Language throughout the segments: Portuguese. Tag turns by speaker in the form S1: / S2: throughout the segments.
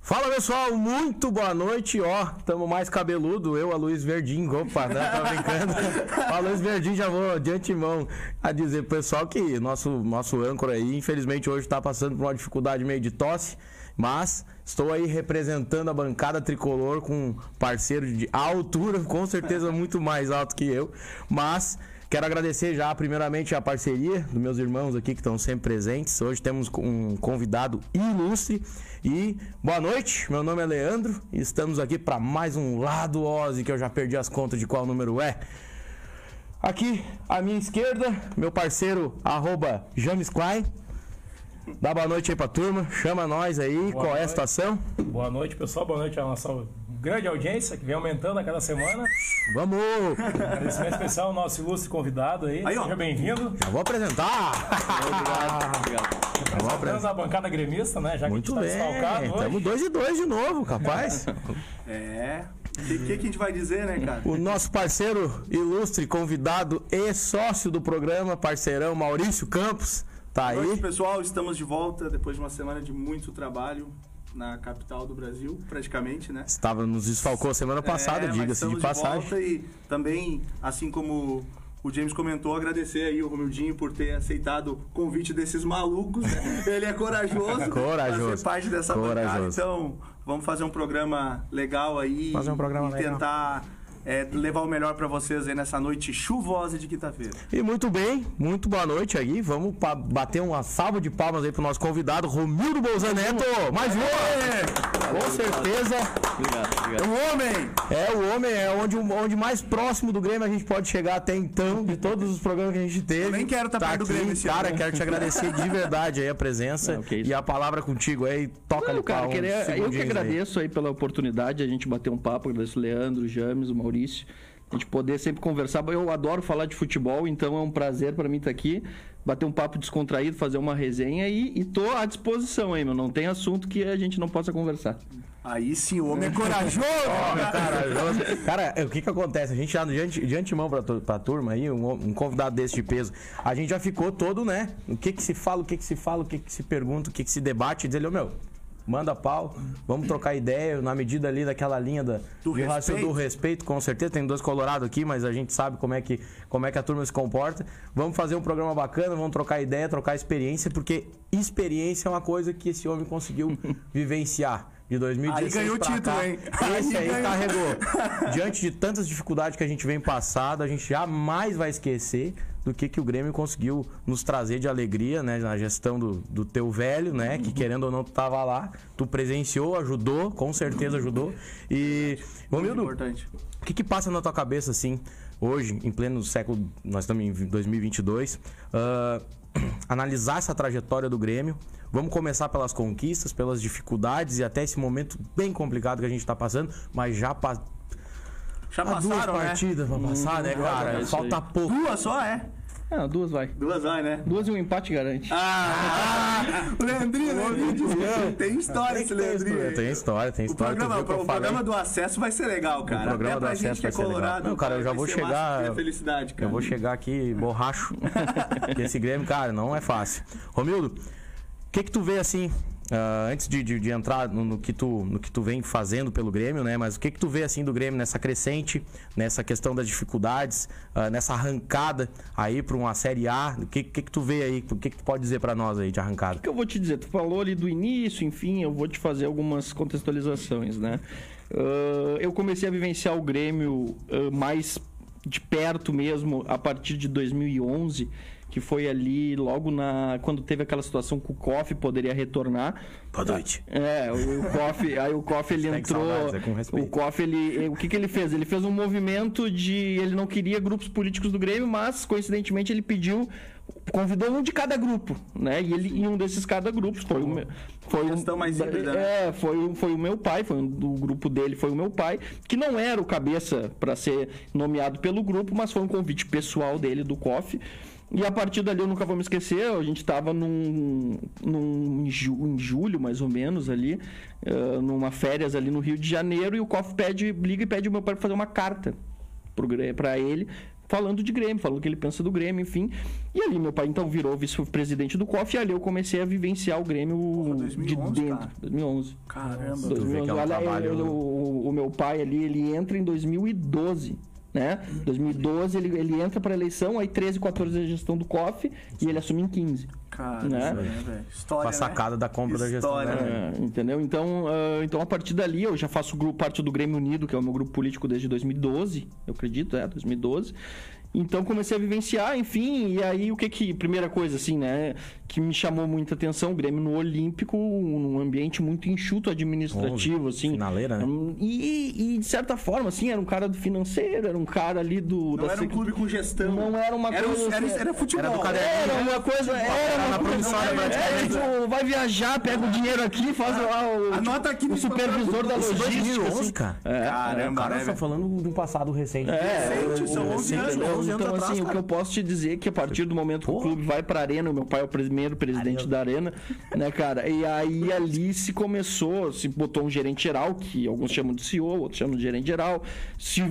S1: Fala pessoal, muito boa noite, ó, tamo mais cabeludo, eu, a Luiz Verdinho, opa, né, tá brincando, a Luiz Verdinho já vou de antemão a dizer pro pessoal que nosso, nosso âncora aí, infelizmente hoje tá passando por uma dificuldade meio de tosse, mas estou aí representando a bancada tricolor com um parceiro de altura, com certeza muito mais alto que eu, mas Quero agradecer já, primeiramente, a parceria dos meus irmãos aqui que estão sempre presentes. Hoje temos um convidado ilustre. E boa noite, meu nome é Leandro e estamos aqui para mais um Lado Ozzy, que eu já perdi as contas de qual número é. Aqui, à minha esquerda, meu parceiro, arroba James Klein. Dá boa noite aí pra turma, chama nós aí, qual é a
S2: noite.
S1: situação?
S2: Boa noite, pessoal. Boa noite à nossa grande audiência que vem aumentando a cada semana.
S1: Vamos!
S2: Agradecimento especial ao nosso ilustre convidado aí.
S3: Aí, ó.
S2: Seja bem-vindo.
S1: Já vou apresentar!
S3: Obrigado, obrigado.
S2: Apresentamos a bancada gremista, né? Já que
S1: Muito
S2: a gente
S1: bem,
S2: tá desfalcado hoje.
S1: estamos dois e dois de novo, capaz?
S3: É. O que, que a gente vai dizer, né, cara?
S1: O nosso parceiro ilustre, convidado e sócio do programa, parceirão Maurício Campos, tá
S3: Boa noite,
S1: aí.
S3: pessoal. Estamos de volta depois de uma semana de muito trabalho na capital do Brasil, praticamente, né?
S1: Estava nos desfalcou semana passada,
S3: É, mas
S1: diga-se
S3: estamos
S1: de passagem.
S3: volta e também, assim como o James comentou, agradecer aí o Romildinho por ter aceitado o convite desses malucos. Ele é corajoso,
S1: Corajoso.
S3: pra ser parte dessa bancada.
S1: Corajoso.
S3: Então, vamos fazer um programa legal aí
S1: Fazer um programa
S3: e
S1: legal.
S3: tentar é, levar o melhor pra vocês aí nessa noite chuvosa de quinta-feira.
S1: E muito bem, muito boa noite aí. Vamos pa- bater uma salva de palmas aí pro nosso convidado, Romildo Bolzaneto. Mais um! Com certeza
S4: Obrigado,
S3: É
S4: obrigado.
S3: um homem!
S1: é o homem, é onde, onde mais próximo do Grêmio a gente pode chegar até então, de todos os programas que a gente teve.
S3: Eu nem quero tá
S1: tá
S3: perto do
S1: aqui,
S3: Grêmio esse
S1: Cara,
S3: ano.
S1: quero te agradecer de verdade aí a presença
S4: Não, que isso.
S1: e a palavra contigo aí. Toca
S4: Não,
S1: no
S4: cara,
S1: pau uns
S4: queria- eu que
S1: segundinhos aí.
S4: agradeço aí. pela oportunidade de a gente bater um papo, agradeço o Leandro, o James, o Maurício, a gente poder sempre conversar. Eu adoro falar de futebol, então é um prazer pra mim estar aqui, bater um papo descontraído, fazer uma resenha e, e tô à disposição aí, meu. Não tem assunto que a gente não possa conversar.
S3: Aí sim, o homem é corajoso!
S1: tá. Cara, Cara, é, o que que acontece? A gente já, de, ante- de antemão pra, tu- pra turma aí, um, um convidado desse de peso, a gente já ficou todo, né? O que que se fala, o que que se fala, o que que se pergunta, o que que se debate, e dizer, ô meu, manda pau, vamos trocar ideia, na medida ali daquela linha da,
S3: Do
S1: raciocínio-
S3: respeito.
S1: do respeito, com certeza, tem dois colorados aqui, mas a gente sabe como é, que, como é que a turma se comporta. Vamos fazer um programa bacana, vamos trocar ideia, trocar experiência, porque experiência é uma coisa que esse homem conseguiu vivenciar. De 2016
S3: Aí ganhou o
S1: pra
S3: título,
S1: cá.
S3: hein?
S1: Esse aí,
S3: Aí ganhou.
S1: carregou. Diante de tantas dificuldades que a gente vem passado, a gente jamais vai esquecer do que, que o Grêmio conseguiu nos trazer de alegria, né? Na gestão do, do teu velho, né? Que querendo ou não, tu tava lá. Tu presenciou, ajudou, com certeza ajudou. E.
S3: Muito
S1: Romildo,
S3: importante.
S1: o que, que passa na tua cabeça, assim, hoje, em pleno século, nós estamos em 2022, ah, analisar essa trajetória do Grêmio? Vamos começar pelas conquistas, pelas dificuldades e até esse momento bem complicado que a gente está passando, mas já pa
S3: Já
S1: há duas
S3: passaram, né? Uhum.
S1: partidas pra passar, né, cara?
S4: é isso
S1: Falta
S4: aí.
S1: pouco.
S3: Duas só, é?
S4: Ah, duas vai.
S3: Duas vai, né?
S4: Duas e um empate garante.
S3: Ah! Leandrinho, Leandrinho. Tem história esse Leandrinho. aí.
S1: é. Tem história, tem
S3: O
S1: história. tu
S3: programa,
S1: viu que eu
S3: o
S1: falei?
S3: programa do acesso vai ser legal, cara.
S1: programa
S3: Até pra
S1: do
S3: gente
S1: acesso
S3: que é
S1: vai ser legal.
S3: colorado.
S1: Não, cara, eu já
S3: vai
S1: vou
S3: ser
S1: chegar-
S3: massa ter a felicidade, cara.
S1: Eu vou chegar aqui borracho. Porque esse Grêmio, cara, não é fácil. Romildo, o que que tu vê assim, ah, antes de, de- de entrar no, no que tu, no que tu vem fazendo pelo Grêmio, né? Mas o que que tu vê assim do Grêmio nessa crescente, nessa questão das dificuldades, ah, nessa arrancada aí para uma Série A? O que, que que tu vê aí? O que que tu pode dizer para nós aí de arrancada?
S4: O que eu vou te dizer? Tu falou ali do início, enfim, eu vou te fazer algumas contextualizações, né? Ah, eu comecei a vivenciar o Grêmio ah, mais de perto mesmo a partir de 2011, que foi ali logo na quando teve aquela situação que o Koff poderia retornar.
S1: Boa noite.
S4: É, o, o Koff, aí o Koff ele
S1: Hashtag
S4: entrou.
S1: saudades, é com respeito.
S4: o Koff, ele. O que, que ele fez? Ele fez um movimento de. Ele não queria grupos políticos do Grêmio, mas, coincidentemente, ele pediu. Convidou um de cada grupo, né? E, ele, e um desses cada grupos foi o meu. Foi
S3: Gestão
S4: um,
S3: mais simples, né?
S4: É, foi, o- foi o meu pai, foi um, do grupo dele, foi o meu pai, que não era o cabeça para ser nomeado pelo grupo, mas foi um convite pessoal dele, do COF. E a partir dali eu nunca vou me esquecer, a gente tava num, num em, ju- em julho, mais ou menos, ali, eh, numa férias ali no Rio de Janeiro, e o COF pede, liga e pede o meu pai pra fazer uma carta para ele falando de Grêmio, falando o que ele pensa do Grêmio, enfim. E ali meu pai então virou vice-presidente do COF e ali eu comecei a vivenciar o Grêmio
S3: Porra, 2011,
S4: de dentro,
S3: cara.
S4: 2011.
S3: Caramba.
S1: Tu vê que é um
S4: Olha, eu-
S1: trabalho-
S4: eu- o, o meu pai ali, ele entra em 2012. Né? 2012 ele, ele entra para eleição, aí 13, 14 é a gestão do COF e ele assume em 15.
S3: Cara,
S4: Né?
S3: isso aí, né, velho? História,
S1: Com a sacada
S3: né?
S1: da compra da gestão,
S3: História,
S1: né,
S3: né?
S4: É, entendeu? Então, ah, então, a partir dali, eu já faço grupo, parte do Grêmio Unido, que é o meu grupo político desde 2012, eu acredito, é, 2012. Então comecei a vivenciar, enfim, e aí o que que. Primeira coisa, assim, né? Que me chamou muita atenção, o Grêmio no Olímpico, um ambiente muito enxuto administrativo, assim.
S1: Finaleira, né?
S4: Hum, E, e, de certa forma, assim, era um cara do financeiro, era um cara ali do.
S3: Não
S4: da
S3: era um
S4: sec-
S3: clube com gestão.
S4: Não era uma
S3: era, Era,
S4: coisa-
S3: era futebol.
S1: assim. Era do caderno.
S4: Era uma coisa. Era
S1: Era
S4: uma
S1: na
S4: coisa-
S1: promissória,
S4: É,
S1: praticamente.
S4: tipo, vai viajar, pega o dinheiro aqui, faz lá o.
S3: Anota aqui
S4: o
S3: nesse
S4: supervisor
S3: papel.
S4: da
S1: Isso é
S4: logística.
S1: 2011,
S4: assim.
S1: cara.
S4: É.
S3: Caramba,
S1: Cara,
S3: né,
S1: só assim,
S3: velho?
S1: falando de um passado recente.
S4: É,
S3: Gente,
S4: eu-
S3: são
S4: eu-
S3: 11 anos,
S4: entendeu?
S1: 11 anos
S4: Então,
S1: atrás,
S4: assim, o
S1: cara.
S4: que eu posso te dizer é que a partir do momento que o
S1: Porra.
S4: clube vai pra arena, o meu pai é o primeiro presidente da arena, né, cara? E aí ali se começou, se botou um gerente geral, que alguns chamam de CEO, outros chamam de gerente geral. Se uh,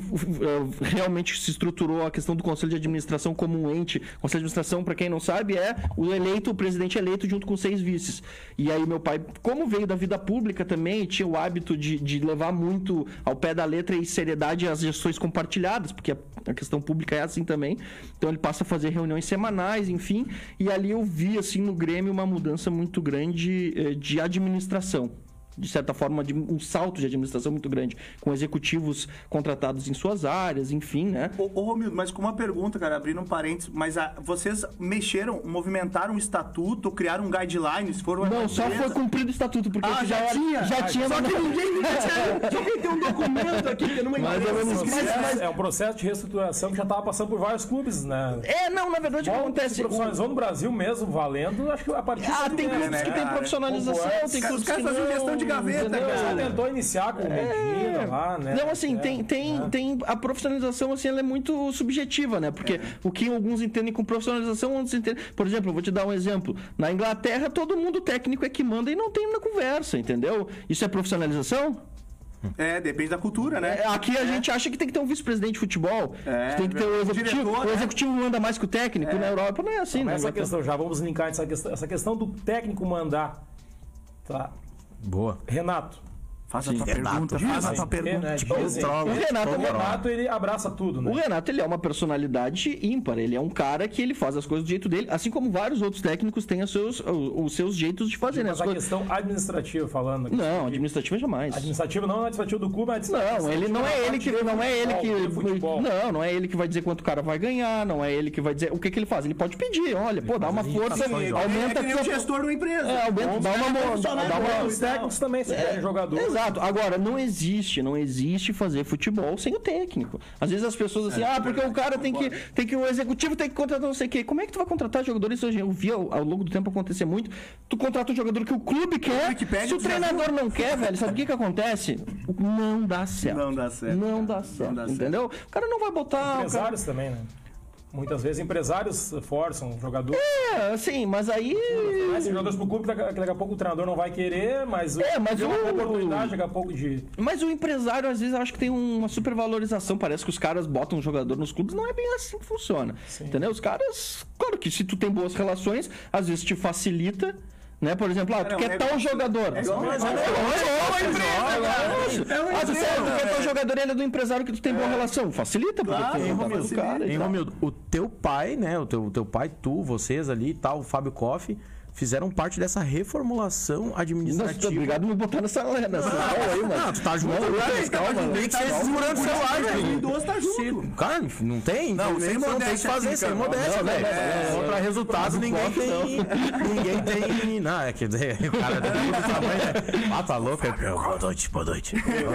S4: realmente se estruturou a questão do conselho de administração como um ente. Conselho de administração, pra quem não sabe, é o eleito, o presidente eleito junto com seis vices. E aí meu pai, como veio da vida pública também, tinha o hábito de, de levar muito ao pé da letra e seriedade as gestões compartilhadas, porque a, a questão pública é assim também. Então ele passa a fazer reuniões semanais, enfim. E ali eu vi, assim, no Grêmio uma mudança muito grande eh, de administração de certa forma, de um salto de administração muito grande, com executivos contratados em suas áreas, enfim, né?
S3: Ô, ô Romildo, mas com uma pergunta, cara, abrindo um parênteses, mas a- vocês mexeram, movimentaram um estatuto, criaram um guidelines, foram uma
S4: Não, só
S3: empresa?
S4: foi cumprido o estatuto, porque
S3: Ah,
S4: isso
S3: já
S4: era-
S3: tinha?
S4: Já tinha
S3: Só que ninguém nunca tinha. Só quem tem um documento aqui, que numa
S4: Mais ou
S3: empresa
S4: menos isso.
S3: escrita,
S2: Processo- É um processo de reestruturação que já tava passando por vários clubes, né?
S4: É, não, na verdade o que
S2: Bom,
S4: acontece.
S2: Se profissionalizou no Brasil mesmo, valendo, acho que a partir um
S4: Ah, tem
S2: clubes
S4: clubes que tem
S3: cara?
S4: profissionalização,
S2: Os
S4: tem
S3: caras-
S4: clubes
S3: os caras
S4: que
S3: fazem
S4: não,
S3: gestão de gaveta,
S4: entendeu?
S2: já tentou iniciar com o Medina lá, né?
S4: É. Não, assim,
S2: É.
S4: tem, tem, tem. A profissionalização, assim, ela é muito subjetiva, né? Porque o que alguns entendem com profissionalização, outros entendem. Por exemplo, eu vou te dar um exemplo. Na Inglaterra, todo mundo técnico é que manda e não tem na conversa, entendeu? Isso é profissionalização?
S3: É, depende da cultura, né?
S4: É, Aqui a gente acha que tem que ter um vice-presidente de futebol.
S3: É,
S4: tem que ter o
S3: verdade.
S4: executivo.
S3: Diretor,
S4: o
S3: né?
S4: executivo manda mais que o técnico. Na Europa não é assim, né?
S2: Mas essa
S4: Inglaterra.
S2: questão, já vamos linkar essa questão, essa questão do técnico mandar. Tá.
S1: Boa.
S2: Renato.
S3: Faça a tua
S1: Renato,
S3: pergunta,
S1: dizem.
S3: faça É a tua pergunta.
S2: É, né?
S1: Tipo,
S2: Dizem.
S1: troll,
S4: O Renato é
S2: O
S1: troll.
S2: Renato, ele abraça tudo,
S4: O
S2: né?
S4: Renato, ele é uma personalidade ímpar. Ele é um cara que ele faz as coisas do jeito dele, assim como vários outros técnicos têm os seus, o- os seus jeitos de fazer, né? As
S2: Mas a
S4: coisas-
S2: questão administrativa, falando.
S4: Não, administrativa jamais.
S2: Administrativa não, administrativa do clube, mas
S4: Não, ele não é ele que não é ele que
S2: Do futebol.
S4: não, não é ele que vai dizer quanto o cara vai ganhar, não é ele que vai dizer o que que ele faz. Ele pode pedir, olha, pô, dá uma força,
S1: indicações, ó.
S4: né? aumenta
S3: é que nem o
S4: a sua
S3: gestor de uma empresa.
S4: É, aumenta, dá uma mo- dá
S3: funcionário,
S4: uma- É,
S3: né?
S2: Os técnicos também, se querem jogador.
S4: Exato. Agora, não existe, não existe fazer futebol sem o técnico. Às vezes as pessoas
S3: É,
S4: assim, ah, porque o cara tem que, tem que, o executivo tem que contratar não sei o quê. Como é que tu vai contratar jogadores hoje? Eu vi ao, ao longo do tempo acontecer muito. Tu contrata um jogador que o clube quer,
S3: é que pede,
S4: se o
S3: tu já
S4: treinador não quer, velho, sabe o que que acontece? Não dá certo.
S3: Não dá certo,
S4: Não dá
S3: cara.
S4: certo,
S3: Não dá
S4: entendeu? O cara não vai botar... o cara-
S2: Empresários também, né? Muitas vezes empresários forçam jogadores.
S4: É, assim, mas aí...
S2: Mas jogadores pro clube, daqui daqui a pouco o treinador não vai querer, mas.
S4: É, mas
S2: tem uma
S4: o-
S2: oportunidade daqui a pouco de.
S4: Mas o empresário, às vezes, eu acho que tem uma supervalorização. Parece que os caras botam um jogador nos clubes. Não é bem assim que funciona. Entendeu? Os caras. Claro que se tu tem boas relações, às vezes te facilita. Né? Por exemplo, ah, tu
S3: Não,
S4: quer
S3: é-
S4: tal jogador.
S3: é igual-
S4: Mas
S3: é igual-
S4: é uma empresa, cara.
S3: É uma
S4: Ah, tu
S3: empresa,
S4: sabe, tu quer
S3: velho.
S4: tal jogador, ele é do empresário que tu tem boa relação. Facilita, porque
S3: Claro,
S4: tu é jogador do
S3: facilita.
S4: cara. e
S1: Hein,
S4: tal.
S1: Romildo, o teu pai, né? O teu, o teu pai, tu, vocês ali e tal, o Fábio Koff, fizeram parte dessa reformulação
S4: Nossa, tu-
S1: administrativa.
S4: obrigado por me botar nessa lenda. Nessa aula aí, mano.
S1: Não, tu tá junto.
S4: Não,
S1: né?
S4: cara, calma,
S1: Tem que ser segurando o celular,
S3: Os
S1: velho.
S3: dois tá junto.
S1: Cara, não tem?
S3: Não,
S1: Infelizmente,
S3: sem
S1: tem que
S3: modéstia
S1: fazer,
S3: aqui,
S1: sem
S3: cara.
S1: modéstia,
S4: Não, não,
S1: velho.
S4: não, não, não.
S1: Contra resultados, ninguém
S4: Koff, não.
S1: tem. Ninguém tem. Não, é que o cara tem do tamanho, né? Ah, tá louco? é- Boa noite, boa noite. Entendeu?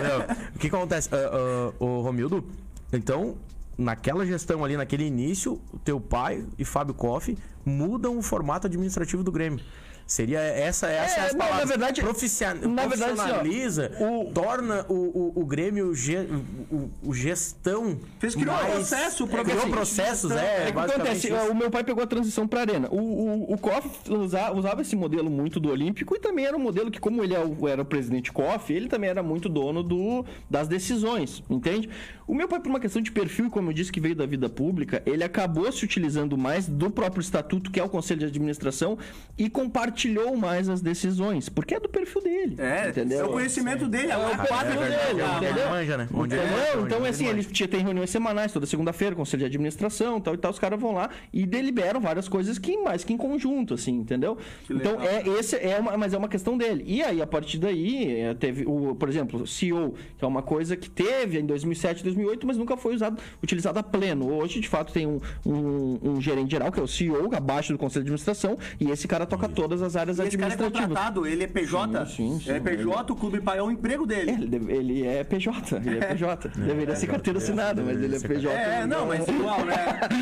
S1: O que acontece? Ah, ah, Ô, Romildo, então, naquela gestão ali, naquele início, o teu pai e Fábio Koff mudam o formato administrativo do Grêmio. Seria essa, essa é,
S4: É,
S1: as
S4: não,
S1: palavras.
S4: na verdade-
S1: Proficia-
S4: na verdade, assim, ó,
S1: profissionaliza,
S4: o-
S1: torna o, o, o Grêmio ge- o, o gestão.
S3: Fez- criou um
S1: mais- é,
S3: processo,
S1: criou
S3: assim,
S1: processos,
S3: gestão.
S1: é.
S4: É que
S1: basicamente
S4: acontece,
S1: isso.
S4: o meu pai pegou a transição para arena. O, o, o Koff usa- usava esse modelo muito do Olímpico e também era um modelo que, como ele é o- era o presidente Koff, ele também era muito dono do, das decisões, entende? O meu pai, por uma questão de perfil, e como eu disse que veio da vida pública, ele acabou se utilizando mais do próprio estatuto, que é o conselho de administração, e compartilhou mais as decisões, porque é do perfil dele.
S3: É,
S4: entendeu?
S3: é o conhecimento dele. É
S4: o
S1: É
S4: quadro
S1: verdade,
S4: dele,
S1: é onde ele
S4: entendeu?
S1: manja, né? Onde ele manja,
S4: Entendeu?
S1: onde
S4: Então,
S1: ele
S4: assim,
S1: manja.
S4: eles tinha- tem reuniões semanais, toda segunda-feira, conselho de administração, tal e tal, os caras vão lá e deliberam várias coisas que mais que em conjunto, assim, entendeu?
S3: legal.
S4: Então, é esse é uma, mas é uma questão dele. E aí a partir daí, é, teve o, por exemplo, o CEO, que é uma coisa que teve em 2007, 2008, mas nunca foi usado, utilizada a pleno. Hoje, de fato, tem um, um- um gerente geral que é o CEO, abaixo do conselho de administração, e esse cara toca todas as áreas
S3: E Esse cara é
S4: administrativas.
S3: contratado, ele é PJ.
S4: Sim, sim, sim.
S3: é PJ, o clube pai é o emprego dele.
S4: Ele, deve- ele é PJ, ele é PJ. Deveria ser carteira assinada, mas ele é PJ.
S3: É, não, mas igual, né?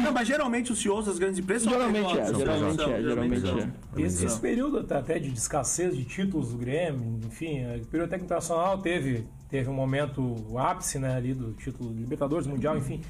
S3: Não, mas geralmente os CEOs das grandes empresas são
S4: Geralmente
S3: PJ,
S4: é,
S3: são
S4: geralmente
S3: PJ,
S4: é, geralmente
S3: são.
S4: é.
S2: Esse, esse período até- até de escassez de títulos do Grêmio, enfim, é, o período até que o internacional teve, teve um momento o ápice né, ali do título do Libertadores, Mundial, enfim.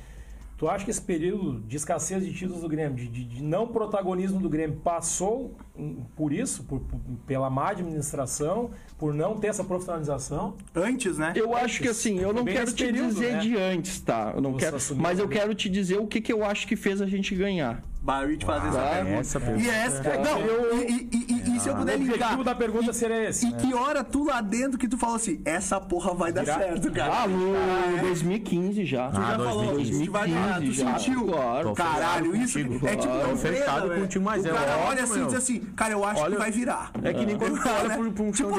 S2: Tu acha que esse período de escassez de títulos do Grêmio, de, de- de não protagonismo do Grêmio, passou hum, por isso, por- por- pela má administração, por não ter essa profissionalização?
S3: Antes, né?
S4: é. Eu acho que assim, eu não
S2: Bem
S4: quero
S2: nesse
S4: te
S2: período,
S4: dizer
S2: né?
S4: de antes, tá? Eu não
S2: Você
S4: quero,
S2: assumiu,
S4: mas eu
S2: né?
S4: quero te dizer o que, que eu acho que fez a gente ganhar.
S3: Bah, eu ia te fazer essa
S4: Ah,
S3: pergunta.
S1: é essa pergunta.
S3: E essa, não, e, e- e- e se eu puder
S2: O
S3: ligar,
S2: Ah, objetivo da pergunta seria esse.
S3: e
S2: né?
S3: que hora tu lá dentro que tu fala assim, essa porra vai dar
S2: Virar-
S3: certo, cara.
S4: Ah, no 2015 já.
S3: Tu é? já
S1: Ah,
S3: falou, a gente vai ganhar, tu
S4: 2015 já,
S3: sentiu?
S4: claro.
S3: Caralho, isso é tipo uma
S1: Tô
S3: empresa,
S1: fechado
S3: velho.
S1: contigo, mas
S3: o
S1: é
S3: cara
S1: ótimo,
S3: olha assim e
S1: meu.
S3: diz assim, cara, eu acho
S1: Olha-
S3: que vai virar.
S1: É que nem quando tu
S3: Cara,
S1: olha pro- pro um chão
S3: tipo o
S1: de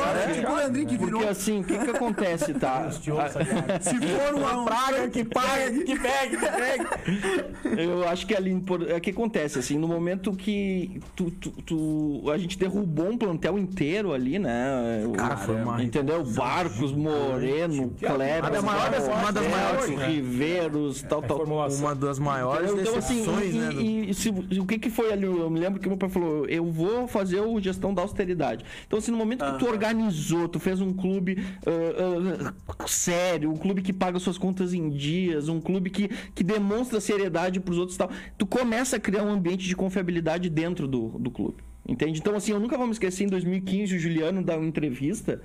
S1: fala,
S3: agora,
S1: né?
S3: tipo o Leandrinho que virou.
S4: Porque assim, o que, que acontece, tá?
S3: Se
S1: É
S3: for uma praga que paga, que pega, que pega.
S4: Eu acho que ali por- é o que acontece, assim, no momento que tu, tu- tu- a gente derrubou um plantel inteiro ali, né? O-
S1: Cara, foi uma-
S4: Entendeu? Barcos, Moreno, Kleber,
S1: Uma das maiores- uma das maiores, né? É,
S4: Riveiros, tal,
S2: A
S4: tal.
S2: formulação.
S1: Uma das maiores
S4: Então, assim,
S1: decepções,
S4: e,
S1: né? do-
S4: e- e se- o que que foi ali? Eu me lembro que meu pai falou, eu vou fazer o gestão da austeridade. Então, assim, no momento que tu organizou, tu fez um clube ah, ah, sério, um clube que paga suas contas em dias, um clube que, que demonstra seriedade pros outros e tal, tu começa a criar um ambiente de confiabilidade dentro do, do clube. Entende? Então, assim, eu nunca vou me esquecer, em 2015, o Juliano dá uma entrevista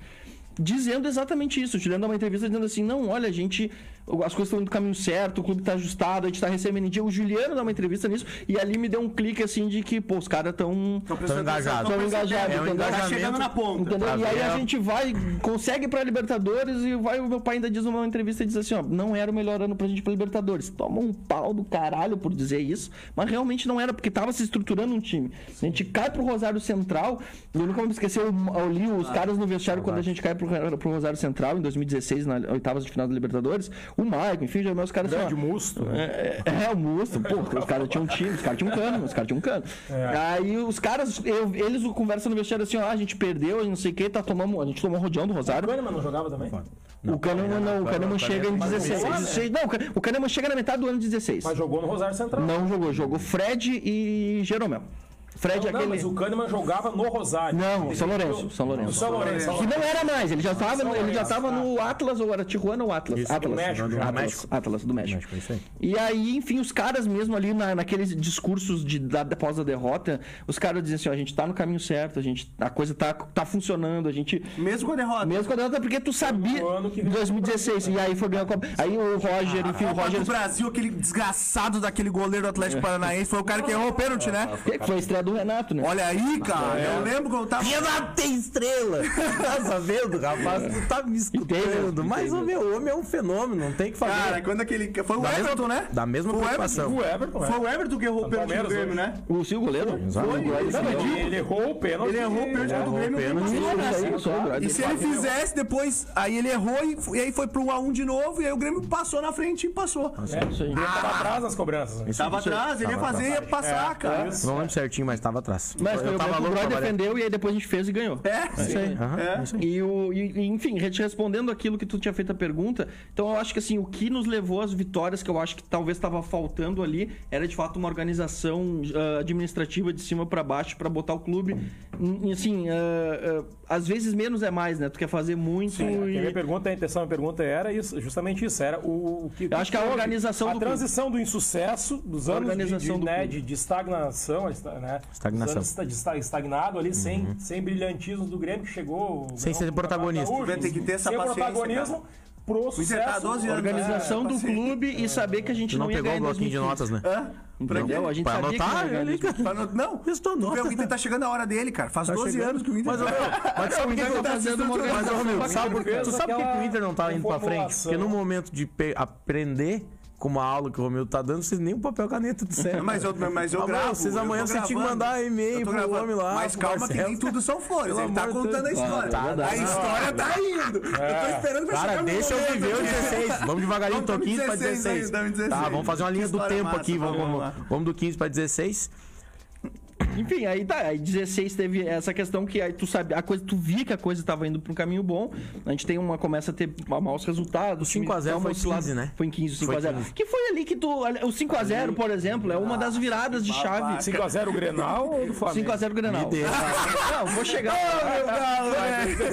S4: dizendo exatamente isso. O Juliano dá uma entrevista dizendo assim: não, olha, a gente. As coisas estão indo do caminho certo, o clube tá ajustado, a gente tá recebendo em dia. O Juliano dá uma entrevista nisso e ali me deu um clique assim de que, pô, os caras estão.
S1: engajados.
S4: Tão engajados,
S1: É um
S4: entendeu?
S3: Tá
S1: engajamento.
S3: chegando na ponta.
S4: Entendeu?
S1: Tá
S4: E aí a
S1: vendo?
S4: gente vai, consegue pra Libertadores e vai. O meu pai ainda diz numa entrevista e diz assim: ó, não era o melhor ano pra gente ir pra Libertadores. Toma um pau do caralho por dizer isso, mas realmente não era, porque tava se estruturando um time. A gente cai pro Rosário Central, e eu nunca vou me esquecer, eu, eu li os caras no vestiário quando a gente cai pro, pro Rosário Central em 2016, na oitavas de final da Libertadores. O Maicon, enfim, já os caras.
S2: Grande
S4: assim, ó,
S2: musto, né?
S4: é, é, é, o Musto, pô, os caras tinham um time, os caras tinham um cano, os caras tinham um cano.
S2: É.
S4: Aí os caras, eu- eles conversam no vestiário assim, ó, ah, a gente perdeu, e não sei o que, tá tomando, a gente tomou rodeão do
S2: O
S4: Rosário.
S2: Kahneman não jogava também?
S4: o Kahneman não, o Kahneman chega em
S1: Mas
S4: 16.
S1: jogou, né?
S4: 16 não, o Kahneman- o Kahneman chega na metade do ano 16.
S2: Mas jogou no Rosário Central.
S4: Não jogou, jogou Fred e Jeromel. Fred é
S2: Não,
S4: aquele...
S2: mas o Kahneman jogava no Rosário.
S4: Não, São Lourenço, São Lourenço.
S2: São Lourenço. um
S4: Que não era mais, ele já estava
S2: São
S4: ele já
S2: Lourenço,
S4: tava
S2: tá.
S4: no Atlas ou era Tijuana ou Atlas?
S1: Isso, do
S4: Atlas,
S2: México,
S1: do
S4: Atlas,
S1: México.
S4: Atlas, do México.
S1: México, é isso aí.
S4: E aí, enfim, os caras mesmo ali na, naqueles discursos de da, após a derrota, os caras dizem assim, ó, a gente tá no caminho certo, a gente a coisa tá tá funcionando, a gente
S3: Mesmo com a derrota.
S4: mesmo com a derrota, porque tu sabia
S2: No ano que vem,
S4: 2016 e aí foi ganhar a Copa. Aí o Roger, enfim, o
S3: Copa
S4: Roger
S3: do Brasil, aquele desgraçado daquele goleiro do Atlético Paranaense, foi o cara que errou o pênalti, né?
S1: Ah,
S4: que foi a estreia do Renato, né?
S3: Olha aí, cara,
S1: é.
S3: eu lembro que eu tava...
S1: Renato tem estrela! tá sabendo, rapaz? Tu tá me escutando.
S4: Entendeu?
S1: Mas o meu homem é um fenômeno, não tem o que fazer.
S3: Cara, quando aquele... Foi o
S1: Da mesma-
S3: Everton, né?
S1: Da mesma
S3: Foi o
S1: preocupação.
S2: O Everton, é.
S3: Foi o Everton que errou o pênalti do
S2: Palmeiras,
S3: Grêmio,
S2: né?
S3: né?
S4: O Silvio goleiro?
S1: Exato.
S2: Não, ele, ele errou o pênalti.
S3: Ele errou o pênalti do
S1: errou o
S3: Grêmio.
S1: pênalti.
S3: ele errou,
S4: Isso,
S3: né?
S4: isso, isso.
S3: E se ele fizesse depois, aí ele errou e, e aí foi pro 1x1 de novo, e aí o Grêmio passou na frente e passou.
S2: É, ele tava atrás nas cobranças. né?
S3: Tava atrás, ele ia
S1: Tava
S3: fazer, ia passar, cara.
S1: Não lembro certinho, mas mas tava atrás.
S4: Mas foi o Beto Brother defendeu e aí depois a gente fez e ganhou.
S3: É,
S4: Isso aí.
S1: Aham,
S3: É.
S1: isso aí.
S4: E, o, e- e, enfim, re- te respondendo aquilo que tu tinha feito a pergunta, então eu acho que assim, o que nos levou às vitórias que eu acho que talvez estava faltando ali era de fato uma organização ah, administrativa de cima para baixo para botar o clube. em- em, assim, ah, ah, às vezes menos é mais, né? Tu quer fazer muito
S2: A minha
S4: e.
S2: pergunta, a intenção da pergunta era isso, justamente isso, era o, o que...
S4: Eu acho que a organização
S2: A
S4: do clube.
S2: transição do insucesso, dos
S4: A
S2: anos de,
S4: organização
S2: de,
S4: do
S2: né,
S4: clube.
S2: de, de estagnação, esta- né,
S1: Estagnação.
S2: dos anos esta- de esta- estagnado ali,
S3: Uhum.
S2: sem, sem brilhantismo do Grêmio, que chegou...
S1: Sem
S2: ganhou
S1: ser
S2: o Campeonato
S1: protagonista.
S2: Gaúcho,
S3: Vai ter que ter essa
S2: sem
S3: paciência,
S2: protagonismo pro
S3: tá há
S2: sucesso...
S3: 12 anos.
S4: Organização
S3: É,
S4: do
S3: paciência.
S4: clube e saber que a gente
S1: Tu
S4: não,
S1: não
S4: ia
S1: pegou
S4: ganhar
S1: o
S4: em
S1: bloquinho de notas,
S4: 2015.
S1: né?
S3: Hã? Pra quê?
S4: Entendeu? A gente
S1: Pra
S4: sabia que
S1: anotar,
S4: não ia
S1: ele,
S4: ganhar.
S1: cara.
S3: Pra não- Não,
S1: Isso tô
S3: Tu vê,
S1: nota.
S3: o Inter tá chegando a hora dele, cara. Faz
S1: Tá
S3: 12
S1: chegando.
S3: anos que o Inter.
S1: Mas, ô, meu, mas sabe por que
S4: Então
S1: que eu
S4: tá
S1: tava
S4: fazendo
S1: sendo
S4: uma
S1: tudo- Mas, ô, meu,
S4: organização
S1: sabe por quê?
S2: bacana.
S1: Tu sabe por que que o Inter não tá indo pra frente?
S2: Reformulação.
S1: Porque no momento de pe- aprender como a aula que o Romildo tá dando, vocês nem um papel e caneta disseram.
S3: Mas eu, mas eu
S1: Ah,
S3: gravo.
S1: Vocês
S3: eu tô
S1: amanhã vocês tinham que
S3: gravando.
S1: mandar
S3: Eu
S1: e-mail
S3: tô
S1: pro
S3: gravando.
S1: homem lá.
S3: Mas
S1: pro
S3: calma que
S1: Marcelo.
S3: nem tudo são flores.
S1: Pelo
S3: Ele tá
S1: amor de
S3: contando a
S1: Deus.
S3: história.
S1: Tá, tá,
S3: a
S1: tá.
S3: história tá indo. Eu tô esperando pra
S1: Cara,
S3: chegar meu
S1: deixa eu
S3: momento
S1: viver o
S3: aqui.
S1: 16. Vamos devagarinho,
S3: Vamos
S1: tô
S3: pro
S1: 15 pra
S3: 16,
S1: 16.
S3: vamos pro 16.
S1: Tá, vamos fazer uma linha do
S3: História
S1: tempo
S3: massa,
S1: aqui. Vamos,
S3: vamos
S1: vamos,
S3: lá.
S1: vamos do 15 pra 16.
S4: Enfim, aí tá, aí 16 teve essa questão que aí tu sabe, a coisa, tu via que a coisa tava indo pra um caminho bom. A gente tem uma começa a ter maus resultados.
S1: O 5 a 0
S4: dá uma
S1: foi
S4: oscilada.
S1: 15, né?
S4: Foi em 15,
S1: Foi
S4: 5 a 0.
S1: 15.
S4: Que foi ali que tu o 5 a 0, por exemplo, é uma das viradas de
S3: né?
S4: chave.
S2: 5x0 o Grenal ou do Flamengo?
S4: 5 a 0 Grenal.
S1: Me deixa.
S4: Não, vou chegar. O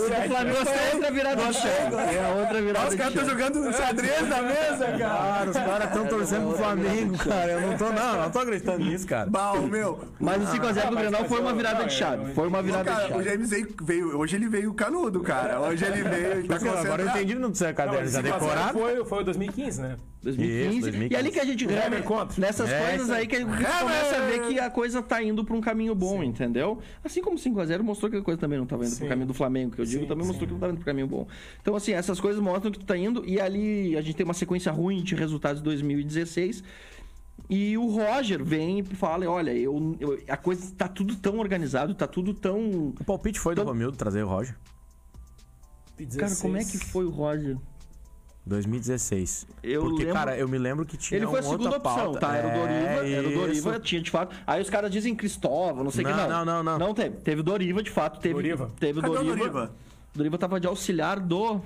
S4: do Flamengo é outra virada de chave. É a outra virada
S3: Os
S4: de
S3: caras estão
S4: chave.
S3: jogando xadrez na mesa, cara. É,
S1: Cara, os caras estão torcendo pro Flamengo, cara. Eu não tô, não, não tô acreditando nisso, cara.
S3: Bal, meu.
S4: Mas o 5 a 0 do
S2: mas-
S4: Grenal
S2: mas
S4: foi uma
S2: eu-
S4: virada
S2: não,
S4: de
S2: eu-
S4: chave.
S2: eu-
S4: Foi uma virada de
S3: Cara, o
S4: chave.
S3: James veio, veio. Hoje ele veio canudo, cara. Hoje ele veio. ele tá
S1: Agora eu
S3: concentrado.
S1: entendi, não precisa caderno, já
S2: 5 a 0
S1: decorado.
S2: Foi, foi o 2015, né?
S4: 2015.
S1: Isso, 2015.
S4: E ali que a gente. né,
S2: Hever contra.
S4: Nessas
S1: É,
S4: coisas
S1: isso aí.
S4: aí que a gente começa a ver que a coisa tá indo pra um caminho bom, entendeu? Assim como 5x0 mostrou que a coisa também não tava indo pro
S2: Sim.
S4: caminho do Flamengo, que eu digo,
S2: Sim,
S4: também
S2: sim.
S4: mostrou que não tava indo pro caminho bom. Então, assim, essas coisas mostram que tu tá indo. E ali a gente tem uma sequência ruim de resultados de 2016. E o Roger vem e fala: olha, eu, eu- a coisa tá tudo tão organizado, tá tudo tão.
S1: O palpite foi do Romildo trazer o Roger.
S4: Cara, como é que foi o Roger?
S1: 2016.
S4: Eu
S1: Porque,
S4: lembro-
S1: cara, eu me lembro que tinha
S4: Ele foi a
S1: uma outra
S4: segunda opção,
S1: pauta.
S4: tá? Era o Doriva,
S1: É,
S4: era o Doriva,
S1: isso.
S4: tinha de fato. Aí os caras dizem Cristóvão, não sei o que
S1: Não, não,
S4: não.
S1: não, não.
S4: Não teve. Teve o Doriva, de fato, teve.
S2: Doriva?
S4: Teve o
S3: Cadê
S4: Doriva.
S3: o Doriva?
S4: Doriva tava de auxiliar do.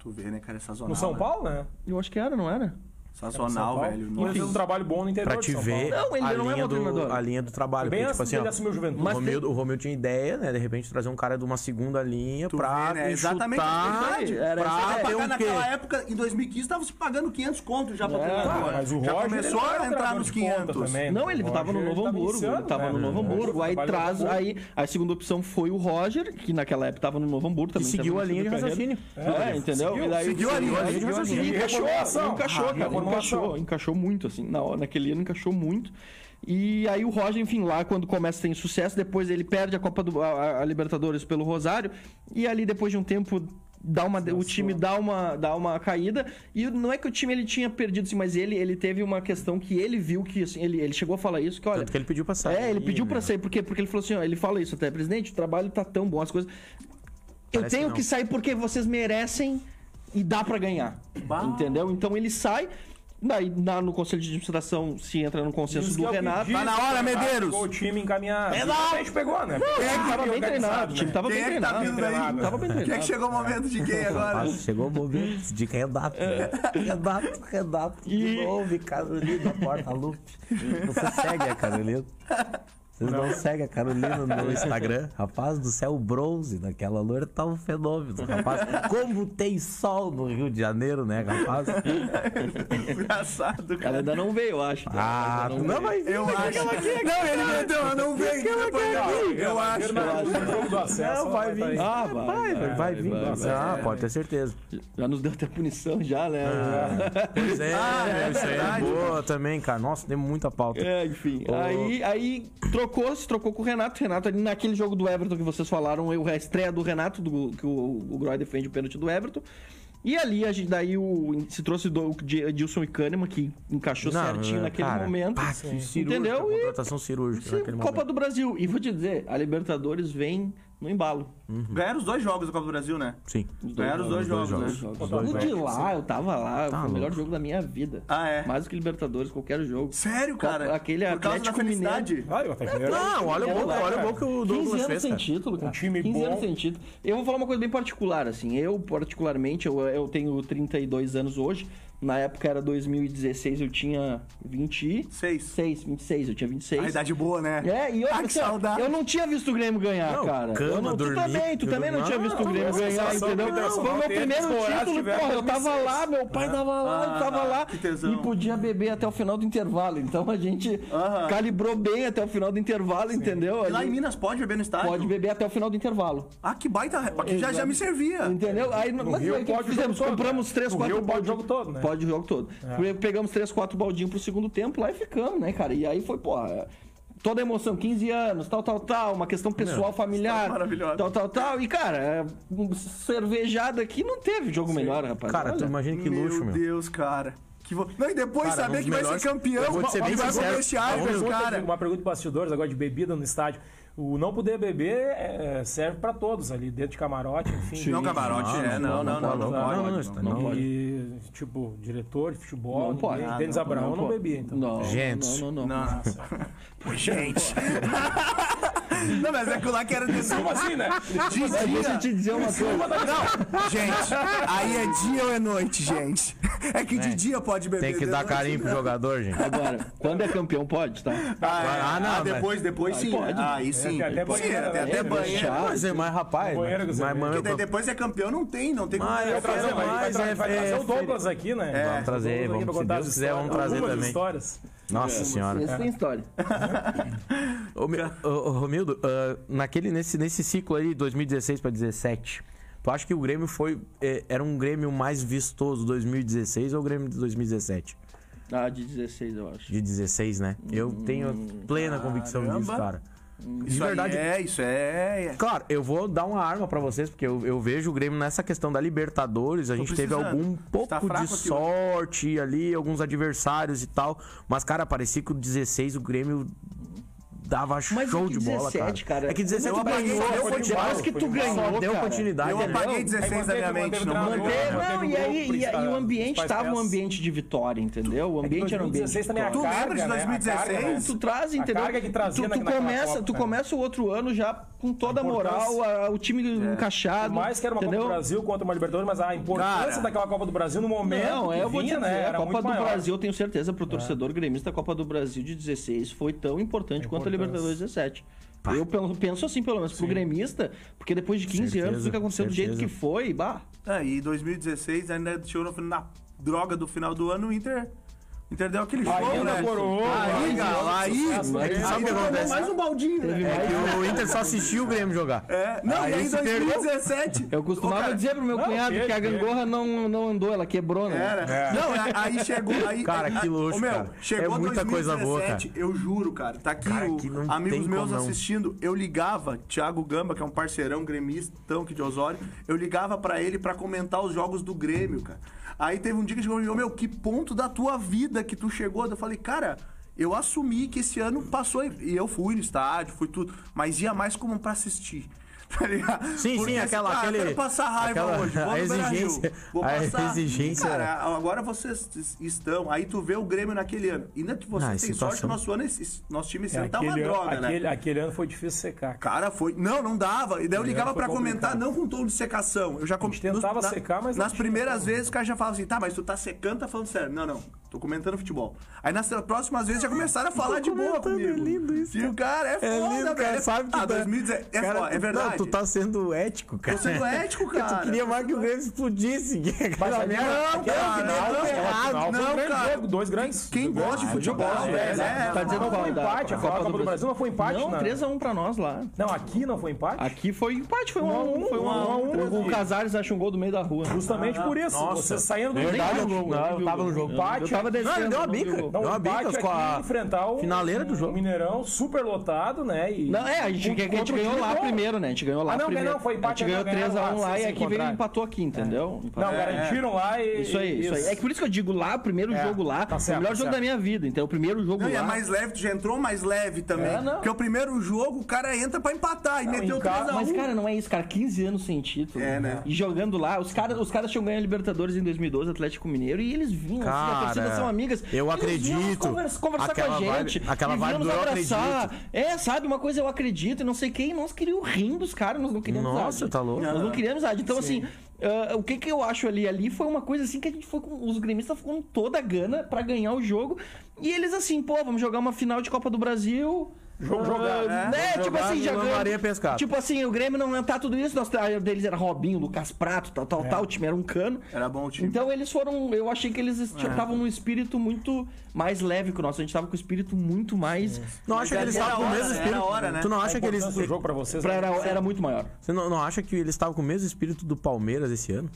S3: Tu vê, né, cara, é sazonal.
S2: No São
S3: né?
S2: Paulo, né?
S4: Eu acho que era, não era?
S3: Sazonal, velho.
S2: E ele fez um trabalho bom no interior
S1: Pra te
S2: de São
S1: ver
S2: Paulo.
S4: Não, ele
S1: a,
S4: não é
S1: linha
S4: bom
S1: do,
S4: treinador.
S1: a linha do trabalho.
S2: Bem
S1: Porque, tipo
S2: antes
S1: assim,
S2: dele
S1: ó,
S2: assumir o Juventude.
S1: o
S4: Mas
S1: Romildo, o Romildo tinha ideia, né? De repente trazer um cara de uma segunda linha
S3: Tu
S1: pra
S3: vê, né? Exatamente,
S1: chutar,
S4: é verdade. Era
S1: pra
S4: essa
S3: Ah,
S1: ter
S3: pagar
S1: um quê?
S3: naquela época, em 2015, tava se pagando 500 conto já pra treinador.
S2: Ah, mas o
S3: já
S2: Roger, ele
S3: começou
S2: não era
S3: a entrar
S2: treinador
S3: nos
S2: de ponta
S3: 500.
S2: também, né?
S4: Não, ele
S2: O
S4: tava no
S2: Roger
S4: Novo
S2: tava
S4: Hamburgo.
S2: iniciando,
S4: ele tava
S2: né?
S4: no Novo
S2: É.
S4: Hamburgo. Aí
S2: Trabalho
S4: traz.
S2: do Novo
S4: Aí a segunda opção foi o Roger, que naquela época tava no Novo Hamburgo também.
S1: seguiu
S4: tava
S1: a
S4: no
S1: linha
S4: fim do
S1: de
S4: carreira.
S2: raciocínio.
S4: É, entendeu?
S2: Seguiu-
S4: E daí-
S3: seguiu a linha,
S4: seguiu
S3: a linha de
S4: E
S2: raciocínio.
S4: encaixou,
S2: Reformulação.
S4: encaixou,
S2: Ah,
S4: cara.
S2: reformulação.
S4: Encaixou, encaixou muito, assim. Na hora, naquele ano encaixou muito. E aí o Roger, enfim, lá quando começa a ter sucesso, depois ele perde a Copa do a, a- a Libertadores pelo Rosário. E ali, depois de um tempo. Dá uma, o time dá uma, dá uma caída. E não é que o time ele tinha perdido, assim, mas ele, ele teve uma questão que ele viu que assim, ele, ele chegou a falar isso: que olha,
S1: Tanto que ele pediu pra sair.
S4: é, ele pediu pra
S1: né?
S4: sair. Por quê? Porque ele falou assim, ó, ele fala isso até, presidente, o trabalho tá tão bom, as coisas. Eu
S1: Parece que
S4: tenho
S1: não.
S4: que, sair porque vocês merecem e dá pra ganhar. Entendeu? Então ele sai. Daí, na- no conselho de administração se entra no consenso
S2: Isso
S4: do
S2: que é o que
S4: Renato.
S2: diz,
S3: Tá na hora,
S2: cara,
S3: Medeiros.
S2: ficou O time encaminhado. E A gente pegou, né?
S4: Não, É, o time tava bem treinado. O time tava
S3: Quem
S4: bem
S3: é que tá
S4: treinado.
S3: vindo daí?
S4: Tava bem
S3: Quem é que
S4: treinado.
S3: chegou o momento de quem agora?
S1: Ah, chegou o momento de Renato. né? Renato, Renato.
S4: E-
S1: De novo, e Carolina, porta Lupe. Você segue a Carolina. Vocês não, seguem a Carolina no Instagram. Rapaz do céu bronze, naquela loira tá um fenômeno. Rapaz, como tem sol no Rio de Janeiro, né, rapaz?
S3: Engraçado,
S2: tá
S4: Ela
S3: cara. é
S4: ainda não veio, eu acho.
S1: Ah,
S4: Ela ainda
S1: não,
S4: veio.
S1: mas...
S3: Eu acho. Não, ele me deu, eu não veio. Depois eu- Eu acho.
S1: Não, vai vir.
S4: Ah,
S1: vai,
S4: vai,
S1: vai,
S4: vai,
S1: vir.
S4: vai, vai.
S1: ah, pode ter certeza.
S4: Já nos deu até punição, já, né?
S1: Pois é,
S3: é
S1: isso aí é
S3: verdade.
S1: boa também, cara. Nossa, tem muita pauta.
S4: É, enfim.
S1: Ô.
S4: Aí, aí trocou, se trocou com o Renato. Renato ali naquele jogo do Everton que vocês falaram, eu, a estreia do Renato, do, que o, o Groy defende o pênalti do Everton. E ali, a gente, daí o, se trouxe do, o Di- Edilson e Kahneman, que encaixou certinho
S1: é,
S4: naquele
S1: cara,
S4: momento.
S1: Pá, que cirúrgica,
S4: Entendeu? E
S1: Contratação cirúrgica
S4: Sim,
S1: naquele
S4: Copa
S1: momento.
S4: do Brasil. E vou te dizer, a Libertadores vem no embalo.
S3: Ganharam os dois jogos da Copa do Brasil, né?
S1: Sim.
S3: Ganharam os dois jogos, né?
S4: Jogo de lá, eu tava lá,
S1: Tá
S4: foi o melhor
S1: louco.
S4: jogo da minha vida.
S3: Ah, é?
S4: Mais do que Libertadores, qualquer jogo.
S3: Sério,
S4: Copa-
S3: cara?
S4: aquele
S3: Por causa da
S4: Atlético
S3: felicidade?
S2: Claro, o Atlético Mineiro.
S1: Não, olha o gol, olha o gol que o
S4: 15
S1: Douglas
S4: anos
S1: fez.
S4: sem
S1: cara.
S4: título, cara.
S2: Um time
S4: 15 anos
S2: bom.
S4: sem título. Eu vou falar uma coisa bem particular, assim. Eu, particularmente, eu, eu tenho 32 anos hoje. Na época era 2016, eu tinha 26,
S3: Seis.
S4: 26, eu tinha 26.
S3: A idade boa, né?
S4: É, e eu,
S3: ah, que saudade.
S4: eu não tinha visto o Grêmio ganhar,
S1: Não,
S4: cara.
S1: cama,
S4: eu não, tu
S1: dormir,
S4: também, tu
S1: eu
S4: também não
S1: dormi-
S4: tinha visto o
S1: Não,
S4: Grêmio
S1: não,
S4: ganhar,
S2: sensação
S4: entendeu?
S2: que o
S4: Foi o meu
S2: Internacional
S4: primeiro
S2: teve, se
S4: título,
S2: tiver
S4: porra, eu tava
S2: 2006.
S4: lá, meu pai tava lá,
S3: Ah,
S4: eu tava lá
S3: que tesão.
S4: e podia beber até o final do intervalo. Então a gente
S3: Aham.
S4: calibrou bem até o final do intervalo, entendeu?
S3: E lá
S4: Ali-
S3: em Minas pode beber no estádio?
S4: Pode beber até o final do intervalo.
S3: Ah, que baita. Aqui já, já me servia.
S4: Entendeu? Aí,
S2: No
S4: mas
S2: Rio
S4: aí o que
S2: pode
S4: que
S2: o jogo
S4: fizemos?
S2: todo,
S4: Compramos
S2: né?
S4: três,
S2: No
S4: quatro
S2: Rio pode o
S4: baldinhos.
S2: jogo todo, né?
S4: Pode o jogo todo. Pegamos três, quatro baldinhos pro segundo tempo lá e ficamos, né, cara? E aí foi, porra. Toda a emoção, 15 anos, tal, tal, tal, uma questão pessoal,
S2: tá
S4: familiar,
S3: história maravilhosa.
S4: tal, tal, tal. E, cara, é, um cervejada aqui não teve jogo melhor, rapaz.
S1: Cara, tu
S4: Olha.
S1: imagina que luxo, meu.
S3: meu Deus, cara. Que vo- Não, e depois
S1: Cara, um
S3: saber
S1: dos
S3: que vai
S1: melhores-
S3: ser campeão.
S1: Eu vou te ser bem
S3: vai pro
S1: sincero,
S3: vestiário,
S1: vamos-
S3: cara.
S2: Uma pergunta de bastidores agora de bebida no estádio. O não poder beber é, serve pra todos ali, dentro de camarote, enfim.
S3: Não, camarote, é. Não, não, não. Não
S1: não, não,
S3: pode.
S1: isso
S3: não.
S1: tá- não pode.
S2: E, tipo, diretor de futebol,
S4: Não pode.
S2: ninguém- Denis Abraão não,
S4: pode.
S2: bebia, então.
S4: Não,
S1: Gente.
S4: Não, não, não.
S3: Não. Gente. Não, mas é que lá que era desse.
S2: Como assim, né?
S3: De
S4: Deixa eu
S3: dia.
S4: te dizer uma coisa.
S3: Não, gente. Aí é dia ou é noite, gente. É que de dia pode beber.
S1: Tem que
S3: de
S1: dar
S3: noite
S1: carinho pro
S3: não.
S1: jogador, gente.
S4: Agora, quando é campeão, pode, tá?
S3: Ah, é.
S1: Ah, não,
S3: Ah,
S1: mas- É
S3: depois, depois sim. Ah,
S4: pode.
S3: Aí sim. Sim,
S2: tem até
S3: Até
S2: banheiro,
S3: banheiro.
S2: né?
S3: Até
S2: É,
S3: banheiro.
S4: já.
S1: Mas é mais rapaz.
S2: No banheiro
S1: mas-
S2: que você
S1: mas-
S2: vê.
S1: mas-
S3: Porque daí depois é campeão, não tem, não tem como.
S1: Ah,
S2: Vai trazer, vai, vai
S1: Mas
S2: trazer,
S1: é-
S2: vai trazer
S1: é
S2: o Douglas aqui, né?
S1: Vamos trazer,
S2: O Douglas aqui
S1: vamos-
S2: pra
S1: se
S2: contar
S1: Deus
S2: as
S1: quiser, vamos
S2: histórias,
S1: trazer
S2: algumas
S1: também.
S2: histórias.
S1: Nossa senhora.
S4: Essa tem é história.
S3: É.
S1: Ô, meu- ô, ô, Romildo, ah, naquele, nesse, nesse ciclo aí, 2016 pra 17, tu acha que o Grêmio foi. eh, era um Grêmio mais vistoso 2016 ou o Grêmio de 2017?
S4: Ah, de 16, eu acho.
S1: De 16, né? Eu tenho plena convicção disso,
S3: caramba.
S1: cara.
S3: Isso
S1: de verdade.
S3: Aí é, isso é.
S1: Claro, eu vou dar uma arma pra vocês, porque eu, eu vejo o Grêmio nessa questão da Libertadores. A gente teve
S3: precisando.
S1: algum
S3: Tá
S1: pouco
S3: fraco
S1: de
S3: aqui hoje.
S1: sorte ali, alguns adversários e tal. Mas, cara, parecia que o 16 o Grêmio dava show
S4: Mas é que
S1: de bola,
S4: 17,
S1: cara.
S4: cara,
S1: É que 17
S3: eu apaguei,
S1: ganhou,
S3: deu
S1: foi
S3: continuidade,
S1: demais,
S4: que tu
S1: foi demais.
S4: ganhou,
S1: Só deu
S4: cara. É,
S1: continuidade.
S3: Eu
S1: né?
S3: apaguei 16 da minha mente. Não
S4: Não,
S3: mandei.
S2: Manteve,
S4: não, e aí e, aí o ambiente tava um ambiente de vitória, entendeu? O ambiente era um ambiente. de
S2: 2016 É também a
S4: vitória.
S3: Tu
S2: carga,
S3: lembra de
S2: né? A
S3: 2016?
S2: carga, né?
S4: Tu traz,
S2: A
S4: entendeu?
S2: carga que trazia
S4: tu, tu
S2: naquela
S4: começa,
S2: Copa,
S4: tu
S2: né?
S4: começa o outro ano já com toda a
S2: A
S4: moral,
S2: importância. É.
S4: a- o time encaixado.
S2: Por mais que era uma
S4: entendeu?
S2: Copa do Brasil contra uma Libertadores, mas a importância
S3: Cara.
S2: daquela Copa do Brasil no momento.
S4: Não,
S2: que
S4: é, eu vou te
S2: vinha,
S4: dizer,
S2: né,
S4: a
S2: era
S4: Copa
S2: muito
S4: do
S2: maior. É.
S4: Brasil, eu tenho certeza, pro torcedor gremista, a Copa do Brasil de 16 foi tão importante quanto a
S2: Importante.
S4: Libertadores 17. Eu pen- penso assim, pelo menos, pro gremista, porque depois de 15 anos,
S1: Certeza,
S4: o que aconteceu do jeito
S1: certeza.
S4: que foi, bah,
S3: Tá Aí, 2016, ainda chegou no, final- na droga do final do ano, o Inter. o Inter deu aquele
S2: Aí
S3: jogo,
S2: ainda
S3: né?
S2: coroou,
S3: Aí,
S2: aí,
S3: galo, aí.
S2: sucesso,
S3: aí
S2: né?
S1: Sabe o que
S3: tomou
S1: acontece?
S3: Mais um baldinho, né?
S1: É que o Inter só assistiu o Grêmio jogar.
S3: É, Não, e aí,
S1: se perdeu.
S3: 2017.
S4: Eu costumava
S3: Ô, cara,
S4: dizer pro meu
S2: não,
S4: cunhado
S2: chega,
S4: que a
S2: chega.
S4: gangorra não, não andou, ela quebrou, né?
S3: Era. Não, a- aí chegou. Aí,
S1: Cara, que luxo,
S3: Ô, meu,
S1: cara.
S3: Chegou
S1: É muita coisa boa,
S3: 2017, Eu juro, cara. Tá aqui
S1: Cara,
S3: o-
S1: que não
S3: amigos
S1: tem
S3: meus
S1: como não.
S3: assistindo. Eu ligava, Thiago Gamba, que é um parceirão gremistão aqui de Osório. Eu ligava pra ele pra comentar os jogos do Grêmio, cara. Aí teve um dia que chegou e falou: Meu, que ponto da tua vida que tu chegou? Eu falei, cara. Eu assumi que esse ano passou e e eu fui no estádio, fui tudo, mas ia mais como pra assistir. Tá ligado?
S1: Sim,
S3: Porque
S1: sim,
S3: esse
S1: aquela-
S3: cara,
S1: aquele-
S3: quero passar raiva
S1: aquela-
S3: hoje. Vou
S1: a
S3: no Beira-Rio,
S1: exigência-
S3: vou
S1: a
S3: passar-
S1: exigência
S3: Cara,
S1: era-
S3: ah, Agora vocês es- estão. Aí tu vê o Grêmio naquele ano. Ainda que você
S1: Ah,
S3: tem
S1: situação.
S3: sorte, nosso, ano, esse- esse- nosso time esse
S2: É,
S3: ano tá uma
S2: aquele,
S3: droga,
S2: ano,
S3: né?
S2: aquele, aquele ano foi difícil secar. cara.
S3: Cara, foi. Não, não dava. E daí eu ligava
S2: ano
S3: pra
S2: foi
S3: comentar,
S2: complicado.
S3: não com tom de secação. Eu já com...
S2: gente tentava
S3: nos-
S2: secar, mas não
S3: Nas
S2: tinha
S3: primeiras vezes o cara já falava assim, tá, mas tu tá secando, tá falando sério. Não, não. Tô comentando futebol. Aí nas próximas vezes já começaram a falar de boa
S1: comentando,
S3: comigo.
S1: é lindo isso,
S3: E o cara é
S1: É
S3: foda,
S1: lindo, cara.
S3: velho.
S1: Sabe que
S3: ah,
S1: tá-
S3: 2010. É,
S1: cara,
S3: foda, é
S1: tu-
S3: verdade.
S1: Não, tu tá sendo ético, cara.
S3: Tô sendo ético,
S1: Porque
S3: cara.
S1: Tu queria mais que o Grêmio explodisse. Que aquela
S2: ali-
S1: merda.
S3: Não,
S2: Aquela
S3: cara,
S2: final, aquela
S3: não, cara,
S2: final foi um
S3: não,
S2: grande
S3: cara.
S2: jogo, dois grandes.
S3: Quem gosta de futebol, velho.
S4: Tá
S3: É,
S4: dizendo
S2: não foi
S4: qual da-
S2: empate, a Copa do Brasil não foi empate,
S4: Não,
S2: né?
S4: 3x1 pra nós lá.
S2: Não, aqui não foi empate.
S4: Aqui foi empate, foi 1x1.
S2: a um,
S4: foi
S2: um a um,
S4: 1x1. o Casares acha um gol do meio da rua.
S2: Justamente por isso. Você saindo do
S1: Verdade, eu
S2: empate,
S1: não- eu tava no jogo.
S2: empate,
S1: Eu
S4: tava descendo.
S1: ele deu uma
S4: não
S1: bica.
S4: viu o gol.
S1: Dá uma
S2: o Bate
S1: bica
S2: aqui
S1: com a
S2: enfrentar o
S1: finaleira do
S2: o
S1: jogo.
S2: Mineirão super lotado, né? E
S4: Não, é, a gente, que- que a gente
S2: contra o
S4: ganhou
S2: time
S4: lá
S2: bom.
S4: primeiro, né? A gente ganhou lá
S2: Ah, não,
S4: primeiro.
S2: não, foi
S4: a gente
S2: empate,
S4: ganhou
S2: não, ganharam
S4: 3x1
S2: lá,
S4: lá
S2: sem
S4: e
S2: se
S4: aqui veio
S2: encontrar.
S4: e empatou aqui, entendeu? Empatou.
S1: É.
S2: Não, garantiram lá e.
S4: Isso aí, isso aí. É que por isso que eu digo lá, o primeiro
S2: É,
S4: jogo lá,
S2: tá
S4: foi
S2: certo,
S4: o melhor
S2: tá
S4: jogo
S2: certo.
S4: da minha vida. Então, o primeiro jogo
S3: Não, e
S4: lá.
S3: é mais leve, tu já entrou mais leve também.
S4: É, não.
S3: Porque o primeiro jogo, o cara entra pra empatar e meteu
S2: em casa-
S3: 3x1.
S4: Mas, cara, não é isso, cara. 15 anos sem título.
S3: É, né?
S4: E jogando lá, os caras os caras tinham ganho a Libertadores em 2012, Atlético Mineiro, e eles vinham, assim,
S1: Cara,
S4: a torcida são amigas.
S1: eu
S4: Eles vinham
S1: acredito.
S4: convers- conversar
S1: Aquela
S4: com a
S1: vibe-
S4: gente.
S1: aquela
S4: e
S1: vibe
S4: vinham
S1: do
S4: nos
S1: eu
S4: abraçar. É, sabe, uma coisa eu acredito e não sei quem, nós queríamos rim dos caras, nós não queríamos
S1: Nossa,
S4: amizade.
S1: tá louco.
S4: Nós não queríamos amizade. Então, assim, ah, o que que eu acho ali? Ali foi uma coisa assim que a gente foi com. Os gremistas foram com toda a gana pra ganhar o jogo. E eles assim, pô, vamos jogar uma final de Copa do Brasil.
S2: Jogo jogar, né?
S4: Ah, né?
S1: Vamos
S4: tipo
S1: jogar
S4: assim,
S1: no
S4: já
S1: Lambaria
S4: ganhou.
S1: Pescado.
S4: Tipo assim, o Grêmio não tá tudo isso. Nós, aí o deles era Robinho, Lucas Prato, tal,
S1: É.
S4: tal, tal. O time era um cano.
S3: Era bom o time. É.
S4: Então eles foram. Eu achei que eles estavam num espírito muito mais leve que o nosso. A gente tava com o espírito muito mais.
S1: Não acha que eles
S3: Era
S1: estavam com o
S3: hora,
S1: mesmo
S3: né?
S1: espírito?
S3: Era hora, né?
S1: Tu não
S2: A
S1: acha que eles.
S2: importância do jogo pra vocês.
S4: Pra-
S2: né?
S4: Era, era muito maior.
S1: Você não, não acha que eles estavam com o mesmo espírito do Palmeiras esse ano?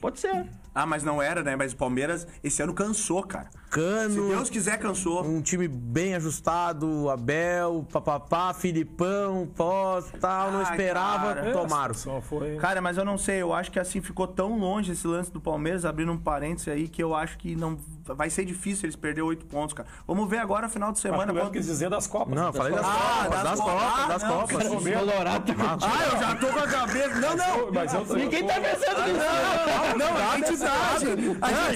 S4: Pode ser.
S3: Ah, mas não era, né? Mas o Palmeiras esse ano cansou, cara. Se
S1: Cano.
S3: Deus quiser, cansou.
S1: Um time bem ajustado, Abel, papapá, Filipão, pós, tal, não
S3: Ai,
S1: esperava,
S3: Ah, cara.
S1: tomaram.
S2: Só foi.
S3: Cara, mas eu não sei, eu acho que assim ficou tão longe esse lance do Palmeiras, abrindo um parênteses aí, que eu acho que não vai ser difícil eles perder oito pontos, cara. Vamos ver agora, final de
S2: Mas
S3: semana.
S2: tu mesmo
S3: quanto-
S2: quis dizer das Copas.
S1: Não,
S2: né?
S1: falei das
S2: Copas.
S3: Ah,
S1: Copas,
S3: das
S1: das
S3: Copas.
S1: Copas, das
S3: Ah, não,
S1: Copas.
S4: Os Colorado tá com-
S3: Ah, eu já tô com a cabeça. Não, não!
S2: Mas eu tô-
S4: Ninguém tá
S3: Ah,
S4: pensando nisso.
S3: Não, a gente tá. A gente a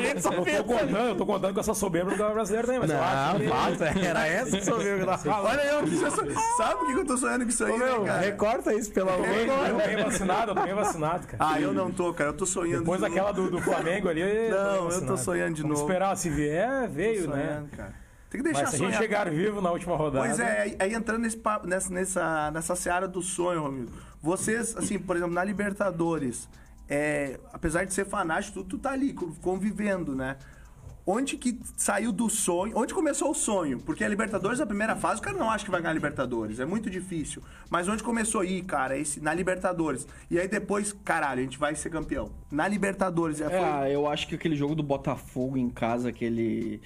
S3: gente só pensa isso.
S2: Eu tô contando, eu tô contando com essa soberba do Campeonato Brasileiro também, mas eu acho
S1: Não,
S2: que-
S1: fato, era essa que soube que eu tava falando.
S3: Olha eu, eu sou- sabe o que que eu tô sonhando com isso aí, né,
S1: Meu,
S3: cara?
S1: recorta isso, pelo amor de
S2: Eu
S1: Deus.
S2: tô bem vacinado, eu tô bem vacinado, cara.
S3: Ah, eu não tô, cara. Eu tô sonhando.
S2: Depois
S3: de novo.
S2: daquela do, do Flamengo ali. eu
S3: Não,
S2: bem
S3: eu tô
S2: vacinado.
S3: sonhando de
S2: Vamos
S3: novo.
S2: esperar, se vier, veio, né?
S3: Sonhando, cara. Tem que deixar
S2: Mas se a gente
S3: sonhar.
S2: chegar vivo na última rodada.
S3: Pois é, aí- aí entrando nesse, papo- nessa, nessa, nessa seara do sonho, Romildo. Vocês, assim, por exemplo, na Libertadores, é, apesar de ser fanático, tu, tu tá ali co- convivendo, né? Onde que saiu do sonho? Onde começou o sonho? Porque a Libertadores, a primeira fase, o cara não acha que vai ganhar a Libertadores. É muito difícil. Mas onde começou aí, cara? Esse, na Libertadores. E aí depois, caralho, a gente vai ser campeão. Na Libertadores. É, foi-
S4: É, eu acho que aquele jogo do Botafogo em casa, aquele.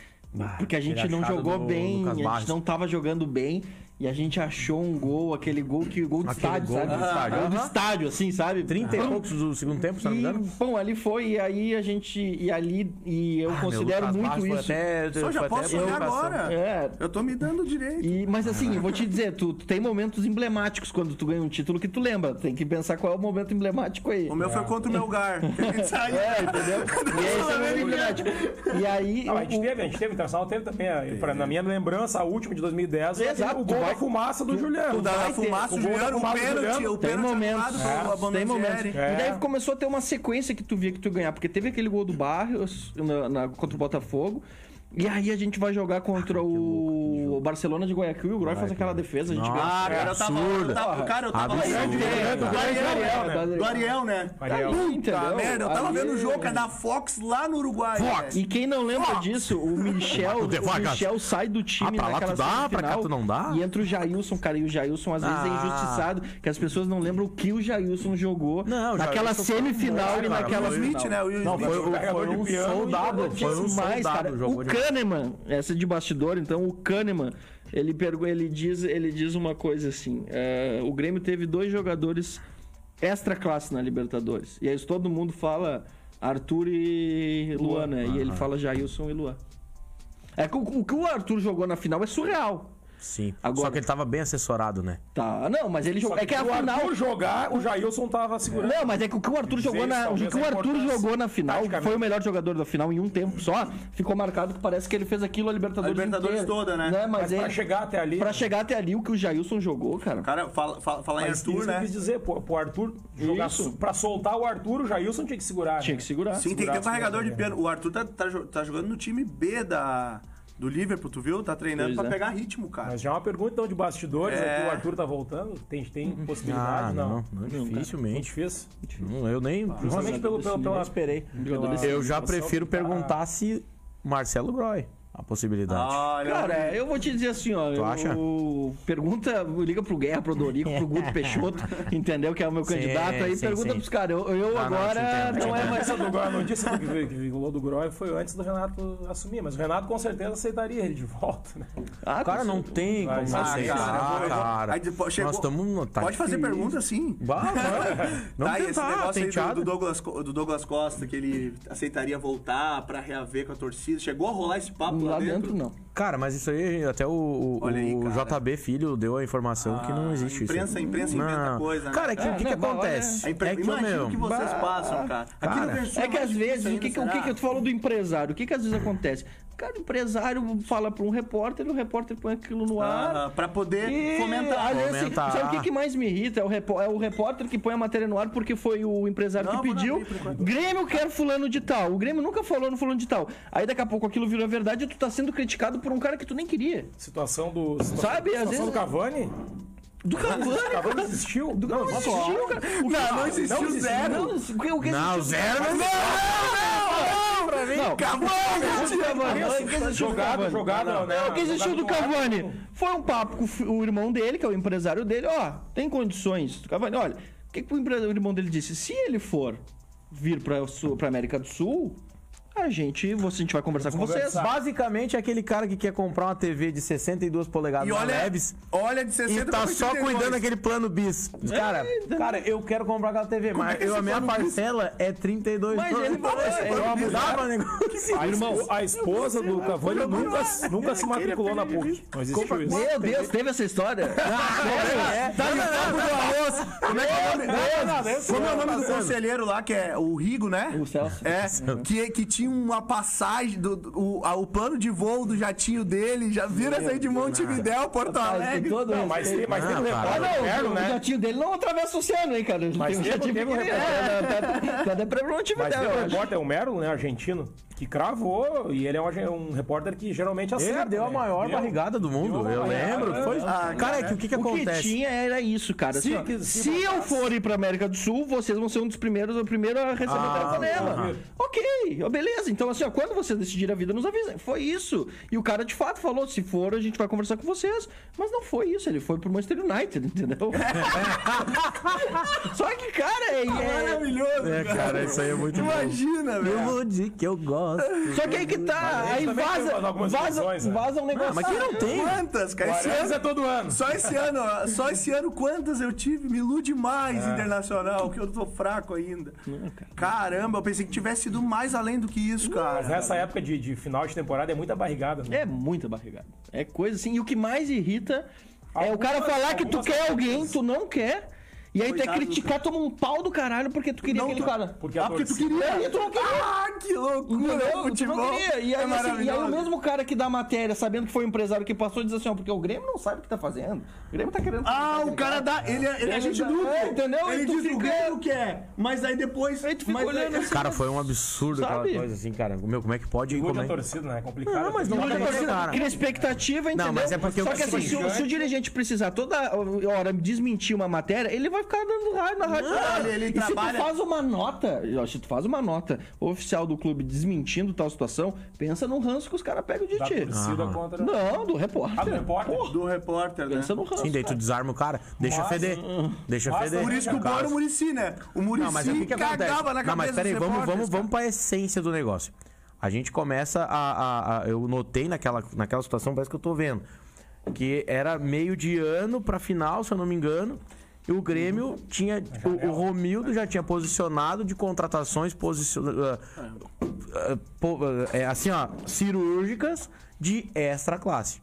S4: Porque a gente
S1: Ah, aquele
S4: não
S1: achado
S4: jogou
S1: do
S4: bem,
S1: Lucas
S4: a gente
S1: Barros.
S4: não tava jogando bem e a gente achou um gol, aquele gol que gol do
S1: Aquele
S4: estádio,
S1: gol
S4: sabe?
S1: do estádio.
S4: Gol do
S1: Aham.
S4: estádio, assim, sabe?
S1: 30 e
S4: Pum,
S1: poucos do segundo tempo, se não me engano.
S4: E, bom, ali foi, e aí a gente. E ali. E eu
S1: Ah, meu,
S4: considero
S1: Lucas
S4: muito
S1: Barros foi
S4: isso.
S1: até-
S3: Só já
S1: foi até
S3: posso sonhar
S1: preocupação.
S3: agora.
S4: É.
S3: Eu tô me dando direito.
S4: E- mas assim, eu vou te dizer, tu, tu tem momentos emblemáticos quando tu ganha um título que tu lembra. Tem que pensar qual é o momento emblemático aí.
S3: O meu foi contra o meu lugar. que a gente saiu.
S4: É, entendeu? e, esse é o momento emblemático. E aí.
S2: Não, a gente
S4: o-
S2: teve, a gente teve, o Internacional teve também. a- pra- na minha lembrança, a última de 2010, foi
S4: Exato,
S2: o gol
S4: tu vai-
S2: da fumaça do Juliano.
S3: O da
S4: Vai ter.
S3: fumaça, o
S2: O gol da
S3: Juliano, o
S2: fumaça do
S3: pênalti,
S2: Juliano.
S3: o
S4: Tem
S3: pênalti
S4: momentos, É,
S3: anulado pelo
S4: tem momentos.
S3: Abondanzieri.
S4: E
S2: É.
S4: daí começou a ter uma sequência que tu via que tu ganhar, porque teve aquele gol do Barrios na, na- contra o Botafogo. E aí a gente vai jogar contra o, Barcelona de Guayaquil e o Groy faz aquela defesa, a gente
S3: Ah, cara, eu tava, eu
S1: Absurdo.
S3: tava, cara, eu tava
S1: Absurdo.
S3: vendo
S1: Absurdo.
S3: do Ariel, né?
S4: Absurdo.
S3: Do Ariel, né?
S2: Ariel.
S4: ganha.
S3: Tá merda, eu tava
S4: Ali-
S3: vendo o jogo, cara, da Fox lá no Uruguai.
S1: Fox.
S3: né?
S4: E quem não lembra disso, o Michel,
S1: Mas tu
S4: o
S1: devagar.
S4: Michel sai do time
S1: Ah, pra lá
S4: naquela
S1: tu dá,
S4: semifinal
S1: pra cá tu não dá?
S4: E entra o Jailson, cara, e o Jailson às vezes é
S1: Ah.
S4: injustiçado, que as pessoas não lembram o que o Jailson jogou
S1: Não, o
S4: naquela
S1: Jailson foi
S4: semifinal
S1: bom,
S4: e
S1: cara,
S4: naquela
S1: foi-
S3: O Smith, né? O Will
S1: Não,
S3: Smith.
S1: foi, o-
S2: Carregador
S1: foi
S2: de
S1: um
S2: piano,
S1: soldado,
S2: jogador
S1: foi um
S4: demais, cara.
S1: soldado o jogo
S4: o
S1: de-
S4: Kahneman, essa é de bastidor, então o Kahneman, ele pergu- ele diz, ele diz uma coisa assim, é, o Grêmio teve dois jogadores extra classe na Libertadores. E aí todo mundo fala Arthur e Luan, né? E ele fala Jailson e Luan. É que o, o que o Arthur jogou na final é surreal.
S1: Sim.
S4: Agora-
S1: Só que ele tava bem assessorado, né?
S4: Tá, não, mas ele jogou. É que a
S2: o
S4: final.
S2: Arthur jogar, o Jailson tava segurando.
S4: Não, mas é que o que o Arthur
S2: Dizer
S4: jogou
S2: isso,
S4: na, o
S2: talvez, é
S4: que o
S2: a
S4: Arthur
S2: importância,
S4: jogou na final
S2: taticamente.
S4: foi o melhor jogador da final em um tempo só. Ficou marcado que parece que ele fez aquilo a Libertadores,
S3: A Libertadores
S4: inteira.
S3: toda, né?
S4: Mas,
S2: Mas
S4: é,
S2: pra chegar até ali.
S4: pra chegar até ali o que o Jailson jogou, cara.
S3: Cara, fala, fala, fala em
S2: Mas é isso
S3: Arthur,
S2: que eu
S3: né?
S2: quis dizer, pô, pro Arthur jogar.
S4: Isso.
S2: Pra soltar o Arthur, o Jailson tinha que segurar.
S4: Tinha
S2: né?
S4: que segurar.
S3: Sim, tem que ter um
S2: Braço,
S3: carregador
S2: né,
S3: de piano. O Arthur tá, tá jo- tá jogando no time B da, do Liverpool, tu viu? Tá treinando pra
S4: Pois é.
S3: pegar ritmo, cara.
S2: Mas já é uma pergunta então, de bastidores,
S3: É.
S2: é. que o Arthur tá voltando? Tem, tem possibilidade?
S1: Ah,
S2: não.
S1: não, não,
S2: Muito
S1: dificilmente.
S2: difícil.
S1: Não, eu nem.
S2: Justamente pelo, pelo, pela,
S4: esperei.
S2: pela-
S1: Eu já
S2: situação
S1: prefiro
S2: que tá-
S1: perguntar se Marcelo Groy. a possibilidade.
S3: Olha,
S4: Cara, eu vou te dizer assim, ó. eu-
S1: acha? É.
S4: Pergunta, liga pro Guerra, pro Dorico, pro Guto Peixoto, entendeu? Que é o meu
S5: Sim,
S4: candidato aí.
S5: sim,
S4: pergunta
S5: sim.
S4: pros caras. Eu, eu
S1: Ah, não,
S4: agora
S1: te entendo,
S4: não,
S1: te
S4: é
S1: entendo.
S4: mais.
S2: Essa do Groy, a notícia do Groy, que vingulou do Groy foi antes do Renato assumir, mas o Renato com certeza aceitaria ele de volta, né?
S4: Ah,
S1: Cara, não tem
S2: Vai,
S1: como
S2: vai,
S1: você.
S3: cara, eu
S1: Ah,
S3: vou-
S1: cara.
S3: Aí depois chegou-
S1: Nós tá- estamos.
S3: Pode fazer pergunta sim.
S1: Bah, Não
S3: tá, e esse
S1: tentar,
S3: negócio
S1: tem
S3: aí do-
S1: teatro.
S3: do Douglas, Co- do Douglas Costa, que ele aceitaria voltar pra reaver com a torcida. Chegou a rolar esse papo lá,
S4: Ah, Lá dentro não.
S1: Cara, mas isso aí, até o, o-
S3: Olha aí,
S1: o
S3: cara. Ah,
S1: JB Filho deu a informação que não existe isso.
S3: imprensa- a imprensa inventa coisa, né?
S1: Cara, é que
S4: É,
S1: o que,
S4: né,
S1: que
S4: mas olha-
S1: acontece?
S3: A impre-
S1: É que o
S3: Imagina o
S1: meu.
S3: que vocês passam, cara. Aqui no
S1: Cara.
S3: Rio Grande do Sul
S4: É que
S3: mais
S4: às
S3: difícil
S4: vezes, o
S3: ainda,
S4: que, que, o que,
S3: será?
S4: que eu falo do empresário? O que, que às vezes acontece? Cara, o empresário fala para um repórter, o repórter põe aquilo no ar.
S3: Ah, pra poder
S4: E,
S3: fomentar.
S4: às vezes,
S1: Fomentar.
S4: sabe o que, que mais me irrita? É o, repó- é o repórter que põe a matéria no ar porque foi o empresário
S3: Não,
S4: que
S3: vou
S4: pediu.
S3: abrir por enquanto.
S4: Grêmio quer fulano de tal. O Grêmio nunca falou no fulano de tal. Aí daqui a pouco aquilo virou verdade e tu tá sendo criticado por um cara que tu nem queria.
S2: Situação do. Situação,
S4: Sabe, às
S2: situação
S4: vezes-
S2: do Cavani?
S4: Do Cavani.
S2: Cavani desistiu? Do não,
S4: Não existiu, cara. O que-
S3: Não, não existiu zero.
S4: Não, o que- o que
S1: Não,
S4: existiu?
S1: zero, mas
S4: Não,
S3: Acabou,
S4: existiu o Cavani. Não, o que existiu do
S2: Jogado,
S4: Cavani?
S2: jogado, né?
S4: Não, o que existiu do
S2: jogado no ar,
S4: Cavani? Foi um papo com o fi- o irmão dele, que é o empresário dele, ó, tem condições. do Cavani, olha, o que, que o, empre- o irmão dele disse? Se ele for vir pra, Sul- pra América do Sul, a gente, você, a gente vai conversar com vocês.
S2: conversar.
S1: Basicamente, é aquele cara que quer comprar uma TV de 62 polegadas
S3: E
S1: na
S3: olha,
S1: Leves
S3: olha de 60
S1: e tá
S3: pra
S1: só
S3: 82.
S1: cuidando daquele plano bis. Cara, cara, eu quero comprar aquela TV, mas
S3: que
S1: eu,
S3: esse
S1: a minha
S3: plano bis?
S1: parcela é 32
S4: Mas ele falou, é,
S1: Eu né?
S4: é,
S1: mudava negócio.
S2: A, irmão, a esposa do Cavani nunca, nunca se matriculou na PUC. Não existiu isso.
S4: Meu Deus, teve essa história?
S1: Tá no campo do almoço. Como é que é o nome Tá
S3: Como é o nome do conselheiro lá, que é o Rigo, né?
S4: O Celso.
S3: É, que, que tinha uma passagem, do, do- o, a- o plano de voo do jatinho dele, já viram essa aí de Montevidéu, Porto
S4: Mas tem
S3: Alegre.
S4: Tá todo
S2: Não,
S4: o
S2: mas tem,
S4: respeito.
S2: mas tem
S1: Ah,
S2: um
S4: Ah,
S2: repórter
S4: não,
S2: interno,
S4: o,
S2: né?
S4: o jatinho dele não atravessa o oceano, hein, cara?
S2: Mas
S4: o
S2: teve-
S4: jatinho
S2: teve um
S4: pequeno, é, tá- tá- tá até pra
S2: Mas tem um
S4: Montevidéu.
S2: repórter, o Merlo, né, argentino, que cravou, e ele é um, argen- um repórter que geralmente acerta.
S1: Ele deu a
S2: né?
S1: maior
S2: Deu.
S1: barrigada do mundo.
S2: Deu
S1: Eu
S2: uma
S1: lembro.
S2: barrigada.
S1: Foi... Cara, é que o que, que
S4: O que
S1: acontece?
S4: tinha era isso, cara.
S2: Se-
S4: Assim, ó,
S2: que-
S4: se,
S2: se
S4: eu for ir pra América do Sul, vocês vão ser um dos primeiros, o primeiro a receber
S1: Ah,
S4: a telefonema.
S2: aham.
S4: Ok, ó, beleza. Então, assim, ó, quando vocês decidirem a vida, nos avisem. Foi isso. E o cara, de fato, falou, se for, a gente vai conversar com vocês. Mas não foi isso. Ele foi pro Manchester United, entendeu? Só que, cara, é... é-
S3: Maravilhoso,
S1: É, cara, isso aí é muito bom.
S3: Imagina, velho.
S1: Eu vou dizer que eu gosto.
S4: Só que aí que tá, aí
S2: também
S4: vaza,
S2: tem algumas
S4: vaza,
S2: situações, né?
S4: vaza um negócio.
S1: mas que não tem.
S3: Quantas, cara? Esse
S2: Mas
S3: ano,
S2: é todo ano.
S3: só esse ano, ó, só esse ano quantas eu tive? Me ilude
S1: É.
S3: mais, internacional, que eu tô fraco ainda. Caramba, eu pensei que tivesse ido mais além do que isso,
S1: é
S2: Mas
S3: cara.
S2: nessa época de, de final de temporada é muita barrigada. Né?
S4: É muita barrigada. É coisa assim. E o que mais irrita é o
S2: Algumas-
S4: cara falar que tu
S2: algumas
S4: quer
S2: coisas.
S4: alguém, tu não quer, e aí tu é
S3: Coitado do
S4: criticar, toma um pau do caralho porque tu queria
S3: Não,
S4: aquele
S3: tu-
S4: cara.
S2: Porque a
S3: Ah, porque tu
S2: torcida-
S3: queria.
S4: E É, tu não queria.
S3: Ah, que loucura,
S4: Entendeu?
S3: né?
S4: Tu não
S3: Futebol.
S4: queria. E aí,
S3: é
S4: assim, e aí o
S3: maravilhoso.
S4: mesmo cara que dá a matéria, sabendo que foi o empresário que passou, diz assim, ó, porque o Grêmio não sabe o que tá fazendo. O Grêmio tá querendo...
S3: Ah, o cara dá. Ele, é- ele é
S4: Ele
S3: gente
S4: dá-
S3: duplo.
S4: é, entendeu?
S3: Ele
S4: E tu
S3: diz
S4: fica-
S3: o Grêmio que é. Mas aí depois.
S4: Aí tu fica
S3: mas
S4: olhando assim,
S1: Cara, foi um absurdo
S4: Sabe?
S1: aquela coisa assim, cara. Meu, como é que pode?
S2: Hoje
S1: Como
S2: a
S1: é?
S2: torcida, né? É complicado.
S1: Não, mas não
S4: E
S2: Porque-
S4: hoje a
S1: Mas,
S4: torcida
S1: cara-
S4: cria expectativa, entendeu?
S1: mas é porque
S4: Só
S1: o
S4: que assim, se o, se o dirigente precisar toda hora desmentir uma matéria, ele vai ficar dando rádio na rádio. Ah,
S3: Não, ele- ele
S4: e se
S3: trabalha-
S4: tu faz uma nota, ó, se tu faz uma nota oficial do clube desmentindo tal situação, pensa no ranço que os caras pegam de
S2: da
S4: ti.
S2: torcida contra.
S4: Não, do
S2: Ah, do
S4: repórter.
S2: repórter.
S3: Do repórter, né?
S4: Pensa no ranço.
S1: Sim, daí tu
S4: cara.
S1: desarma o cara. Deixa
S2: Mas-
S1: feder. Deixa
S2: Mas
S1: feder.
S3: Por isso que o bom era o Murici, né? O Murici
S1: Não, mas é o que, que acontece?
S3: cagava na cabeça
S1: não, mas peraí,
S3: dos
S1: vamos,
S3: repórteres,
S1: vamos, vamos pra essência do negócio. A gente começa a. a- a- eu notei naquela, naquela situação, parece que eu tô vendo. Que era meio de ano pra final, se eu não me engano. E o Grêmio tinha. O, o Romildo já tinha posicionado de contratações posicion, ah, ah, po- ah, é, assim, ó, cirúrgicas de extra classe.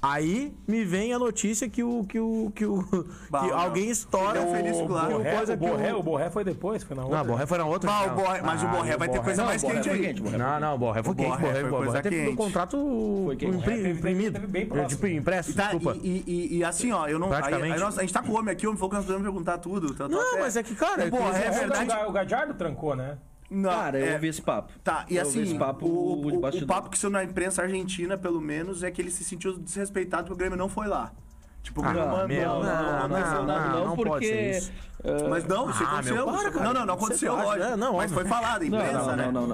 S1: Aí me vem a notícia que o. que o. que, o,
S3: Bah,
S1: que
S3: meu.
S1: alguém estoura.
S3: Ele é
S1: o-
S3: feliz, claro.
S1: que o
S2: Borré,
S1: coisa
S2: o,
S1: que o- é
S2: Borré, o Borré foi depois, foi na outra.
S1: não, Ah. a Borré foi na outra.
S3: Bah, Ah, o
S1: final.
S3: Borré- mas o Borré vai ter coisa mais
S1: é
S4: Borré
S3: quente
S4: foi
S3: aí.
S4: quente, Borré.
S1: Não, não, o Borré foi quente.
S3: Borré
S1: O Borré,
S3: foi
S1: o Borré
S3: coisa
S1: teve um
S3: quente.
S1: contrato
S4: Foi quente.
S1: impri-
S2: Teve- teve-
S1: imprimido.
S2: teve bem próximo.
S1: De- impresso,
S3: E, tá,
S1: desculpa.
S3: e, e- e- e assim, ó, eu não. Aí,
S1: Praticamente.
S3: aí nós- a gente tá com o homem aqui, o homem falou que nós podemos perguntar tudo. tá- tá
S1: Não,
S3: até-
S1: mas é que, cara,
S3: O Borré é
S1: eles-
S3: verdade.
S2: O Gadiardo trancou, né?
S3: Não,
S4: Cara, eu
S3: é-
S4: ouvi esse papo.
S3: Tá, e
S4: Eu ouvi
S3: assim,
S4: esse papo,
S3: o, o-
S4: de
S3: o
S4: bastidor.
S3: papo que saiu na imprensa argentina, pelo menos, é que ele se sentiu desrespeitado porque o Grêmio não foi lá. Tipo,
S1: Ah,
S3: não, mano,
S1: meu,
S3: não, não, não,
S1: não,
S3: não, não.
S4: não,
S1: não pode
S4: porque.
S1: ser isso.
S4: ah,
S3: Mas não, isso
S1: Ah,
S3: aconteceu.
S1: meu, para, cara.
S3: não, não, não
S1: Você
S3: aconteceu,
S1: acha?
S3: lógico.
S1: É, não,
S3: mas
S1: óbvio.
S3: foi falado,
S4: não,
S3: imprensa,
S4: não,
S3: né?
S4: não, não,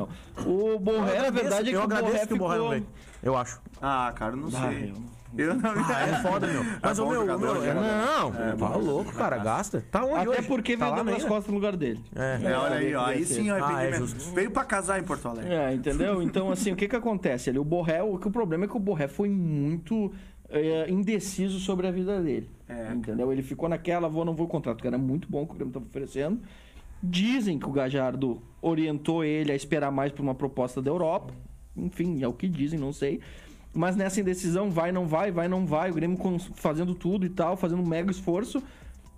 S4: não. O Borré, a verdade é que
S1: eu
S4: o Borré
S1: agradeço que o Borré não
S4: ficou...
S1: veio. Eu acho.
S3: Ah, cara, não
S4: Ah,
S3: sei.
S4: eu não-
S3: Eu não...
S1: Ah, é foda, meu. Mas o
S3: bom
S1: meu, o meu.
S3: jogador, jogador.
S1: Não, tá louco, cara. Gasta. Tá onde
S4: Até
S1: hoje?
S4: porque
S1: tá
S4: veio
S1: lá
S4: dando
S1: na
S4: as
S1: ilha?
S4: costas no lugar dele.
S1: É.
S3: É, olha aí, ó. Aí sim, ó,
S1: Ah, é
S3: arrependimento.
S1: justo.
S3: Veio pra casar em Porto Alegre.
S4: É, entendeu? Então, assim, o que que acontece ali? O Borré, o, que o problema é que o Borré foi muito é, indeciso sobre a vida dele.
S3: É.
S4: Entendeu? Ele ficou naquela, vou, não vou contrato, que era muito bom que o Grêmio estava oferecendo. Dizem que o Gajardo orientou ele a esperar mais por uma proposta da Europa. Enfim, é o que dizem, não sei. Mas nessa indecisão, vai, não vai, vai, não vai, o Grêmio cons- fazendo tudo e tal, fazendo um mega esforço.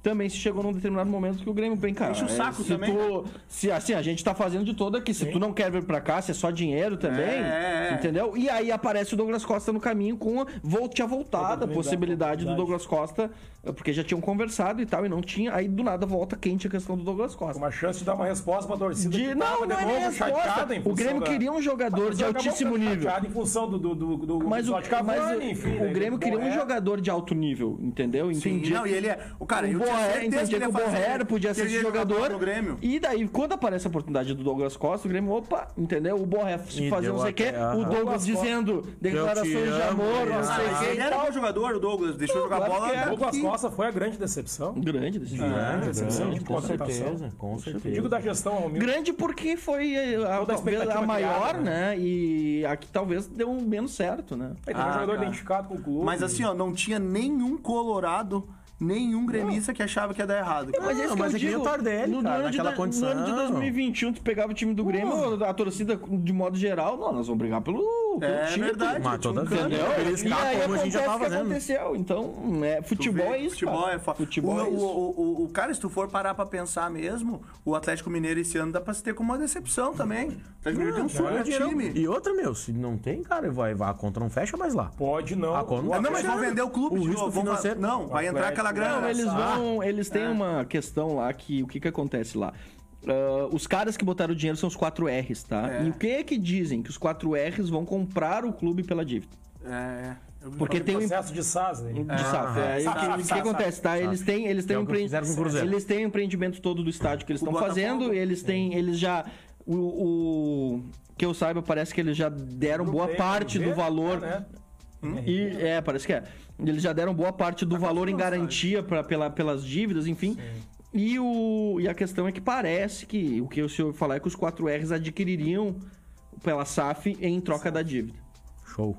S4: Também se chegou num determinado momento que o Grêmio, bem, cara.
S3: Enche o
S4: é,
S3: saco
S4: se
S3: também, né?
S4: tu- se assim, a gente tá fazendo de todo aqui. Se tu não quer vir pra cá, se é só dinheiro também,
S3: É, é, é.
S4: entendeu? E aí aparece o Douglas Costa no caminho com a, vou, tinha voltado a
S2: Oportunidade,
S4: possibilidade do
S2: oportunidade.
S4: Douglas Costa, eh, porque já tinham conversado e tal, e não tinha. Aí do nada volta quente a questão do Douglas Costa.
S2: Uma chance de dar uma resposta pra torcida.
S4: De-
S2: que
S4: não,
S2: tava
S4: não é
S2: de
S4: nem
S2: novo
S4: resposta.
S2: chateada em
S4: O
S2: função
S4: Grêmio
S2: da-
S4: queria um jogador de
S2: Acabou
S4: altíssimo
S2: ficando
S4: nível.
S2: chateado Em função do, do, do, do
S4: Mas, o,
S2: episódio Cavani,
S4: mas o-
S2: enfim, né? é.
S4: o
S2: daí
S4: Grêmio queria um
S2: Borré.
S4: jogador de alto nível, entendeu?
S3: Sim,
S4: Entendi.
S3: não, e ele é. O cara,
S4: o
S3: eu tinha
S4: Borré,
S3: certeza
S4: entendia
S3: que ele
S4: que
S3: ia
S4: o
S3: fazer-
S4: Borré podia
S3: que
S4: ser
S3: ele ia
S4: esse
S3: jogar
S4: jogador.
S3: No Grêmio.
S4: E daí, quando aparece a oportunidade do Douglas Costa, o Grêmio, opa, entendeu? O Borré
S1: E
S4: fazendo
S1: deu
S4: não sei o quê,
S1: até- aham.
S4: o Douglas dizendo declarações de
S1: amo,
S4: amor,
S1: e-
S4: não
S3: Ah,
S4: sei o
S3: mas
S4: quê.
S3: ele era bom jogador, o Douglas. Deixou jogar
S4: claro
S3: bola.
S4: que é.
S3: tanto
S2: Douglas
S3: que-
S2: Costa foi a grande decepção.
S4: Grande
S1: Uhum.
S4: decisão.
S2: Grande decepção de
S1: Com
S2: contratação.
S1: certeza, com
S2: Digo
S1: certeza.
S2: da gestão ao mesmo.
S4: Grande porque foi eh, a,
S2: Toda a
S4: talvez a
S2: expectativa
S4: maior,
S2: criada,
S4: né? E a que talvez deu menos certo, né?
S2: Aí tem um
S3: Ah,
S1: tá.
S2: jogador
S3: cara.
S2: identificado com o clube.
S3: Mas assim, ó, não tinha nenhum colorado, nenhum gremista que achava que ia dar errado. cara.
S4: é isso
S1: mas é que nem o Tardelli,
S4: no,
S1: cara,
S4: ano de,
S1: naquela
S4: do-
S1: condição.
S4: no ano de 2021, tu pegava o time do Grêmio, a torcida, de modo geral, não, nós vamos brigar pelo, pelo
S3: É
S4: título.
S3: verdade.
S1: Mas
S3: tinha um
S1: toda
S3: canto.
S1: vez.
S4: tipo, Entendeu?
S1: Eles
S4: E aí
S1: escapam, como a gente já
S4: acontece o
S1: tava
S4: que
S1: fazendo.
S4: aconteceu. Então, é, futebol
S3: Vê,
S4: é isso,
S3: futebol
S4: cara.
S3: É foda.
S4: Futebol
S3: o,
S4: é isso.
S3: O, o, o- cara, se tu for parar pra pensar mesmo, o Atlético Mineiro esse ano dá pra se ter como uma decepção também. O Atlético Mineiro tem um super time.
S1: E outra, meu, se não tem, cara, vai, vai, a conta não fecha mais lá.
S2: Pode não.
S1: Ah, quando-
S2: O
S3: Ah, não, mas vão vender o clube
S1: O
S3: de
S1: risco
S3: novo. vão-
S1: financeiro-
S3: Não, vai entrar aquela grana.
S4: Não, eles
S1: Ah.
S4: vão. Eles têm uma questão lá que o que, que acontece lá? Ah, os caras que botaram o dinheiro são os 4 R's, tá?
S3: É.
S4: E o que é que dizem? Que os 4 R's vão comprar o clube pela dívida.
S3: É, eu vi
S4: Porque
S3: falar-
S4: tem o
S2: processo de SAS, né?
S4: de SAF. É, aí
S3: SAF,
S4: o que- o que,
S3: SAF,
S4: acontece, tá? Eles têm, eles têm
S1: É
S4: um
S1: o que
S4: empre-
S1: fizeram com o Cruzeiro.
S4: eles têm o empreendimento todo do estádio que eles
S3: O
S4: estão
S3: Botafogo.
S4: fazendo, eles têm, eles já o, o- que eu saiba, parece que eles já deram boa
S2: Tem,
S4: parte
S2: vê,
S4: do valor.
S2: né?
S4: E, é, parece que é. Eles já deram boa parte do
S3: tá
S4: valor em garantia pra, pela, pelas dívidas, enfim. E, o, e a questão é que parece que o que o senhor falar é que os 4Rs adquiririam pela SAF em troca da dívida.
S1: Show.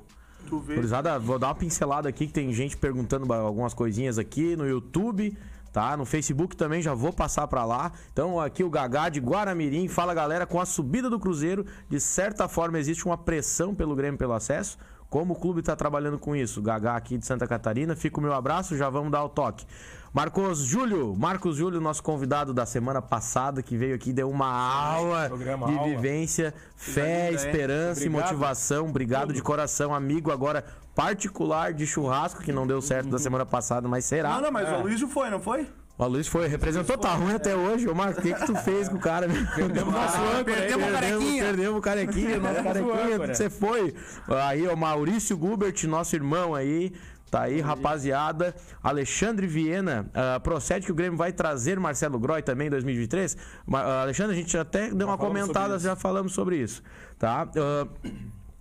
S3: Tu vê.
S1: Gurizada, vou dar uma pincelada aqui que tem gente perguntando ba- algumas coisinhas aqui no YouTube, tá? No Facebook também já vou passar pra lá. Então aqui o Gagá de Guaramirim fala galera, com a subida do Cruzeiro, de certa forma existe uma pressão pelo Grêmio pelo acesso. Como o clube tá trabalhando com isso? Gagá aqui de Santa Catarina, fica o meu abraço, já vamos dar o toque. Marcos Júlio, Marcos Júlio, nosso convidado da semana passada, que veio aqui, deu uma aula
S2: programa
S1: de
S2: aula.
S1: vivência, fé,
S3: linda, hein?
S1: esperança e
S2: Obrigado.
S1: motivação. Ação, obrigado de coração, amigo agora particular de churrasco, que não deu certo da semana passada, mas
S3: Não,
S1: será.
S3: não, mas o Luísio foi, não foi?
S1: O Luiz foi, representou, tá ruim até hoje. Ô, Marco, o que que tu fez com o cara? Perdemos nosso âncora.
S3: perdemos o carequinha.
S1: Perdemos o carequinha, nosso carequinha,
S2: âncora.
S1: você foi. Aí, o Maurício Gubert, nosso irmão aí, tá aí, rapaziada. Alexandre Viena, ah, procede que o Grêmio vai trazer Marcelo Groy também em 2023? Ma- ah, Alexandre, a gente até deu uma
S2: falamos sobre
S1: comentada,
S2: isso.
S1: já falamos sobre isso, tá? Ah,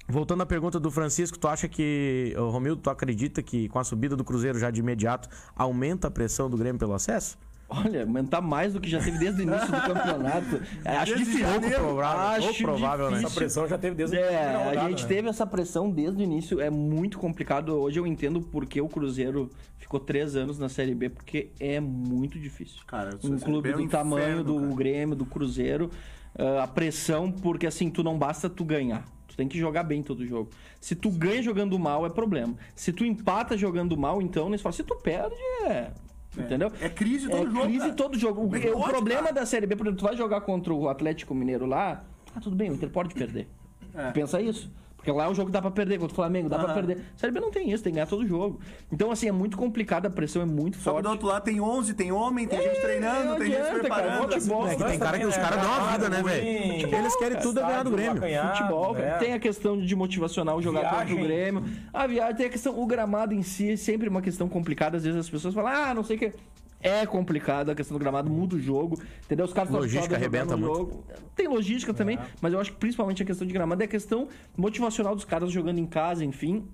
S1: Voltando à pergunta do Francisco, tu acha que, ô, Romildo, tu acredita que com a subida do Cruzeiro já de imediato aumenta a pressão do Grêmio pelo acesso?
S4: Olha, aumentar mais do que já teve desde o início do campeonato. É, Acho
S3: Desde
S4: difícil.
S3: janeiro.
S1: Pouco provável, pouco
S4: Acho
S1: provável, né?
S2: Essa pressão já teve desde
S4: É,
S2: primeira
S4: a
S2: rodada,
S4: gente
S2: né?
S4: teve essa pressão desde o início, é muito complicado. Hoje eu entendo porque o Cruzeiro ficou três anos na Série B, porque é muito difícil.
S3: Cara, a
S4: um
S3: Série
S4: clube
S3: B é um
S4: do tamanho
S3: inferno,
S4: do
S3: cara.
S4: Grêmio, do Cruzeiro, ah, a pressão, porque assim, tu não basta tu ganhar. Tu tem que jogar bem todo jogo. Se tu ganha jogando mal, é problema. Se tu empata jogando mal, então, eles falam, se tu perde, é. Entendeu?
S3: É crise todo
S4: é
S3: jogo,
S4: crise
S3: cara.
S4: todo jogo. O,
S3: Mas
S4: o
S3: pode,
S4: problema
S3: cara.
S4: da Série B, por
S3: É.
S4: exemplo, tu vai jogar contra o Atlético Mineiro lá, ah, tudo bem, o Inter pode perder. Tu Pensa isso. Porque Porque lá é um jogo que dá pra perder contra o Flamengo, dá pra perder. Série B não tem isso, tem que ganhar todo jogo. Então, assim, é muito complicado, a pressão é muito
S3: Só que
S4: forte.
S3: do outro lado tem 11, tem homem, tem gente treinando,
S4: não
S3: tem gente
S4: adianta, cara,
S3: preparando.
S4: futebol. né,
S1: É que tem cara que os caras dão uma vida, né, velho? Eles querem tudo é ganhar do Grêmio.
S4: Futebol,
S2: né?
S4: velho. Tem a questão de motivacionar o jogador
S2: Viagem.
S4: contra o Grêmio. A viagem, tem a questão, o gramado em si é sempre uma questão complicada. Às vezes as pessoas falam, ah, não sei o que. É complicado a questão do gramado, muda o jogo, entendeu? Os caras tão
S1: Logística
S4: acostumados a jogar
S1: arrebenta
S4: no
S1: muito.
S4: jogo. Tem logística também, mas eu acho que principalmente a questão de gramado é a questão motivacional dos caras jogando em casa, enfim.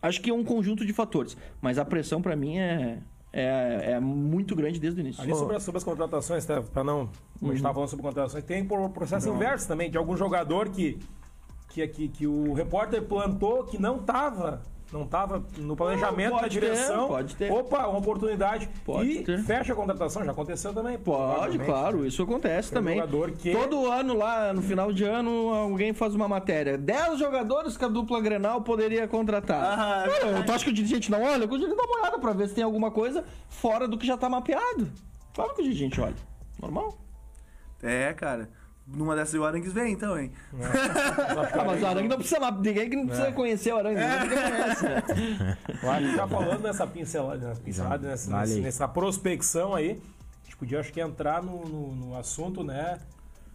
S4: Acho que é um conjunto de fatores, mas a pressão pra mim é, é, é muito grande desde o início.
S2: Ali sobre, as- sobre as contratações, tá? para não. Como a
S4: Uhum.
S2: gente tava falando sobre contratações, tem o processo inverso também, de algum jogador que, que, que, que o repórter plantou que não tava. Não tava no planejamento,
S4: pode
S2: na direção.
S4: ter, pode ter.
S2: Opa, uma oportunidade.
S4: Pode
S2: e
S4: ter.
S2: fecha a contratação, já aconteceu também.
S4: Pode,
S2: provavelmente. né?
S4: claro, isso acontece também.
S2: jogador que-
S4: Todo ano lá, no final de ano, alguém faz uma matéria. 10 jogadores que a dupla Grenal poderia contratar.
S3: Ah,
S4: Cara, eu tu acha que o dirigente não olha? O dirigente dá uma olhada pra ver se tem alguma coisa fora do que já tá mapeado. Claro que o dirigente olha. Normal.
S3: É, cara. Numa dessas o Arangues vem, então, hein?
S4: Ah, mas o Arangue não precisa mapear. Ninguém que não precisa
S2: É.
S4: conhecer o Arangue. ninguém que conhece, né?
S2: Eu acho que já tá falando nessa pincelada, nessa, pincelada, nessa,
S1: vale.
S2: nesse- nessa prospecção aí, a gente podia, acho que, entrar no, no- no assunto, né?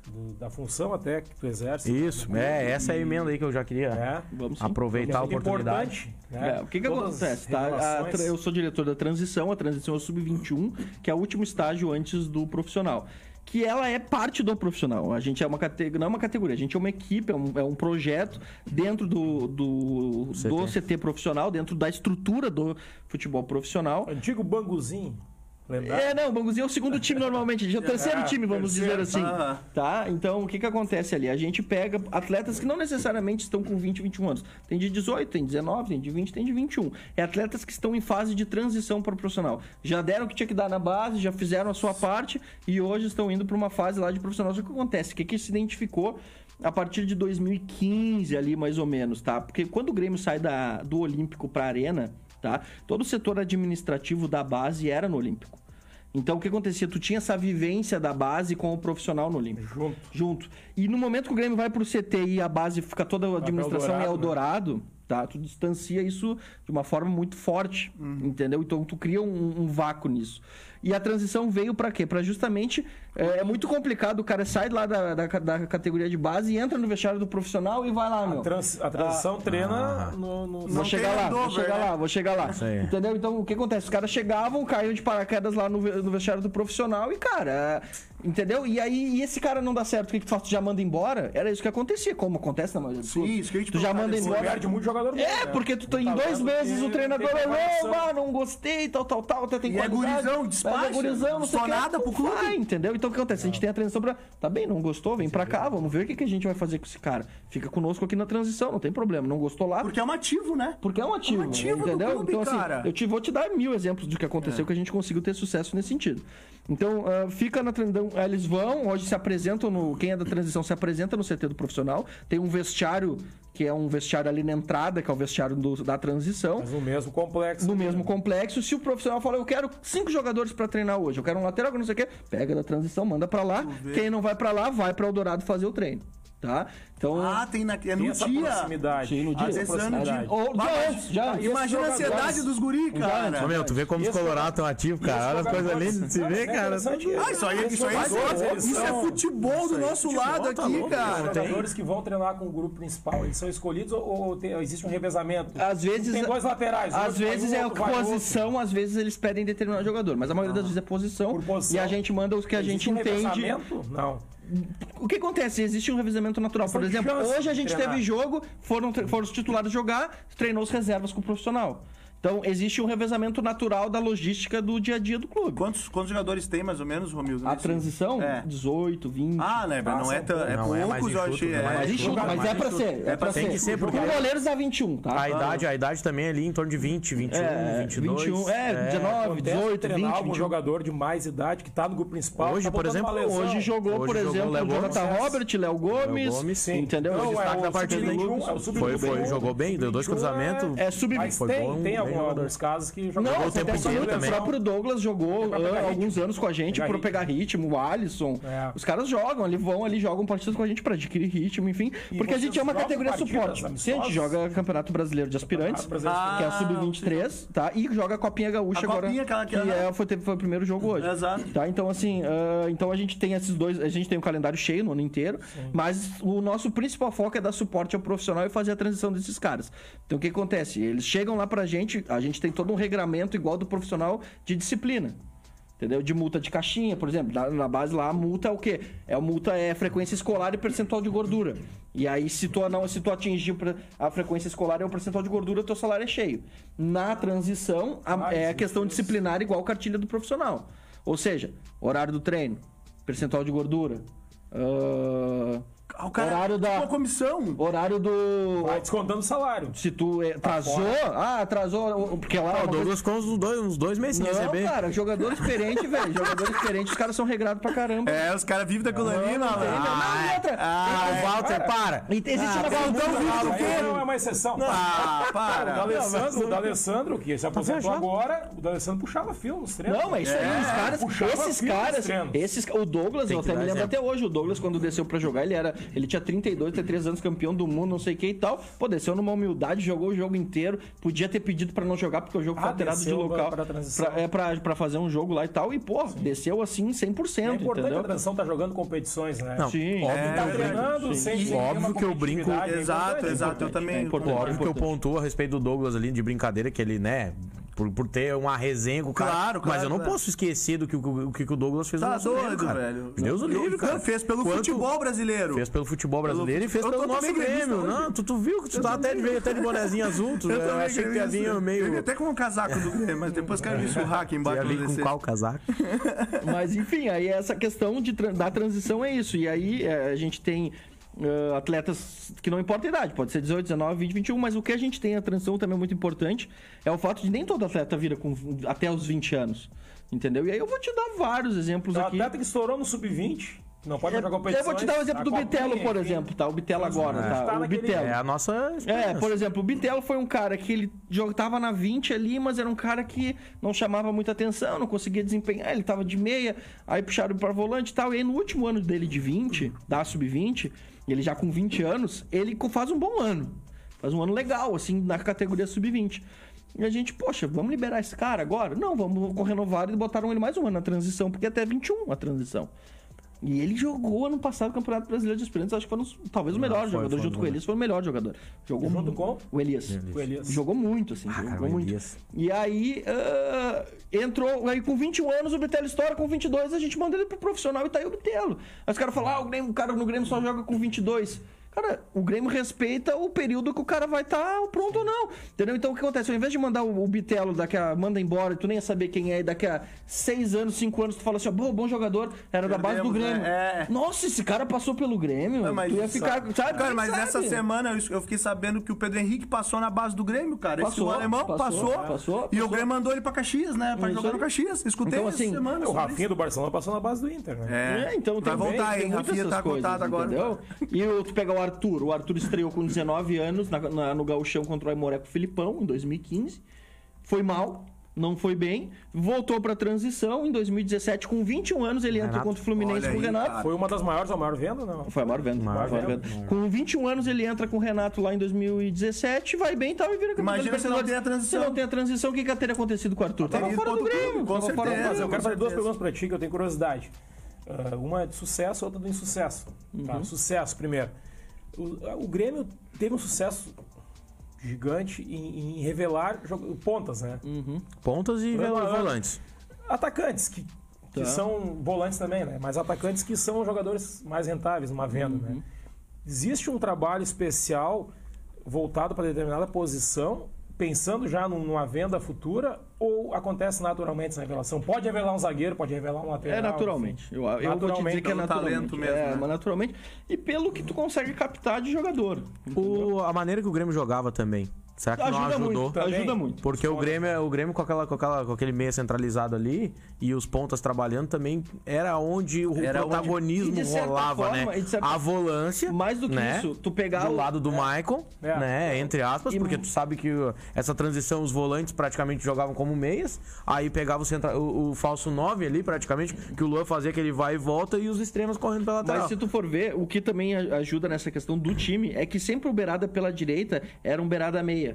S2: do- da função até que tu exerce.
S1: Isso, é, essa é a emenda aí que eu já queria
S2: Né?
S4: Vamos sim.
S1: aproveitar a
S2: Muito
S1: oportunidade.
S2: importante, né?
S4: É, o que, que
S2: Todas as
S4: acontece? tá? A
S2: relações-
S4: tra- eu sou diretor da transição, a transição é o sub-21, que é o último estágio antes do profissional. Que ela é parte do profissional. A gente é uma categoria. Não é uma categoria, a gente é uma equipe, é um, é um projeto dentro do, do, CT. do CT profissional, dentro da estrutura do futebol profissional.
S2: Antigo Banguzinho. Lembrar?
S4: É, não, o Banguzinho é o segundo time normalmente, a gente é o terceiro time, vamos
S2: terceiro,
S4: dizer assim.
S3: aham.
S4: Tá? Então, o que que acontece ali? A gente pega atletas que não necessariamente estão com 20, 21 anos. Tem de 18, tem de 19, tem de 20, tem de 21. É atletas que estão em fase de transição para o profissional. Já deram o que tinha que dar na base, já fizeram a sua parte e hoje estão indo para uma fase lá de profissional. Só que o que acontece? O que que se identificou a partir de 2015 ali, mais ou menos, tá? Porque quando o Grêmio sai da, do Olímpico para a Arena, tá? Todo o setor administrativo da base era no Olímpico. Então, o que acontecia? Tu tinha essa vivência da base com o profissional no Olímpico.
S2: Junto.
S4: Junto. E no momento que o Grêmio vai pro CT e a base fica toda a administração em
S2: Eldorado,
S4: Eldorado, tá? Tu distancia isso de uma forma muito forte, entendeu? Então, tu cria um, um vácuo nisso. E a transição veio pra quê? Pra justamente... É, é muito complicado, o cara sai lá da, da, da categoria de base e entra no vestiário do profissional e vai lá, meu.
S2: A, trans, a
S4: Ah.
S2: transição
S1: Ah.
S2: treina no, no-
S4: Vou
S3: Não
S4: chegar
S3: tem
S4: lá, vou
S3: handover,
S4: chegar
S3: né?
S4: lá, vou chegar lá.
S1: aí.
S4: Entendeu? Então, o que acontece? Os caras chegavam, caíam de paraquedas lá no, ve- no vestiário do profissional e, cara... é, Entendeu? E aí, e esse cara não dá certo, o que que tu faz? Tu já manda embora? Era isso que acontecia, como acontece na maioria dos
S3: Sim,
S4: clubes.
S3: isso que eu ia te
S4: Tu já
S3: perguntar
S4: manda
S3: depois.
S4: embora...
S2: perde muito jogador bom, né?
S4: É, porque tu
S2: Um
S3: Tá
S4: tem dois
S2: talento
S4: meses
S2: que
S4: o treinador
S2: tem
S4: é,
S2: preparação.
S4: "Não, não gostei, tal, tal, tal, até tem
S3: E é
S4: qualidade,
S3: gurizão,
S4: mas
S3: despacha,
S4: É gurizão, não sei o que,
S3: sonada pro clube.
S4: vai, entendeu? Então o que acontece? A gente tem a transição pra. Tá bem, não gostou,
S3: é
S4: vem pra cá, vamos ver o que, que a gente vai fazer com esse cara. Fica conosco aqui na transição, não tem problema. Não gostou lá,
S3: Porque é um ativo, né?
S4: porque é um ativo,
S3: É um ativo do
S4: entendeu?
S3: clube,
S4: então, assim,
S3: cara.
S4: eu te, vou te dar mil exemplos do que aconteceu que a gente conseguiu ter sucesso nesse sentido. Então, ah, fica na transição. Eles vão, hoje se apresentam no. Quem é da transição se apresenta no CT do profissional. Tem um vestiário, que é um vestiário ali na entrada, que é o vestiário do- da transição
S2: Mas no mesmo complexo.
S4: no mesmo complexo. Se o profissional falar, eu quero cinco jogadores pra treinar hoje, eu quero um lateral, que não sei o quê, pega da transição, manda pra lá. Quem não vai pra lá, vai pra Eldorado fazer o treino, tá? Então,
S3: Ah, tem na... é
S2: Tem
S3: no
S2: essa
S3: dia.
S2: proximidade.
S4: Sim, no dia.
S3: Às vezes é no dia.
S2: Proximidade.
S4: Ou-
S3: Bah,
S4: já
S3: mas-
S4: antes, já é. antes.
S3: Imagina a
S2: Esses
S3: ansiedade
S2: jogadores-
S3: dos guri,
S1: Ô,
S3: cara.
S1: meu, tu vê como os
S2: Esse
S1: colorados estão ativos, cara. Olha as coisas ali, se vê, cara.
S3: Ah, isso aí, isso aí, isso é- isso é futebol do nosso lado aqui,
S2: Os
S3: cara.
S2: jogadores que vão treinar com o grupo principal, eles são escolhidos ou, ou tem- existe um revezamento?
S4: Às vezes.
S2: Tem dois laterais. um
S4: Às
S2: outro vai
S4: vezes
S2: um,
S4: é
S2: outro vai
S4: posição, às vezes eles pedem determinado jogador, mas a maioria das vezes é posição,
S2: Por posição.
S4: e a gente manda os que a
S2: outro.
S4: gente
S2: Existe um
S4: entende.
S2: revezamento? Não.
S4: O que acontece? Existe um revezamento natural. Por
S2: Questão de
S4: exemplo,
S2: chance
S4: hoje a
S2: de
S4: gente
S2: treinar.
S4: teve jogo, foram, tre- foram os titulares jogar, treinou os reservas com o profissional. Então, existe um revezamento natural da logística do dia a dia do clube.
S3: Quantos, quantos jogadores tem, mais ou menos, Romildo?
S4: A
S3: nesse-
S4: transição,
S3: É.
S4: 18, 20.
S3: Ah, né? mas não é, tão, é
S1: Não, é mais
S3: poucos, eu
S1: enxuto,
S3: achei.
S1: né?
S3: é.
S4: mas enxuta,
S1: jogar
S4: mas
S1: mais
S4: é pra ser. É pra
S3: pra-
S4: ser.
S1: tem que ser, porque
S4: Com
S1: aí-
S4: goleiros dá 21, tá?
S1: A idade, a idade também é ali em torno de 20, 21,
S4: É,
S1: 22.
S4: 21, é, 19,
S2: Acontece de
S4: 18,
S2: treinar
S4: 20,
S2: algum
S4: 21.
S2: jogador de mais idade que tá no grupo principal.
S1: Hoje,
S2: tá
S1: por
S2: botando uma
S1: exemplo,
S2: lesão.
S4: Hoje jogou,
S1: Hoje
S4: por
S1: jogou
S4: exemplo,
S1: Léo
S4: o Jonathan
S2: Gomes.
S4: Robert, Léo Gomes.
S1: Gomes, sim.
S4: Entendeu? tá
S2: Então,
S1: Foi o
S2: é
S1: destaque
S2: o
S1: da partida do
S2: sub-21,
S1: Lucas.
S2: é o sub-21.
S1: Foi, foi, jogou bem, deu dois cruzamentos.
S4: É sub
S2: Mas
S1: Foi
S2: tem,
S1: bom,
S2: tem
S1: bem. bem
S2: alguns
S1: jogador.
S2: casos que
S4: Não,
S1: Jogou o
S4: até
S1: tempo
S4: o
S1: inteiro
S4: próprio-
S1: também.
S4: O próprio Douglas jogou
S2: pra pegar
S4: ah, alguns anos com a gente
S2: Pegar
S4: para
S2: ritmo.
S4: pegar ritmo, o Alisson.
S2: É.
S4: Os caras jogam ali, vão ali, jogam partidas com a gente para adquirir ritmo, enfim.
S2: E
S4: porque a
S2: vocês
S4: gente é uma
S2: jogam
S4: categoria
S2: partidas
S4: suporte.
S2: amistosas?
S4: Se a gente joga Campeonato Brasileiro de Aspirantes,
S2: Ah,
S4: que é a Sub-23, tá? E joga a Copinha Gaúcha
S3: A
S4: agora.
S3: Copinha, aquela que-
S4: que é, foi, teve- foi o primeiro jogo hoje.
S3: Exato.
S4: Tá? Então, assim, ah, então a gente tem esses dois, a gente tem o calendário cheio no ano inteiro, mas o nosso principal foco é dar suporte ao profissional e fazer a transição desses caras. Então, o que acontece? Eles chegam lá pra gente, a gente tem todo um regramento igual do profissional de disciplina. Entendeu? De multa de caixinha, por exemplo. Na, na base lá, a multa é o quê? É, a multa é frequência escolar e percentual de gordura. E aí, se tu, não, se tu atingir o pre- a frequência escolar e o percentual de gordura, teu salário é cheio. Na transição, a-
S2: Ah,
S4: é a
S2: isso,
S4: questão disciplinar igual cartilha do profissional. Ou seja, horário do treino, percentual de gordura. ah,
S3: Ah, o cara
S4: horário
S3: tipo uma
S4: da.
S3: comissão.
S4: Horário do.
S2: Vai descontando o salário.
S4: Se tu eh, atrasou. Ah, atrasou. Porque lá.
S1: Ah,
S4: é
S1: o
S4: uma coisa-
S1: Douglas ficou uns dois, uns dois meses sem
S4: não,
S1: receber.
S4: cara, jogador experiente, velho. Jogador experiente, os caras são regrados pra caramba.
S3: É, os caras vivem da colonia, mano.
S4: não, e outra?
S3: Ah,
S1: Ah, o Walter, para.
S4: E existe uma
S3: tá
S4: pergunta-
S2: Aí não é uma exceção.
S3: ah,
S2: O
S3: para.
S2: D'Alessandro, o D'Alessandro, que se aposentou
S1: viajando.
S2: agora, o D'Alessandro puxava fio nos treinos.
S4: Tá Não, é isso aí, os caras,
S2: puxava
S4: esses
S2: fio nos
S4: caras,
S2: treinos.
S4: esses, o Douglas, eu
S1: que
S4: até me
S1: dar
S4: lembro
S1: exemplo.
S4: até hoje, o Douglas quando desceu pra jogar, ele era, ele tinha 32, 33 anos, campeão do mundo, não sei o que e tal, pô, desceu numa humildade, jogou o jogo inteiro, podia ter pedido pra não jogar, porque o jogo foi
S2: Ah,
S4: alterado de
S2: desceu
S4: local,
S2: pra- pra transição.
S4: pra, é, pra, pra fazer um jogo lá e tal, e pô, desceu assim 100%,
S2: É importante
S4: entendeu?
S2: a transição estar jogando competições, né?
S1: Não,
S4: Sim.
S1: óbvio,
S4: É,
S1: que eu
S2: Tá treinando
S4: Sim.
S2: sem
S1: E
S2: sem nenhuma
S1: óbvio que eu brinco-
S2: competitividade, é
S3: Exato,
S2: importante.
S3: exato. Eu
S4: é
S3: também.
S4: importante.
S1: óbvio que eu
S4: importante.
S1: pontuo a respeito do Douglas ali de brincadeira, que ele, né, por, por ter uma resenha com o cara.
S3: Claro, claro,
S1: Mas eu não
S3: claro.
S1: posso esquecer do que, o que- que o Douglas fez no
S3: Tá
S1: nosso treino,
S3: doido,
S1: cara.
S3: velho.
S1: Deus o livre, cara.
S3: Fez pelo
S1: Quanto-
S3: futebol brasileiro.
S1: Fez pelo futebol brasileiro
S3: Pelo-
S1: e fez
S3: Eu tô-
S1: pelo
S3: tô
S1: nosso
S3: sem gremista
S1: Grêmio.
S3: hoje.
S1: Não, tu, tu viu que tu tá até, de- veio até de bonezinho azul. Tu, eu,
S3: também,
S1: achei que tu ia
S3: gremista.
S1: vir
S3: Eu vim
S1: meio...
S3: até com um casaco do Grêmio, mas depois quero me surrar aqui embaixo.
S1: Ia
S3: pra
S1: vir com
S3: descer.
S1: qual casaco?
S4: Mas enfim, aí essa questão de tran- da transição é isso. E aí é, a gente tem eh, atletas que não importa a idade, pode ser 18, 19, 20, 21, mas o que a gente tem a transição também é muito importante é o fato de nem todo atleta vira com até os 20 anos. Entendeu? E aí eu vou te dar vários exemplos
S2: Tem um
S4: aqui.
S2: atleta que estourou no sub-20, que não pode
S4: É,
S2: jogar
S4: eu
S2: competições.
S4: vou te dar o exemplo
S2: a
S4: do
S2: Copinha,
S4: Bitelo, por
S2: enfim.
S4: exemplo, tá? O Bitelo agora,
S2: Tá
S4: tá? O
S2: naquele-
S4: Bitelo.
S1: É a nossa
S4: É,
S1: experiência.
S4: por exemplo, o Bitelo foi um cara que ele jo- tava na 20 ali, mas era um cara que não chamava muita atenção, não conseguia desempenhar, ele tava de meia, aí puxaram para volante e tal. E aí no último ano dele de 20, da sub-20, ele já com 20 anos, ele co- faz um bom ano. Faz um ano legal, assim, na categoria sub-20. E a gente, poxa, vamos liberar esse cara agora? Não, vamos renovar e botaram ele mais um ano na transição, porque é até 21 a transição. E ele jogou ano passado o Campeonato Brasileiro de Experiências, acho que foi um dos- talvez o melhor
S1: foi-
S4: jogador,
S1: foi
S4: junto
S1: bom,
S4: com
S1: né?
S4: ele. Esse foi o melhor jogador. Jogou
S2: Junto
S4: mu-
S2: com?
S4: o Elias.
S2: O Elias.
S4: Jogou muito, assim. jogou
S1: cara, o
S4: muito.
S1: Elias.
S4: E aí ah, entrou. Aí com 21 anos o Bitelo estoura, com 22 a gente manda ele pro profissional e tá aí o Bitelo. Aí os caras falam, ah, o, Grêmio, o cara no Grêmio só joga com 22. Cara, o Grêmio respeita o período que o cara vai estar pronto ou não. Entendeu? Então o que acontece? Ao invés de mandar o, o Bitelo daqui a. manda embora e tu nem ia saber quem é, e daqui a 6 anos, 5 anos, tu fala assim, ó, "Pô, bom jogador, era da base do
S3: Perdemos,
S4: Grêmio.
S3: né? É.
S4: Nossa, esse cara passou pelo Grêmio.
S3: Não, mas
S4: tu ia
S3: isso-
S4: ficar. Sabe?
S3: Cara,
S4: Quem
S3: mas
S4: sabe?
S3: nessa semana eu- eu fiquei sabendo que o Pedro Henrique passou na base do Grêmio, cara.
S4: Passou,
S3: Esse alemão
S4: passou,
S3: passou.
S4: passou,
S3: E
S4: passou.
S3: o Grêmio mandou ele pra Caxias, né? Pra
S4: Isso
S3: jogar no
S4: aí.
S3: Caxias. Escutei
S4: Então,
S3: essa
S4: assim,
S3: semana.
S2: O
S3: sobre isso.
S2: Rafinha do Barcelona passou na base do Inter, né?
S3: É.
S4: É, então
S3: Vai
S4: tem bem,
S3: voltar,
S4: tem
S3: hein?
S4: muitas
S3: Rafinha
S4: essas
S3: tá
S4: coisas,
S3: cotado agora.
S4: Entendeu? E o- tu pega o Arthur. O Arthur estreou com 19 anos na, na- no Gauchão contra o Aimoré com o Filipão, em 2015. Foi mal, não foi bem. Voltou pra transição em 2017, com 21 anos, ele entrou
S1: Renato,
S4: contra o Fluminense
S3: olha
S4: com o
S3: aí,
S4: Renato.
S3: cara.
S2: Foi uma das maiores, a maior venda, não?
S4: Foi a maior venda.
S1: Maior
S4: maior
S2: venda.
S4: venda. Com 21 anos ele entra com o Renato lá em 2017, vai bem e tal, e vira campeão
S3: Imagina
S4: da
S3: se não
S4: Libertadores.
S3: tem a transição.
S4: Se não tem a transição, o que, que teria acontecido com o Arthur? Tava
S3: ido
S4: fora
S3: pro
S4: do
S3: outro
S4: Grêmio.
S3: clube, com
S4: tava fora do
S3: certeza.
S2: Mas
S4: Grêmio.
S2: eu quero fazer duas
S3: certeza.
S2: perguntas pra ti que eu tenho curiosidade. Ah, uma é de sucesso, outra do insucesso. Tá, sucesso primeiro. O, o Grêmio teve um sucesso gigante em, em revelar jo- pontas, né?
S1: Pontas e
S2: Vamos lá.
S1: volantes.
S2: Atacantes, que, que
S4: Tá.
S2: são volantes também, né? Mas atacantes que são jogadores mais rentáveis numa venda,
S4: Uhum.
S2: né? Existe um trabalho especial voltado para determinada posição, pensando já num- numa venda futura, ou acontece naturalmente essa revelação? Pode revelar um zagueiro, pode revelar um lateral.
S4: É naturalmente. Eu, eu vou te
S2: Naturalmente, então,
S4: dizer que é
S3: pelo
S4: naturalmente.
S3: talento mesmo,
S4: é,
S3: né?
S4: mas naturalmente. E pelo que tu consegue captar de jogador.
S1: O, a maneira que o Grêmio jogava também. Será que não
S4: Ajuda
S1: ajudou?
S4: muito, tá? ajuda muito.
S1: Porque o Grêmio, é, o Grêmio com, aquela, com, aquela, com aquele meia centralizado ali e os pontas trabalhando também era onde o
S4: Era onde-
S1: protagonismo
S4: e de certa
S1: rolava,
S4: forma,
S1: né?
S4: e de certa-
S1: A volância.
S4: Mais do que
S1: né?
S4: isso, tu pegar
S1: do
S4: o-
S1: lado do Michael,
S2: É.
S1: né? Entre aspas,
S4: E-
S1: porque tu sabe que o- essa transição, os volantes praticamente jogavam como meias, aí pegava o, centra, o, o falso 9 ali, praticamente, que o Luan fazia que ele vai e volta e os extremos correndo pela lateral.
S4: Mas se tu for ver, o que também a- ajuda nessa questão do time é que sempre o beirada pela direita era um beirada meia.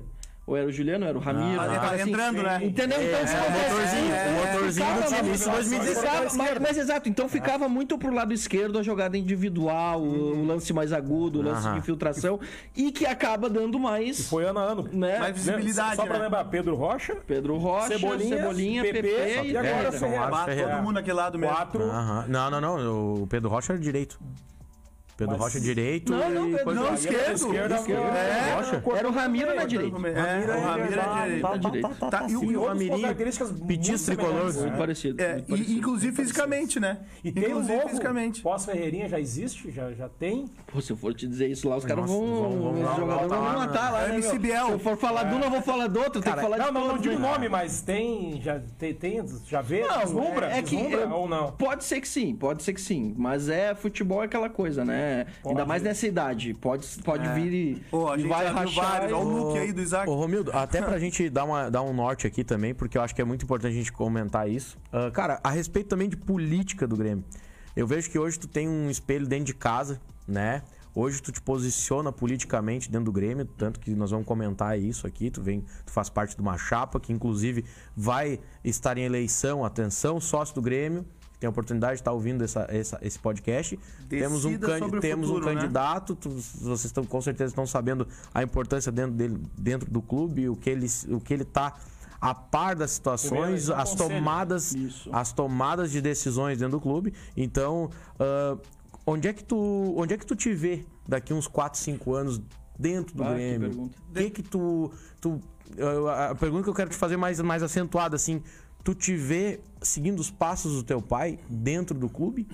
S4: Ou era o Juliano, era o Ramiro.
S1: Ah,
S4: era
S3: tá
S4: assim.
S3: entrando, né?
S4: Entendeu? Então,
S1: É,
S4: se
S1: é,
S4: acontece-
S1: o motorzinho-
S4: é,
S1: o motorzinho do
S4: ficava-
S1: time, isso em 2016.
S4: ficava- mas, mas exato, então ficava muito pro lado esquerdo a jogada individual, o- o lance mais agudo, o lance de
S1: Aham.
S4: infiltração, e que acaba dando mais.
S2: Foi ano a ano.
S4: Né?
S3: Mais visibilidade,
S2: Só pra
S3: né?
S2: lembrar, Pedro Rocha,
S4: Pedro Rocha,
S2: Cebolinha,
S4: Cebolinha,
S2: PP,
S4: PP,
S2: e agora
S4: Ferreira. Ah.
S2: Ferreira.
S1: São
S3: Ah,
S1: Lázaro
S3: todo
S1: Ferreira.
S3: mundo naquele lado mesmo.
S2: é quatro.
S1: Aham. Não, não, não. O Pedro Rocha era direito. Pedro
S2: Mas-
S1: Rocha é direito.
S4: Não, não,
S1: e
S4: Pedro,
S1: coisa-
S4: não,
S3: Não,
S4: esquerda.
S3: esquerdo.
S2: Esquerda,
S3: esquerdo.
S2: é.
S1: Rocha.
S4: Era o Ramiro na direita.
S3: É, o Ramiro é direito.
S1: Tá, tá,
S4: direito.
S1: tá, tá,
S3: Tá,
S1: tá.
S3: e o-
S1: Sim,
S2: E
S1: o
S2: outros com
S1: Ramirinho.
S2: características
S1: Petis
S2: muito
S1: tricolor.
S2: semelhantes,
S4: Muito
S2: né?
S4: parecido.
S3: É,
S4: muito
S3: e-
S4: parecido.
S3: inclusive fisicamente, né?
S2: E tem um
S3: inclusive
S2: novo,
S3: fisicamente.
S2: pós-Ferreirinha já existe, já, já tem.
S4: Pô, se eu for te dizer isso lá, os caras
S1: Nossa,
S4: vão.
S1: vão- vão-
S4: os
S1: vão-
S4: jogadores
S1: volta
S4: vão
S1: lá,
S4: matar lá, né?
S3: MC
S4: meu?
S3: Biel.
S4: Se eu for falar de um, não vou falar do outro, tem que falar
S2: Não,
S4: de
S2: não, não
S4: todos,
S2: digo
S4: né?
S2: nome, mas tem, já tem, tem já vê,
S4: Não,
S2: deslumbra,
S4: é que
S2: deslumbra
S4: eu-
S2: ou não.
S4: Pode ser que sim, pode ser que sim. Mas é futebol é aquela coisa, né? Ainda mais nessa idade. Pode, pode vir e,
S3: Ô, a
S4: e
S3: gente
S4: vai
S3: já viu
S4: rachar.
S3: vários,
S4: e-
S3: ó, o Luke aí do Isaac.
S1: Ô, Romildo, até pra gente dar, uma, dar um norte aqui também, porque eu acho que é muito importante a gente comentar isso. Ah, cara, a respeito também de política do Grêmio. Eu vejo que hoje tu tem um espelho dentro de casa, né? Hoje tu te posiciona politicamente dentro do Grêmio, tanto que nós vamos comentar isso aqui. Tu vem, tu faz parte de uma chapa que inclusive vai estar em eleição. Atenção, sócio do Grêmio, que tem a oportunidade de estar ouvindo essa- essa- esse podcast. temos um,
S3: Decida
S1: candi-
S3: sobre o
S1: temos um
S3: futuro, né?
S1: candidato candidato, tu- vocês estão com certeza estão sabendo a importância dentro dele, dentro do clube, o que ele o que ele tá a par das situações,
S2: Primeiro,
S1: as
S2: conselho.
S1: tomadas,
S4: Isso.
S1: as tomadas de decisões dentro do clube. Então, ah, onde é que tu, onde é que tu te vê daqui uns 4, 5 anos dentro do
S4: Ah, que
S1: Grêmio?
S4: pergunta.
S1: O que que tu, tu eu- a a pergunta que eu quero te fazer mais mais acentuada assim, tu te vê seguindo os passos do teu pai dentro do clube?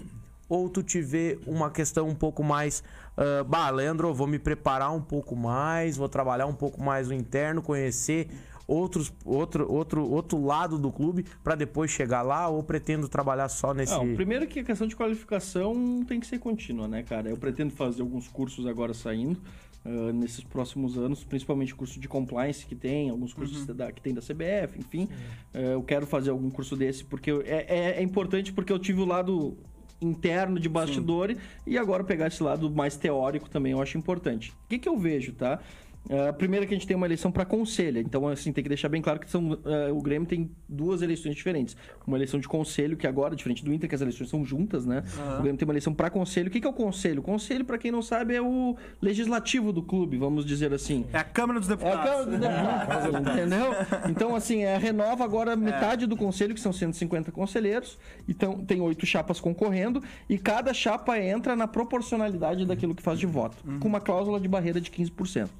S1: Ou tu te vê uma questão um pouco mais. ah, bah, Leandro, eu vou me preparar um pouco mais, vou trabalhar um pouco mais o interno, conhecer outros, outro, outro, outro lado do clube pra depois chegar lá, ou pretendo trabalhar só nesse.
S4: Não, primeiro que a questão de qualificação tem que ser contínua, né, cara? Eu pretendo fazer alguns cursos agora saindo ah, nesses próximos anos, principalmente curso de compliance que tem, alguns cursos da- que tem da CBF, enfim. Ah, eu quero fazer algum curso desse porque eu- é, é- é importante porque eu tive o lado interno de bastidor e agora pegar esse lado mais teórico também eu acho importante. O que, que eu vejo, tá? Ah, primeiro que a gente tem uma eleição para conselho, então assim tem que deixar bem claro que são, ah, o Grêmio tem duas eleições diferentes. Uma eleição de conselho que agora, diferente do Inter, que as eleições são juntas, né? O Grêmio tem uma eleição para conselho. O que, que é o conselho? O conselho, para quem não sabe, é o legislativo do clube, vamos dizer assim.
S3: É a Câmara dos
S4: É a
S3: Deputados.
S4: Câmara dos Deputados, entendeu? Então, assim, é, renova agora metade do conselho, que são 150 conselheiros. Então, tem oito chapas concorrendo. E cada chapa entra na proporcionalidade daquilo que faz de voto, com uma cláusula de barreira de 15%.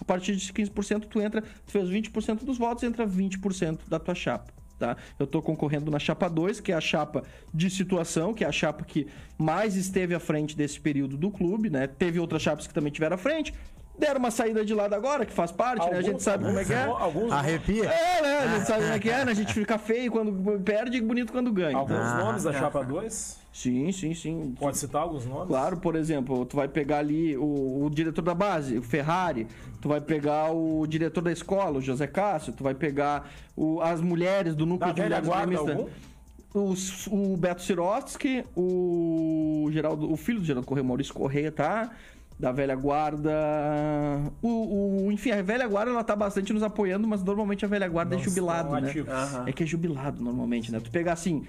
S4: A partir de 15%, tu entra, tu fez 20% dos votos, entra 20% da tua chapa tá? Eu tô concorrendo na chapa 2, que é a chapa de situação, que é a chapa que mais esteve à frente desse período do clube, né? Teve outras chapas que também tiveram à frente. Deram uma saída de lado agora, que faz parte, né? A gente sabe como é que é.
S2: Alguns,
S1: Arrepia?
S4: É, né? A gente sabe como é que é, né? A gente fica feio quando perde e bonito quando ganha.
S2: alguns nomes
S4: tá.
S2: da Chapa 2,
S4: Sim, sim, sim.
S2: pode citar alguns nomes?
S4: Claro, por exemplo, tu vai pegar ali o, o diretor da base, o Ferrari, tu vai pegar o diretor da escola, o José Cássio, tu vai pegar o- as mulheres do
S2: Da
S4: núcleo de
S2: velha
S4: mulheres
S2: guarda
S4: gremista.
S2: algum?
S4: Os- o Beto Sirotsky, o Geraldo, o filho do Geraldo Correia, Maurício Correia, tá? Da velha guarda. O, o- enfim, a velha guarda ela tá bastante nos apoiando, mas normalmente a velha guarda é jubilado,
S2: estão
S4: né?
S2: ativos.
S3: Aham.
S4: É que é jubilado normalmente, né? Tu pegar assim.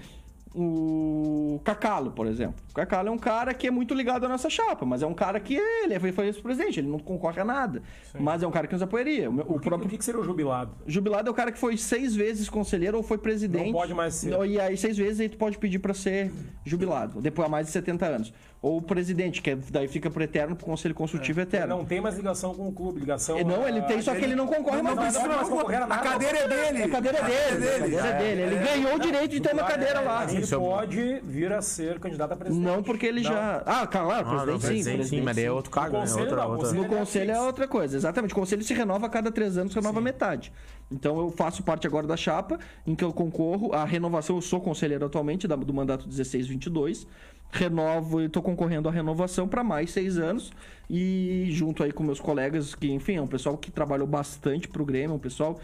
S4: O Cacalo, por exemplo. O Cacalo é um cara que é muito ligado à nossa chapa, mas é um cara que ele foi, foi presidente, ele não concorre a nada. Mas é um cara que nos apoiaria. O, meu- o
S2: O, que,
S4: próprio
S2: o que que seria o jubilado?
S4: Jubilado é o cara que foi seis vezes conselheiro ou foi presidente.
S2: Não pode mais ser.
S4: Não, E aí, seis vezes, aí tu pode pedir pra ser jubilado, depois há mais de 70 anos. Ou presidente, que é- daí fica pro eterno, pro conselho consultivo eterno.
S2: Não tem mais ligação com o clube, ligação...
S4: É, Não, ele tem, só que ele não concorre
S3: Não
S4: mais.
S3: precisa
S2: não, não,
S3: mais
S2: não,
S3: concorrer a
S2: não,
S3: nada.
S2: não.
S3: A cadeira é dele.
S4: né? A cadeira é dele. A cadeira é dele. Ele ganhou o direito de ter uma cadeira lá.
S2: Ele
S1: Isso é um-
S2: pode vir vir a ser candidato a presidente.
S4: Não porque ele
S2: Não.
S4: já. Ah, claro,
S1: Ah, não,
S4: presidente, sim,
S1: presidente, sim, mas daí é outro cargo, né?
S2: conselho
S1: Outra,
S2: não,
S1: outra.
S4: No
S2: Ele é
S4: conselho é
S2: fixo.
S4: outra coisa, exatamente. O conselho se renova a cada três anos, renova metade. Então eu faço parte agora da chapa em que eu concorro. A renovação, eu sou conselheiro atualmente da- do mandato 16-22. Renovo, estou concorrendo à renovação para mais seis anos. E junto aí com meus colegas, que enfim, é um pessoal que trabalhou bastante pro Grêmio, um pessoal.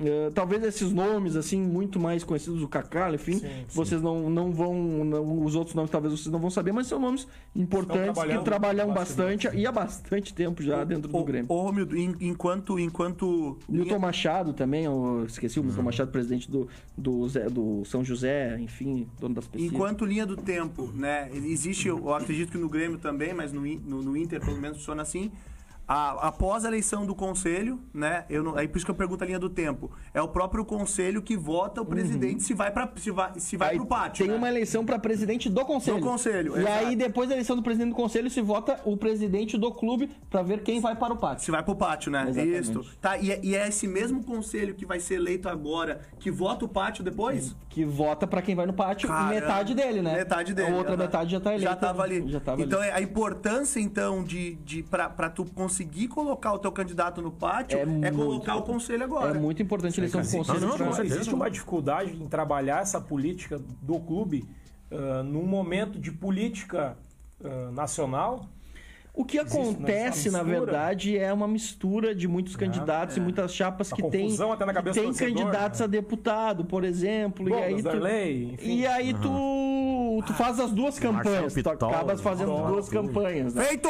S4: eh, talvez esses nomes, assim, muito mais conhecidos, o Kaká, enfim,
S2: Sim,
S4: vocês não, não vão. não- os outros nomes talvez vocês não vão saber, mas são nomes importantes que
S2: trabalhando
S4: trabalham
S2: bastante.
S4: bastante e há bastante tempo já dentro
S3: Ô,
S4: do Grêmio.
S3: Ô, Romildo, en- enquanto. enquanto
S4: Milton Machado também, eu esqueci o Milton Machado, presidente do, do, Zé- do São José, enfim, dono das pesquisas.
S3: Enquanto linha do tempo, né? Existe, eu acredito que no Grêmio também, mas no, In- no, no Inter pelo menos funciona assim. A- após a eleição do conselho, né? Eu não, aí por isso que eu pergunto a linha do tempo. É o próprio conselho que vota o presidente se vai para se vai, se vai
S4: Uhum. Aí
S3: pro pátio.
S4: Tem
S3: né?
S4: uma eleição para presidente do conselho.
S3: Do conselho,
S4: E
S3: exato.
S4: aí, depois da eleição do presidente do conselho, se vota o presidente do clube para ver quem vai para o pátio.
S3: Se vai pro pátio, né?
S4: Exatamente.
S3: Isso. Tá, e, é- e é esse mesmo conselho que vai ser eleito agora que vota o pátio depois?
S4: Que vota para quem vai no pátio
S3: Caramba.
S4: metade dele, né?
S3: Metade dele.
S4: A outra
S3: já tá-
S4: metade já tá eleita.
S3: Já tava ali.
S4: Já tava
S3: então,
S4: ali.
S3: é a importância, então, de, de pra, pra tu conseguir colocar o teu candidato no pátio
S4: É
S3: é,
S4: muito
S3: colocar o conselho agora.
S4: É muito importante a eleição do
S2: Assim,
S4: conselho.
S1: não,
S2: existe,
S1: com
S2: uma,
S1: certeza,
S2: existe
S1: não.
S2: uma dificuldade em trabalhar essa política do clube ah, num momento de política ah, nacional.
S4: O que
S2: Existe uma
S4: acontece, na
S2: mistura? Ah, é.
S4: verdade, é uma mistura de muitos candidatos e muitas chapas
S2: Uma
S4: que têm
S2: confusão até na
S4: que
S2: cabeça do
S4: têm
S2: torcedor,
S4: candidatos
S2: né?
S4: a deputado, por exemplo, e
S2: Bom, das
S4: aí tu,
S2: Darley, enfim.
S4: e aí tu, tu faz as duas campanhas, tu
S1: Pitol,
S4: acabas fazendo
S1: Pitol,
S4: duas
S1: tudo.
S4: campanhas, né?
S3: Feito!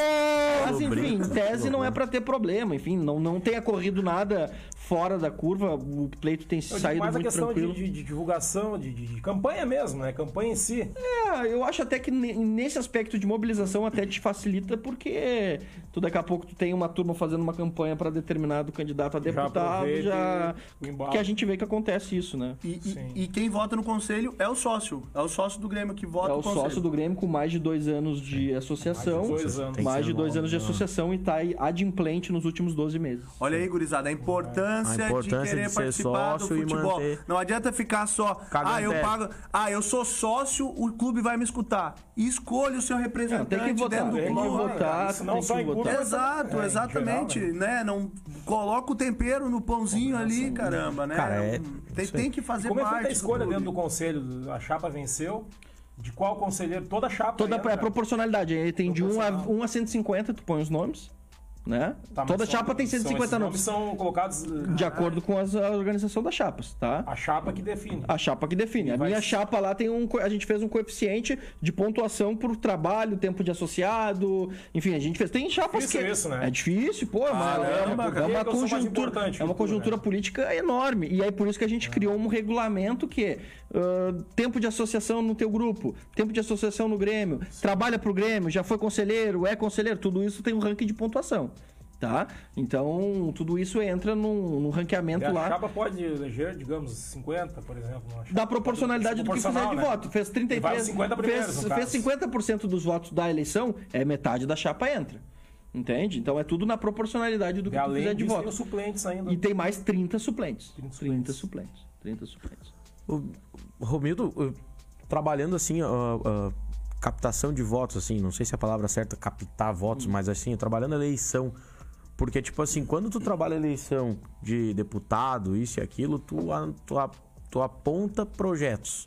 S4: Mas enfim, em tese não é pra ter problema, enfim, não, não tenha corrido nada fora da curva, o pleito tem
S2: Eu digo
S4: saído
S2: mais a
S4: muito
S2: questão
S4: tranquilo.
S2: de, de- de divulgação, de, de- de campanha mesmo, né? Campanha em si.
S4: É, eu acho até que ne- nesse aspecto de mobilização até te facilita, porque tu daqui a pouco tu tem uma turma fazendo uma campanha para determinado candidato a deputado,
S2: aproveita
S4: já.
S2: e o embalo.
S4: Que a gente vê que acontece isso, né?
S3: E, e-
S2: Sim.
S3: e quem vota no conselho é o sócio. É o sócio do Grêmio que vota
S4: É o
S3: conselho.
S4: sócio do Grêmio com mais de dois anos de associação.
S2: Mais de dois anos.
S4: Mais de
S1: Tem que
S4: dois
S1: ser né?
S4: anos de
S1: bom,
S4: associação e tá aí adimplente nos últimos 12 meses.
S3: Olha aí, gurizada, a importância,
S1: A importância
S3: de querer
S1: de ser
S3: participar do
S1: sócio e
S3: futebol.
S1: manter.
S3: Não adianta ficar só,
S1: Cagando
S3: ah, eu
S1: pé.
S3: pago, ah, eu sou sócio, o clube vai me escutar. Escolha o seu representante
S4: tem que votar,
S3: dentro do
S4: tem que
S3: clube.
S4: votar. Tá,
S2: Isso não
S4: tem
S2: só
S4: que
S2: em
S4: botar.
S2: curva, mas-
S3: Exato,
S2: é, em
S3: exatamente,
S2: geral, né?
S3: né? Não coloca o tempero no pãozinho ali, caramba, né?
S1: Cara, é-
S3: Não- tem, tem que fazer
S2: Como é
S3: parte.
S2: feita a escolha
S3: clube.
S2: dentro do conselho? A chapa venceu. De qual conselheiro? Toda a chapa.
S4: Toda
S2: entra.
S4: é proporcionalidade. Aí tem de 1 a,
S2: Proporcional.
S4: 1 a 150, tu põe os nomes. Né?
S2: Tá, mas
S4: Toda
S2: são-
S4: chapa tem
S2: são-
S4: 150
S2: esses
S4: nomes.
S2: São colocados eh,
S4: De acordo com as- a organização das chapas, tá?
S2: a chapa que define.
S4: A chapa que define. A
S2: Vai-
S4: minha chapa lá tem um. co- A gente fez um coeficiente de pontuação por trabalho, tempo de associado. Enfim, a gente fez. Tem chapas
S2: Difícil
S4: que.
S2: isso, né?
S4: É difícil, pô, mas é uma,
S2: Caramba,
S4: é uma
S2: cara. Eu sou mais
S4: conjuntura.
S2: importante
S4: É uma
S2: que tu, né?
S4: conjuntura
S2: Ah.
S4: política enorme. E aí por isso que a gente criou um regulamento que é ah, tempo de associação no teu grupo, tempo de associação no Grêmio, trabalha pro Grêmio, já foi conselheiro, é conselheiro, tudo isso tem um ranking de pontuação. Tá? Então, tudo isso entra num, num ranqueamento
S2: Né? É a
S4: lá.
S2: chapa pode eleger, digamos, 50, por exemplo. numa chapa.
S4: Da proporcionalidade do que fizer
S2: Proporcional,
S4: de
S2: né?
S4: voto. Fez
S2: Vai
S4: 33,
S2: os 50 primeiros,
S4: fez,
S2: no
S4: fez
S2: caso.
S4: 50% dos votos da eleição, é metade da chapa entra. Entende? Então é tudo na proporcionalidade do
S2: E
S4: que tu fizer
S2: além
S4: de
S2: disso, tem
S4: voto. Então,
S2: os suplentes ainda.
S4: E tem mais 30 suplentes. 30
S2: 30
S4: suplentes. 30 suplentes. 30 suplentes.
S1: O Romildo, uh, trabalhando assim, ó, ó, captação de votos, assim, não sei se é a palavra certa, captar votos, mas assim, trabalhando eleição. Porque, tipo assim, quando tu trabalha eleição de deputado, isso e aquilo, tu, a- tu, a- tu aponta projetos,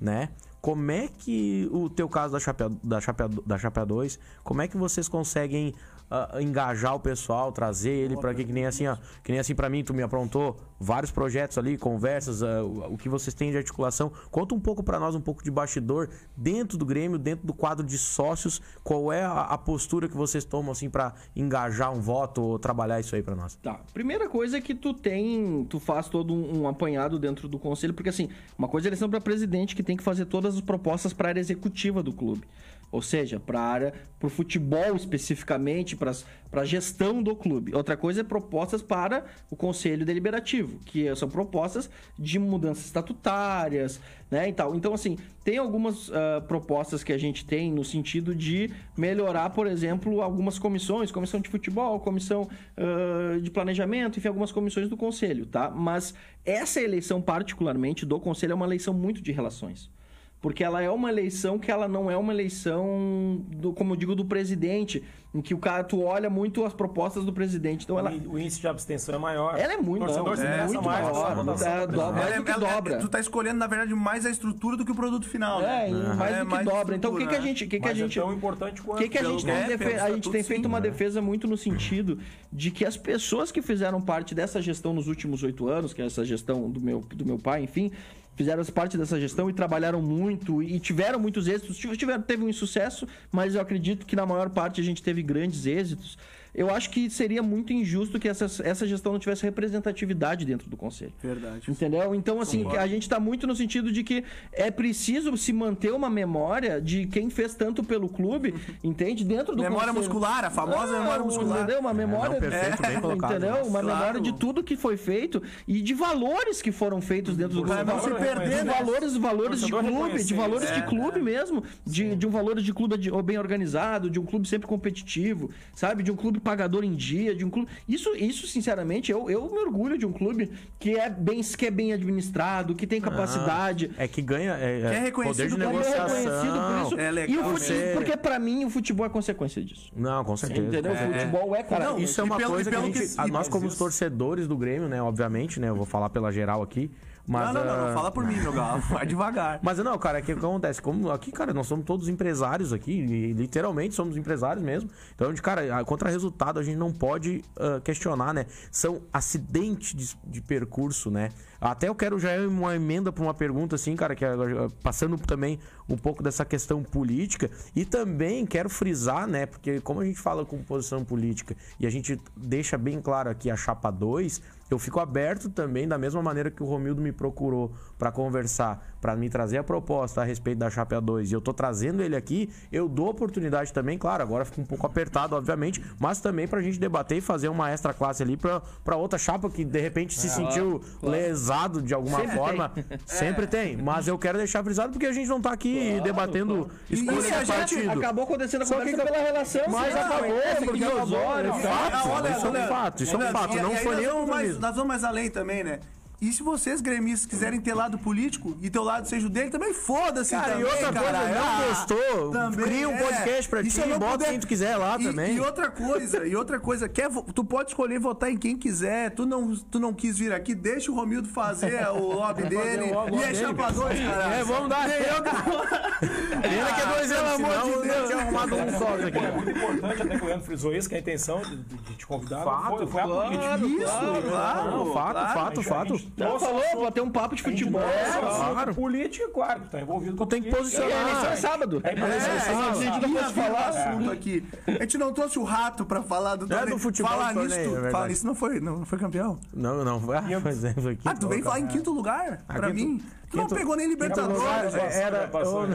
S1: né? Como é que o teu caso da Chapea, da Chapea, da Chapea 2, como é que vocês conseguem ah, engajar o pessoal, trazer ele para aqui, que nem assim, ó, que nem assim para mim, tu me aprontou vários projetos ali, conversas, ah, o o que vocês têm de articulação. Conta um pouco para nós, um pouco de bastidor dentro do Grêmio, dentro do quadro de sócios, qual é a, a postura que vocês tomam assim para engajar um voto ou trabalhar isso aí para nós?
S4: Tá. Primeira coisa é que tu tem. Tu faz todo um, um apanhado dentro do conselho, porque assim, uma coisa é eleição para presidente que tem que fazer todas as propostas para a área executiva do clube. Ou seja, para área, para o futebol especificamente, para a gestão do clube. Outra coisa é propostas para o Conselho Deliberativo, que são propostas de mudanças estatutárias, né? E tal. Então, assim, tem algumas ah, propostas que a gente tem no sentido de melhorar, por exemplo, algumas comissões, comissão de futebol, comissão ah, de planejamento, enfim, algumas comissões do conselho, tá? Mas essa eleição, particularmente, do conselho, é uma eleição muito de relações. Porque ela é uma eleição que ela não é uma eleição, do, como eu digo, do presidente, em que o cara, tu olha muito as propostas do presidente. Então ela,
S2: O índice de abstenção é maior.
S4: ela é muito,
S2: O torcedor
S4: não,
S2: se
S4: é
S2: interessa
S4: muito
S2: mais nessa
S4: maior.
S2: votação.
S4: é, do- mais do que dobra.
S3: tu tá escolhendo, na verdade, mais a estrutura do que o produto final, né?
S4: É, e mais do que dobra. Então, o que, que
S3: estrutura,
S4: a
S3: né?
S4: gente. O que, que a
S2: Mas
S4: gente
S2: é tão importante
S4: o
S2: quanto.
S4: que, que a
S3: Pelo
S4: gente tem,
S3: gap,
S4: defe-
S3: pelo
S4: a gente
S3: estatuto,
S4: tem feito
S3: sim,
S4: uma
S3: né?
S4: defesa muito no sentido de que as pessoas que fizeram parte dessa gestão nos últimos oito anos, que é essa gestão do meu, do meu pai, enfim, fizeram parte dessa gestão e trabalharam muito e tiveram muitos êxitos. Tive- Tiveram, teve um insucesso, mas eu acredito que na maior parte a gente teve grandes êxitos. Eu acho que seria muito injusto que essa, essa gestão não tivesse representatividade dentro do conselho.
S3: Verdade.
S4: Entendeu? Então, assim, a gente tá muito no sentido de que é preciso se manter uma memória de quem fez tanto pelo clube, entende? Dentro do
S3: Memória
S4: conselho.
S3: muscular, a famosa
S4: Ah,
S3: memória é muscular.
S4: Entendeu? Uma memória.
S1: É, não, perfeito, bem colocado,
S4: Entendeu?
S1: mas
S4: Uma
S3: claro.
S4: memória de tudo que foi feito e de valores que foram feitos dentro do
S3: Pra
S4: clube.
S3: não se perder,
S4: De
S3: né?
S4: valores, valores de
S2: Torcedor
S4: clube,
S2: reconhecer
S4: de valores
S2: isso.
S4: de
S2: É,
S4: clube mesmo, de, de um valor de clube de- bem organizado, de um clube sempre competitivo, sabe? De um clube pagador em dia, de um clube. Isso, isso sinceramente, eu, eu me orgulho de um clube que é bem, que é bem administrado, que tem capacidade.
S1: É que ganha. É, é
S3: Que é
S1: poder
S3: reconhecido
S1: de
S3: como
S4: Ele é reconhecido por
S1: negociação.
S4: isso.
S3: É legal,
S4: e o fute-
S1: você-
S4: Porque pra mim o futebol é consequência disso.
S1: Não, com certeza.
S4: Entendeu? O futebol é
S1: Cara,
S4: consequência.
S1: isso é
S3: e
S1: uma
S3: pelo-
S1: coisa
S3: e
S1: que, a
S3: pelo
S1: gente,
S3: que se-
S1: a- nós, como
S2: Mas
S1: os torcedores do Grêmio, né? Obviamente, né? Eu vou falar pela geral aqui. Mas,
S3: Não, não, não,
S1: ah,
S3: não, fala por mim, meu galo. Vai devagar.
S1: Mas não, cara, aqui, o que acontece? Como aqui, cara, nós somos todos empresários aqui, e literalmente somos empresários mesmo. Então, de cara, a- contra resultado a gente não pode ah, questionar, né? São acidentes de, de percurso, né? Até eu quero já uma emenda para uma pergunta assim, cara, que agora, ah, passando também um pouco dessa questão política e também quero frisar, né, porque como a gente fala com posição política e a gente deixa bem claro aqui a chapa 2, eu fico aberto também da mesma maneira que o Romildo me procurou para conversar, para me trazer a proposta a respeito da chapa 2 e eu tô trazendo ele aqui, eu dou oportunidade também, claro, agora fica um pouco apertado, obviamente, mas também pra gente debater e fazer uma extra classe ali pra, pra outra chapa que de repente se sentiu lesado de alguma forma. Sempre tem, mas eu quero deixar frisado porque a gente não tá aqui debatendo escolha
S3: E se a
S1: de
S3: gente
S1: partido.
S4: Acabou acontecendo a
S1: Só
S4: conversa
S1: que-
S4: pela relação.
S1: Mas
S4: sim,
S1: acabou,
S4: não,
S3: assim
S4: essa
S1: porque
S4: aqui é
S1: acabou,
S4: Osório,
S1: né?
S4: tá?
S1: fato,
S3: olha,
S1: isso é um
S3: olha,
S1: fato, isso é um
S3: olha,
S1: fato,
S3: e-
S1: não
S3: e aí
S1: foi
S3: nós
S1: nem
S3: vamos mais,
S1: oportunismo.
S3: Nós vamos mais além também, né? E se vocês, gremistas, quiserem ter lado político e teu lado seja o dele, também foda-se
S1: Cara,
S3: também,
S1: e outra coisa,
S3: cara.
S1: não
S3: Ah, é.
S1: gostou, cria um podcast pra
S3: E
S1: ti
S3: se eu
S1: e
S3: não
S1: bota quem tu quiser lá
S3: E-
S1: também.
S3: E outra coisa, e outra coisa, quer, vo- tu pode escolher votar em quem quiser, tu não, tu não quis vir aqui, deixa o Romildo fazer o lobby dele.
S2: logo o
S3: E é
S2: lobby
S3: chapa dois, cara.
S1: É, vamos dar eu Pena que é dois, pelo amor de Deus, tinha arrumado um só
S2: É
S1: aqui.
S2: muito importante, até que o Leandro frisou isso, que a intenção de, de te convidar não
S1: Fato,
S2: foi, foi a política.
S3: Isso,
S1: Não,
S3: claro.
S1: fato,
S3: claro.
S1: fato, fato.
S4: Não falou, vou ter um papo de futebol.
S2: É,
S1: claro.
S2: claro. Político, claro, tu tá envolvido
S1: Tu tem que
S4: E a eleição é
S1: posicionar.
S4: sábado.
S2: É, mas-
S3: É,
S2: Ah,
S3: a gente não pode falar
S2: é.
S3: assunto aqui. A gente não trouxe o rato pra falar do torneio.
S1: do futebol
S3: Falar
S1: do
S3: nisso,
S1: torneio, é
S3: tu-
S1: verdade.
S3: fala, isso não foi, não, não foi campeão.
S1: Não, não, ah, por exemplo, aqui.
S3: Ah, tu veio falar em quinto lugar?
S1: Ah,
S3: pra
S1: quinto-
S3: mim? Tu não
S1: quinto-
S3: pegou nem Libertadores.
S1: Era, era,
S2: Passou,
S1: eu-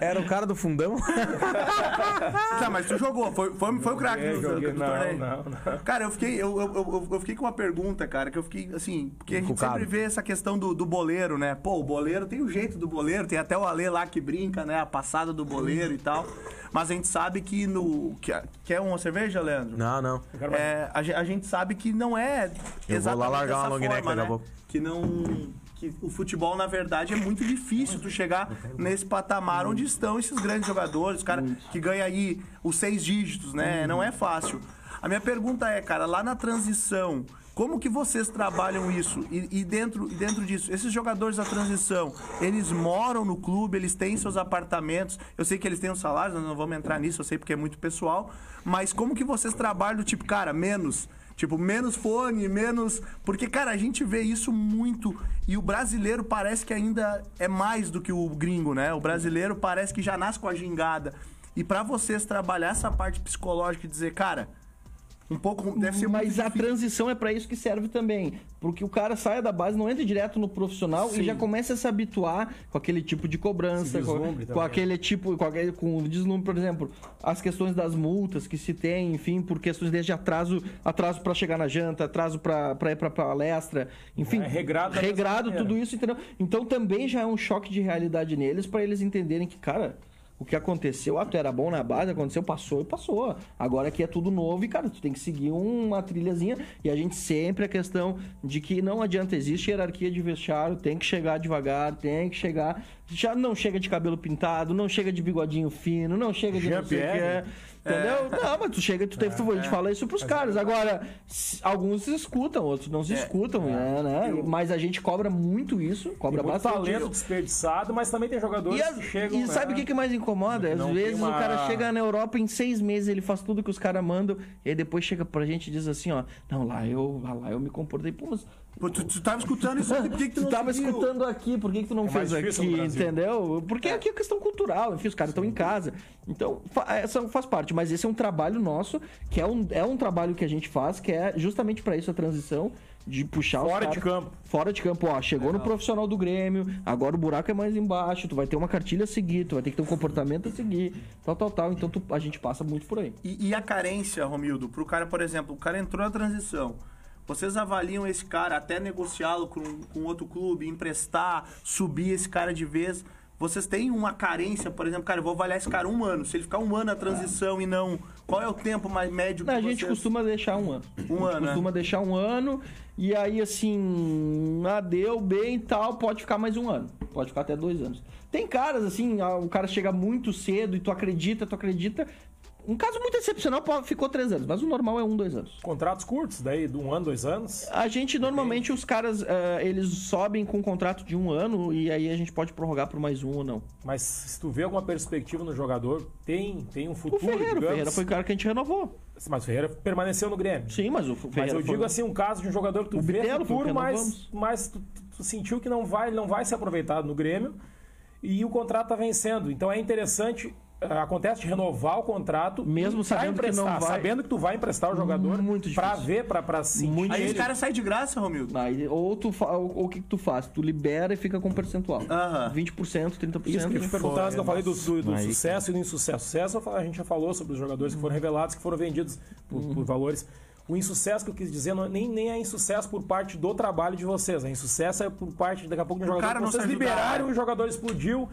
S1: era o cara do fundão?
S3: Tá, mas tu jogou. Foi, foi, foi o craque
S2: É,
S3: do, do,
S2: joguei-
S3: do
S2: Não,
S3: torneio.
S2: não, não.
S3: Cara, eu fiquei, eu, eu, eu- eu fiquei com uma pergunta, cara, que eu fiquei assim, porque a gente
S1: Encucado.
S3: sempre vê essa questão do, do boleiro, né? Pô, o boleiro tem o jeito do boleiro, tem até o Alê lá que brinca, né? A passada do boleiro e tal. Mas a gente sabe que no. que- Quer uma cerveja, Leandro?
S1: Não, não.
S3: É, a, ge- a gente sabe que não é
S1: Eu vou lá
S3: exatamente
S1: largar
S3: dessa
S1: uma long neck
S3: forma,
S1: daqui a
S3: né?
S1: pouco.
S3: Que não que o futebol na verdade é muito difícil tu chegar nesse patamar onde estão esses grandes jogadores, os cara que ganha aí os seis dígitos, né? Não é fácil. A minha pergunta é, cara, lá na transição, como que vocês trabalham isso? E, e dentro, e dentro disso, esses jogadores da transição, eles moram no clube, eles têm seus apartamentos. Eu sei que eles têm um salário, nós não vamos entrar nisso, eu sei porque é muito pessoal. Mas como que vocês trabalham, do tipo, cara, menos? Tipo, menos fone, menos. Porque, cara, a gente vê isso muito. E o brasileiro parece que ainda é mais do que o gringo, né? O brasileiro parece que já nasce com a gingada. E pra vocês trabalhar essa parte psicológica e dizer, cara, um pouco. Deve ser muito
S4: Mas a
S3: difícil.
S4: transição é pra isso que serve também. Porque o cara saia da base, não entra direto no profissional e já começa a se habituar com aquele tipo de cobrança,
S2: Esse
S4: com,
S2: vislumbre
S4: com
S2: também.
S4: aquele tipo, com, aquele, com o deslumbre, por exemplo, as questões das multas que se tem, enfim, por questões desde atraso, atraso para chegar na janta, atraso pra pra ir pra palestra, enfim.
S2: É regrado da
S4: regrado
S2: mesma
S4: tudo
S2: maneira.
S4: isso, entendeu? Então também já é um choque de realidade neles pra eles entenderem que, cara, o que aconteceu, ah, tu era bom na base, aconteceu, passou e passou. Agora aqui é tudo novo e, cara, tu tem que seguir uma trilhazinha. E a gente sempre a questão de que não adianta, existe hierarquia de vestiário, tem que chegar devagar, tem que chegar já não chega de cabelo pintado, não chega de bigodinho fino, não chega de não sei o que é.
S2: Jean-Pierre.
S4: Entendeu?
S2: É.
S4: Não, mas tu chega, tu tem, tu, a gente fala isso pros caras. Agora, s- alguns se escutam, outros não
S2: É.
S4: se escutam, né, né? Mas a gente cobra muito isso, cobra
S2: Tem muito
S4: bastante.
S2: talento desperdiçado, mas também tem jogadores
S4: E, as-
S2: que chegam. né,
S4: e sabe o que, que mais incomoda? Às
S2: é. Não tem
S4: vezes o
S2: uma-
S4: cara chega na Europa em seis meses, ele faz tudo que os caras mandam, e aí depois chega pra gente e diz assim, ó, não, lá eu, lá, lá eu me comportei, pô, mas
S3: Pô, tu, tu tava escutando isso aqui, por que, que tu
S4: tu
S3: não
S4: tava
S3: seguiu?
S4: escutando aqui, por que, que tu não
S2: É mais
S4: fez
S2: difícil no
S4: aqui,
S2: Brasil.
S4: entendeu? Porque aqui é questão cultural, enfim, os caras estão em casa. Então, fa- essa faz parte, mas esse é um trabalho nosso, que é um, é um trabalho que a gente faz, que é justamente pra isso a transição, de puxar os
S2: Fora de
S4: caras-
S2: campo.
S4: Fora de campo, ó, chegou no profissional do Grêmio, agora o buraco é mais embaixo, tu vai ter uma cartilha a seguir, tu vai ter que ter um comportamento a seguir, tal, tal, tal. Então tu- a gente passa muito por aí.
S3: E, e a carência, Romildo, pro cara, por exemplo, o cara entrou na transição. Vocês avaliam esse cara até negociá-lo com, com outro clube, emprestar, subir esse cara de vez. Vocês têm uma carência, por exemplo, cara, eu vou avaliar esse cara um ano. Se ele ficar um ano na transição e não. Qual é o tempo mais médio que
S4: A gente
S3: vocês-
S4: costuma deixar um ano.
S3: Um
S4: A gente
S3: ano, né?
S4: Costuma deixar um ano e aí assim, ah, deu bem e tal, pode ficar mais um ano. Pode ficar até dois anos. Tem caras assim, ah, o cara chega muito cedo e tu acredita, tu acredita. Um caso muito excepcional, pô, ficou três anos, mas o normal é um, dois anos.
S2: Contratos curtos, daí de um ano, dois anos.
S4: A gente normalmente os caras ah, eles sobem com um contrato de um ano e aí a gente pode prorrogar por mais um ou não.
S2: Mas se tu vê alguma perspectiva no jogador, tem, tem um
S4: O
S2: futuro.
S4: Ferreira, o
S2: digamos.
S4: Ferreira foi o cara que a gente renovou.
S2: Mas o Ferreira permaneceu no Grêmio.
S4: Sim, mas o Ferreira.
S2: Mas eu
S4: foi-
S2: digo assim, um caso de um jogador que tu
S4: O
S2: vê
S4: Bitelo,
S2: futuro,
S4: porque não
S2: mas,
S4: vamos.
S2: mas tu, tu- tu sentiu que não vai, não vai ser aproveitado no Grêmio e o contrato tá vencendo. Então é interessante, eh, acontece de renovar o contrato,
S4: Mesmo
S2: e pra
S4: sabendo que
S2: emprestar,
S4: não vai-
S2: sabendo que tu vai emprestar o jogador
S4: Muito difícil.
S2: pra ver, pra, pra sentir.
S4: Muito
S3: Aí
S2: ele.
S3: esse cara sai de graça, Romildo.
S4: Aí, ou tu fa- ou, ou o que, que tu faz? Tu libera e fica com um percentual.
S3: Aham.
S4: 20%, 30%.
S2: Isso que eu te perguntava
S4: né?
S2: antes que eu falei do, do- do
S1: Aí,
S2: sucesso e do insucesso. Sucesso, eu falo- a gente já falou sobre os jogadores que foram
S4: Uhum.
S2: revelados, que foram vendidos por, por valores. O insucesso que eu quis dizer não é- nem, nem é insucesso por parte do trabalho de vocês. É insucesso é por parte, daqui a pouco, de um jogador.
S3: cara
S2: que
S3: não
S2: vocês
S3: se ajudar.
S2: liberaram, o jogador explodiu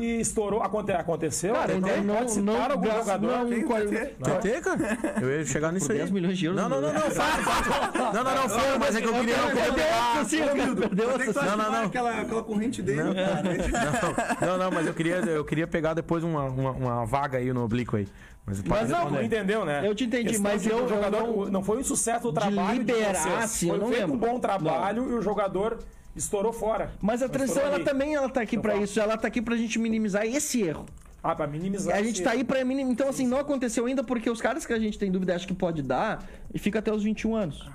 S2: e estourou. Aconte- aconteceu?
S4: Cara,
S2: Então,
S4: não, não,
S2: pode citar algum
S4: graças-
S2: jogador?
S4: não, qual-
S1: TT, cara? Eu ia chegar nisso aí.
S4: 10 milhões de euros. né?
S1: Não, não, não, não, fala. Não, não, não, fala, mas é que eu queria não
S4: Perdeu essa, sim,
S2: Ah,
S4: perdeu
S3: Quanto é que tu
S4: essa.
S3: acha
S1: Não,
S3: que
S1: não,
S3: vai
S1: não.
S3: Aquela, aquela corrente dele, cara?
S1: Não, não, não, mas eu queria, eu queria pegar depois uma, uma, uma vaga aí no oblíquo aí. Mas,
S4: Mas não,
S2: Tu entendeu, né?
S4: Eu te entendi,
S2: Questão
S4: mas
S2: de
S4: eu-
S2: o jogador
S4: eu
S2: não,
S4: não-
S2: foi um sucesso do trabalho
S4: liberar,
S2: de vocês.
S4: assim, eu
S2: foi
S4: não
S2: feito um
S4: lembro.
S2: bom trabalho e o jogador estourou fora.
S4: Mas a
S2: Não
S4: transição,
S2: estourou
S4: ela
S2: ali.
S4: também ela tá aqui
S2: Então
S4: pra
S2: fala.
S4: isso. Ela tá aqui pra gente minimizar esse erro.
S2: Ah, pra minimizar.
S4: A gente
S2: esse-
S4: tá aí pra minimizar. Então, assim, não aconteceu ainda porque os caras que a gente tem dúvida acha que pode dar e fica até os 21 anos.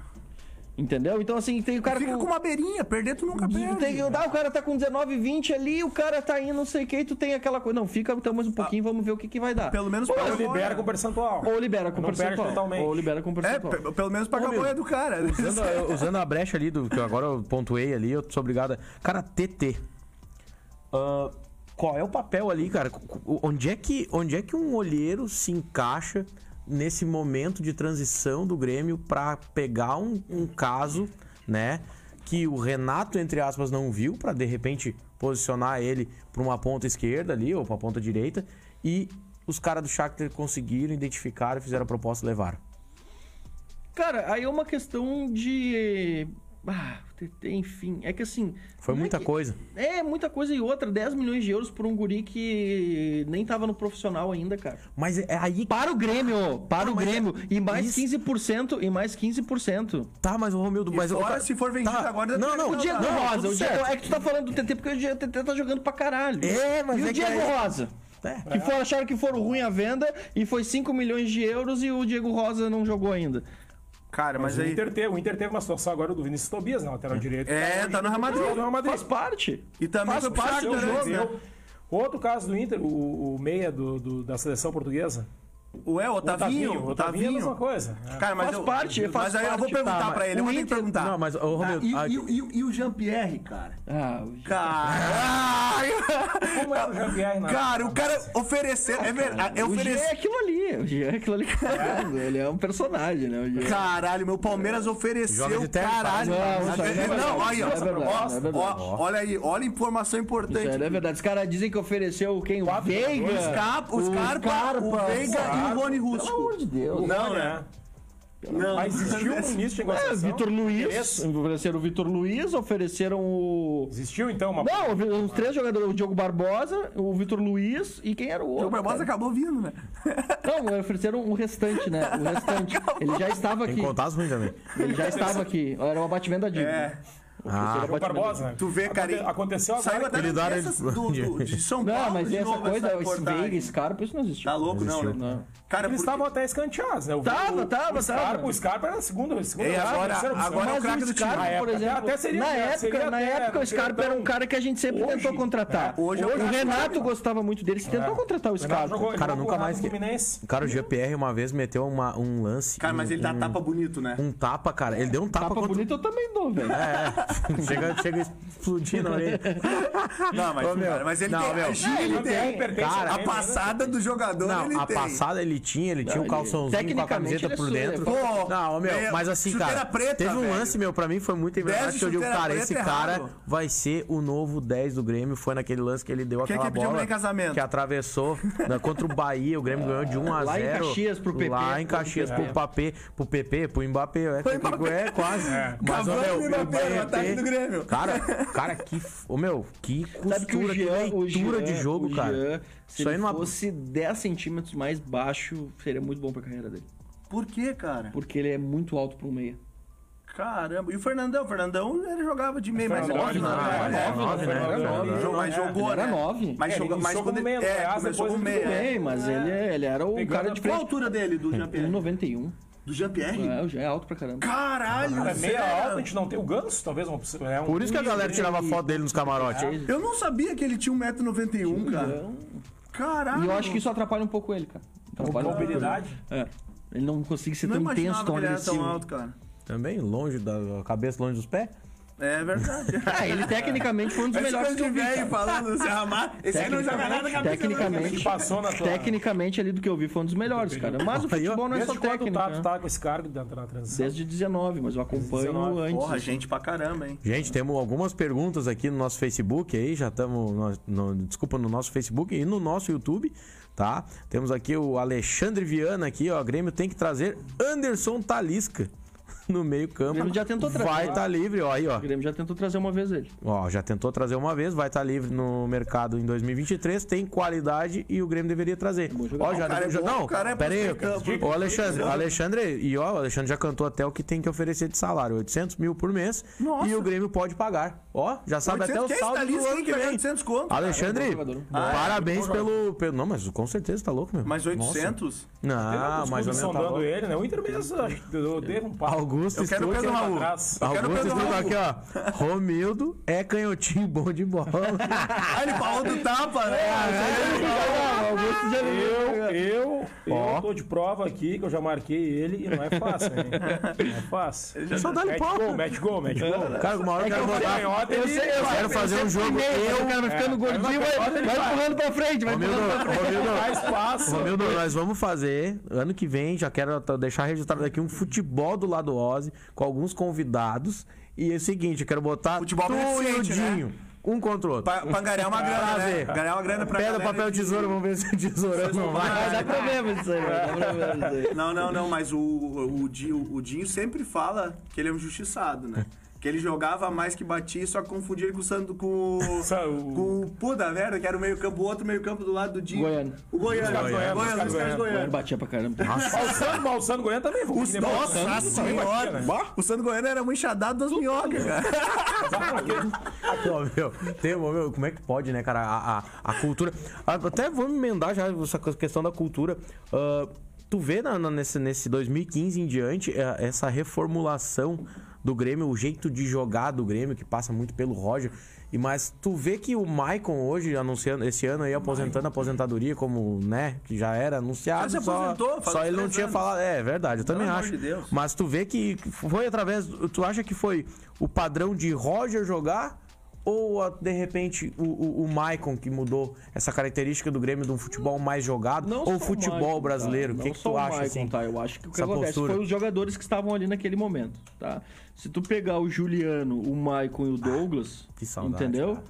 S4: Entendeu? Então, assim, tem o cara
S3: Fica com uma beirinha, perder tu nunca perde.
S4: Tem que dar, o cara tá com 19, 20 ali, o cara tá indo, não sei o que, e tu tem aquela coisa. Não, fica então mais um pouquinho, vamos ver o que, que vai dar.
S3: Pelo menos
S4: Ou
S3: pra
S2: Ou libera
S3: fora.
S2: com percentual.
S4: Ou libera com
S2: Não perde
S4: percentual.
S2: totalmente.
S4: Ou libera com
S3: É,
S4: percentual.
S3: pe- pelo menos pra
S1: Romildo.
S3: a do cara. né?
S1: Usando, eu- usando a brecha ali, do, que agora eu pontuei ali, eu sou obrigado. a- Cara, TT. Ah, qual é o papel ali, cara? Co- Onde é, que, onde é que um olheiro se encaixa nesse momento de transição do Grêmio pra pegar um, um caso, né? Que o Renato, entre aspas, não viu, pra de repente posicionar ele pra uma ponta esquerda ali, ou pra ponta direita, e os caras do Shakhtar conseguiram, identificaram, fizeram a proposta e levaram.
S4: Cara, aí é uma questão de. Ah, enfim, é que assim.
S1: Foi
S4: não é
S1: muita
S4: que-
S1: coisa.
S4: É, muita coisa e outra. 10 milhões de euros por um guri que nem tava no profissional ainda, cara.
S1: Mas é aí que
S4: Para o Grêmio! Para
S1: Não,
S4: o
S1: mas é-
S4: Grêmio! E mais
S1: isso-
S4: 15%, e mais 15%.
S1: Tá, mas o Romildo. Mas eu-
S3: fora,
S1: tá-
S3: se for vendido
S1: tá.
S3: agora,
S1: Não, não.
S4: O Diego
S1: não,
S4: Rosa,
S1: tudo
S4: o Diego,
S1: certo.
S4: é que tu tá falando do TT porque o Diego- TT tá jogando pra caralho.
S1: É, mas
S4: e
S1: é
S4: o
S1: que
S4: Diego
S1: é-
S4: Rosa?
S1: É.
S4: Que for, acharam que foram ruim a venda e foi 5 milhões de euros e o Diego Rosa não jogou ainda.
S3: Cara, mas,
S2: Mas o
S3: aí.
S2: Inter, teve, o Inter teve uma situação agora do Vinícius Tobias na lateral direita.
S3: É, tá no Real Madrid.
S2: Tá no Real Madrid.
S4: Faz parte.
S3: E também
S2: Faz
S3: foi parte do
S2: seu
S3: jogo, né?
S2: entendeu? Outro caso do Inter, o, o meia do- do- da seleção portuguesa.
S3: Ué, o Otavinho,
S2: Otavinho,
S3: o
S2: Otavinho é a mesma
S3: Otavinho.
S2: coisa. né?
S3: Cara, mas
S4: Faz
S3: eu,
S4: parte,
S3: mas
S4: faz
S3: aí eu vou
S4: parte,
S3: perguntar
S4: tá,
S3: pra ele, eu
S4: mas
S3: vou
S4: o
S3: ter que
S4: Inter-
S3: perguntar.
S1: Não, mas, ô, Romildo,
S3: Ah,
S1: aqui-
S3: e, e- e- e o Jean-Pierre, cara?
S4: Ah, o Diego-
S3: Cara,
S2: Como era o Jean-Pierre na
S3: cara, o cara ofereceu, é verdade, é
S4: o Jean é
S3: ofereceu.
S4: aquilo ali. O Jean é aquilo ali. Ele é um personagem, né? O Jean.
S3: Caralho, meu Palmeiras
S1: Joga de
S3: ofereceu,
S1: terno,
S3: caralho.
S4: cara. Não, isso aí
S3: É,
S4: não
S3: Não,
S4: é verdade,
S3: olha,
S4: isso é verdade, é
S3: ó,
S4: verdade.
S3: ó, olha aí, olha a informação importante.
S4: Sério, é verdade. Os caras dizem que ofereceu quem? O Veiga.
S3: Os Carpa, o Veiga e o Rony
S4: Pelo amor
S3: Rusco.
S4: de Deus.
S2: Não,
S3: Não, né?
S2: né?
S3: Não,
S2: Mas existiu um início de
S4: É,
S2: negociação?
S4: Vitor Luiz.
S2: Interesse?
S4: Ofereceram o Vitor Luiz, ofereceram o.
S2: Existiu, então, uma...
S4: Não, houve uns três jogadores, o Diogo Barbosa, o Vitor Luiz e quem era o outro?
S3: o Barbosa
S4: cara?
S3: acabou vindo, né?
S4: Não, ofereceram o restante, né? O restante. Ele já estava
S1: Tem
S4: aqui.
S1: que contar as ruins também.
S4: Ele já estava aqui. Era o abatimento da dívida.
S3: É.
S1: Ah,
S2: O Barbosa, né?
S3: Tu vê, cara, ele-
S2: Aconteceu agora.
S3: Saiu até
S1: Ele dá-
S3: notícias do, do- de São Paulo.
S4: Não, mas
S3: de
S4: essa
S3: novo,
S4: coisa, é
S3: essa
S4: esse
S3: reportagem.
S4: Veiga, esse cara, por isso não existiu.
S3: Tá louco, não, né?
S1: Existiu.
S4: Não.
S3: Cara,
S2: Eles
S3: porque-
S2: estavam até escanteados, né? O
S4: Tava,
S2: o-
S4: tava,
S2: o Scarpa,
S4: tava.
S2: O Scarpa era a segunda, a segunda
S3: É,
S2: opção, a
S3: agora-
S2: terceira opção.
S3: agora- é o
S4: Mas
S3: craque do
S4: o
S3: time.
S4: Scarpa,
S2: Na
S4: por
S2: época.
S4: exemplo,
S2: Até seria-
S4: na
S2: seria
S4: época, na
S2: até-
S4: época o Scarpa
S2: seria
S4: era um
S2: tão-
S4: cara que a gente sempre
S2: Hoje,
S4: tentou contratar.
S3: é, hoje é o
S4: o
S3: craque do É.
S4: Renato gostava muito dele, se tentou contratar o
S2: Renato jogou-
S4: Scarpa.
S2: ele
S1: Cara,
S2: jogou
S1: nunca
S2: lá
S1: mais
S2: no
S1: que-
S2: Fluminense.
S1: Cara, o GPR uma vez meteu uma- um lance.
S3: Cara, mas ele dá tapa bonito, né?
S1: Um tapa, cara. Ele deu um tapa,
S4: Tapa
S1: contra.
S4: bonito eu também dou, velho.
S1: É, chega, chega explodindo ali.
S3: Tá. Não, mas,
S1: Ô, meu.
S3: cara, mas ele
S1: Não,
S3: tem.
S1: meu.
S3: a gíria
S4: É,
S3: ele
S4: ele
S3: tem.
S2: pertence
S1: Cara,
S2: ao
S3: A
S2: Grêmio, né?
S3: passada do jogador
S1: Não,
S3: ele
S1: a
S3: tem.
S1: passada ele tinha, ele tinha um
S4: ele-
S1: calçãozinho com a
S4: tecnicamente
S1: camiseta
S4: ele é
S1: por
S4: su-
S1: dentro.
S3: Pô,
S1: não, meu,
S3: é,
S1: mas assim,
S3: chuteira
S1: cara,
S3: preta,
S1: teve um
S3: velho.
S1: lance, meu, pra mim foi muito
S3: Dez
S1: engraçado que eu digo,
S3: chuteira
S1: cara,
S3: preta
S1: esse
S3: é
S1: cara
S3: raro.
S1: vai ser o novo 10 do Grêmio, foi naquele lance que ele deu
S3: Quem é
S1: aquela
S3: que pediu
S1: bola
S3: mulher em casamento?
S1: que atravessou né, contra o Bahia, o Grêmio ganhou de 1 a 0.
S4: Lá em Caxias, pro PP,
S1: Lá em Caxias pro
S4: é.
S1: Papê, pro PP, pro Mbappé, é,
S3: Pro
S1: que-
S3: Mbappé.
S1: é quase.
S2: É.
S1: Mas ô,
S3: Cavani
S1: meu,
S3: e
S1: o
S3: Mbappé,
S1: Mbappé-
S3: o ataque do Grêmio.
S1: Cara, cara, que, f- ô meu, que
S4: Sabe que o
S1: costura, que,
S4: Jean, o
S1: leitura
S4: Jean-
S1: de jogo,
S4: o
S1: cara.
S4: Jean, se
S1: Isso aí
S4: ele
S1: numa-
S4: fosse 10 centímetros mais baixo, seria muito bom pra carreira dele.
S3: Por quê, cara?
S4: Porque ele é muito alto pro meia.
S3: Caramba. E o Fernandão? O Fernandão ele jogava de meio, mas
S2: Fernandão,
S3: óbvio,
S2: ele
S3: né?
S2: jogava-
S3: É,
S2: era nove, né?
S4: Era
S2: Era
S4: nove.
S2: nove.
S3: Jogou- Mas
S2: Era
S3: jogou,
S4: Era
S3: né?
S4: nove.
S2: É,
S3: Mas
S2: ele
S3: jogou- mas
S2: iniciou
S3: quando
S2: como
S3: ele-
S2: meia,
S3: é,
S2: aliás,
S3: começou
S2: depois
S3: como
S2: ele
S3: meia.
S2: jogou
S3: é.
S4: Bem, mas ele, ele era o
S2: Pegando
S4: cara
S2: a
S4: de Um
S3: Qual a É.
S4: frente.
S3: altura dele, do Jean-Pierre?
S4: 1,91.
S3: Do Jean-Pierre?
S4: É, o Jean é alto pra caramba.
S3: Caralho,
S2: Cara,
S3: você
S2: é meia
S3: era-
S2: alta, a gente não tem o Ganso, talvez uma opção. É um
S1: Por isso que a galera tirava foto dele nos camarotes.
S3: Eu não sabia que ele tinha 1,91m, cara.
S4: Então,
S3: Caralho.
S4: E eu acho que isso atrapalha um pouco ele, cara. Atrapalha um pouco ele.
S2: mobilidade.
S4: É. Ele não consegue ser
S3: não
S4: tão intenso,
S3: imaginava
S4: um tão
S3: que ele era tão
S4: agressivo.
S3: alto, cara.
S1: Também longe da a cabeça, longe dos pés.
S3: É verdade.
S4: Ah, ele tecnicamente foi um dos
S3: Esse
S4: melhores
S3: coisa
S4: que
S3: de
S4: eu vi,
S3: velho
S4: cara.
S3: falando do Serra Mar, esse aí não joga nada, cabeça
S2: A
S4: Tecnicamente,
S2: gente passou na tua...
S4: tecnicamente ali do que eu vi foi um dos melhores, cara. Mas o
S1: Aí, ó,
S4: futebol não é só
S2: Desde quando o
S4: técnico.
S2: Tato
S4: né?
S2: tá com esse cargo da, na transição?
S4: Desde 19, mas eu acompanho
S2: 19.
S4: antes.
S3: Porra, gente pra caramba, hein?
S1: Gente, temos algumas perguntas aqui no nosso Facebook aí, já estamos. Desculpa, no nosso Facebook e no nosso YouTube, tá? Temos aqui o Alexandre Viana aqui, ó. Grêmio tem que trazer Anderson Talisca no meio-campo.
S4: O Grêmio já tentou trazer.
S1: Vai tá livre, ó. Aí, ó.
S4: O Grêmio já tentou trazer uma vez ele.
S1: Ó, já tentou trazer uma vez, vai estar livre no mercado em 2023, tem qualidade e o Grêmio deveria trazer. Ó, já,
S3: O cara é
S1: já-
S3: bom,
S1: não,
S3: o cara é
S1: pera aí.
S3: bom.
S1: Ô, Alexandre, Alexandre, e ó, o Alexandre já cantou até o que tem que oferecer de salário, 800 mil por mês,
S3: Nossa.
S1: e o Grêmio pode pagar. Ó, já sabe
S3: 800,
S1: até o
S3: quem
S1: saldo
S3: está é Tá ali,
S1: do ano
S3: quem
S1: que
S3: pega
S1: vem.
S3: 800 conto, cara?
S1: Alexandre,
S4: Bom jogador.
S1: parabéns pelo, pelo- não, mas com certeza tá louco, meu.
S3: Ah, é Mas
S1: Nossa.
S3: 800?
S1: Não, mais ou
S2: Os
S1: menos
S2: clubes
S1: tá
S2: sondando
S1: louco.
S2: ele, né? O Inter mesmo, acho que deu deu um passo.
S1: Augusto
S3: Eu quero
S1: Stuck-
S3: Pedro Raul.
S2: atrás.
S3: Eu quero
S1: Augusto
S3: Pedro
S1: Stuck
S3: Raul.
S1: aqui, ó. Romildo é canhotinho bom de bola.
S3: Ah, ele falou do tapa, né?
S2: Eu, eu,
S1: Ó.
S2: eu tô de prova aqui que eu já marquei ele e não é fácil, hein? Não é fácil.
S1: Só dá-lhe
S2: Mete
S1: pau,
S2: gol,
S1: né?
S2: mete gol, mete gol.
S1: Cara, uma
S3: É
S1: hora eu quero botar.
S2: Canhota, ele-
S1: eu quero fazer um jogo.
S4: o cara vai
S1: É,
S4: ficando gordinho, vai, vai empurrando pra frente, vai
S1: Romildo,
S4: empurrando pra frente.
S2: Dá
S1: Romildo,
S2: espaço.
S1: Romildo, nós vamos fazer ano que vem. Já quero t- deixar registrado aqui um futebol do lado Ozzy com alguns convidados. E é o seguinte, eu quero botar
S3: Futebol
S1: tu e o
S3: beneficente,
S1: Dinho, um contra o outro.
S3: Pra, pra ganhar uma grana, né?
S1: ver.
S3: Ganhar uma grana pra
S1: Pedra,
S3: galera
S1: papel,
S3: de-
S1: tesoura, vamos ver se o tesourão não vai.
S4: Vai dar problema isso aí, vai dar problema isso aí.
S3: Não, não, não, mas o, o, Di- o Dinho sempre fala que ele é um injustiçado, né? Que ele jogava mais que batia, só que confundia ele com o Santo com,
S2: Sa-
S3: o-
S2: o-
S3: com o Puda Merda, que era o meio-campo, o outro meio-campo do lado do Dinho.
S4: Goiano.
S3: O Goiano.
S2: Goiano,
S3: Goiano,
S2: Goiano,
S3: Luiz Carlos
S2: Goiano.
S4: Ele
S3: Goiano.
S4: batia pra caramba.
S2: Malsano, Malsano Goiânia também. vou
S3: Os,
S2: que é nem Malsano.
S3: nossa senhora!
S2: né?
S3: O Santo Goiano era muito enxadado das minhocas, cara.
S1: Ó, meu, tem, ô, meu, como é que pode, né, cara? A, a, a cultura. Ah, Até vamos emendar já essa co- questão da cultura. Ah, tu vê na, na- nesse, nesse 2015 em diante eh, essa reformulação do Grêmio, o jeito de jogar do Grêmio, que passa muito pelo Roger. E, mas tu vê que o Maicon hoje, anunciando esse ano aí, aposentando a aposentadoria, como, né, que já era anunciado.
S3: Já se aposentou, faz
S1: só ele
S3: uns
S1: não
S3: três
S1: tinha
S3: anos.
S1: falado. É, é verdade, eu também
S3: amor
S1: acho.
S3: de Deus.
S1: Mas tu vê que foi através. Tu acha que foi o padrão de Roger jogar? Ou a- de repente o, o, o Maicon que mudou essa característica do Grêmio de um futebol mais jogado?
S4: Não só
S1: ou
S4: o
S1: futebol
S4: Maicon,
S1: brasileiro?
S4: tá?
S1: O que,
S4: Não
S1: que
S4: só
S1: tu acha
S4: Maicon,
S1: assim?
S4: tá? Eu acho que o que
S1: Essa
S4: acontece
S1: postura.
S4: foi os jogadores que estavam ali naquele momento, tá? Se tu pegar o Juliano, o Maicon e o Douglas,
S1: Ah, que saudade,
S4: entendeu?
S1: cara.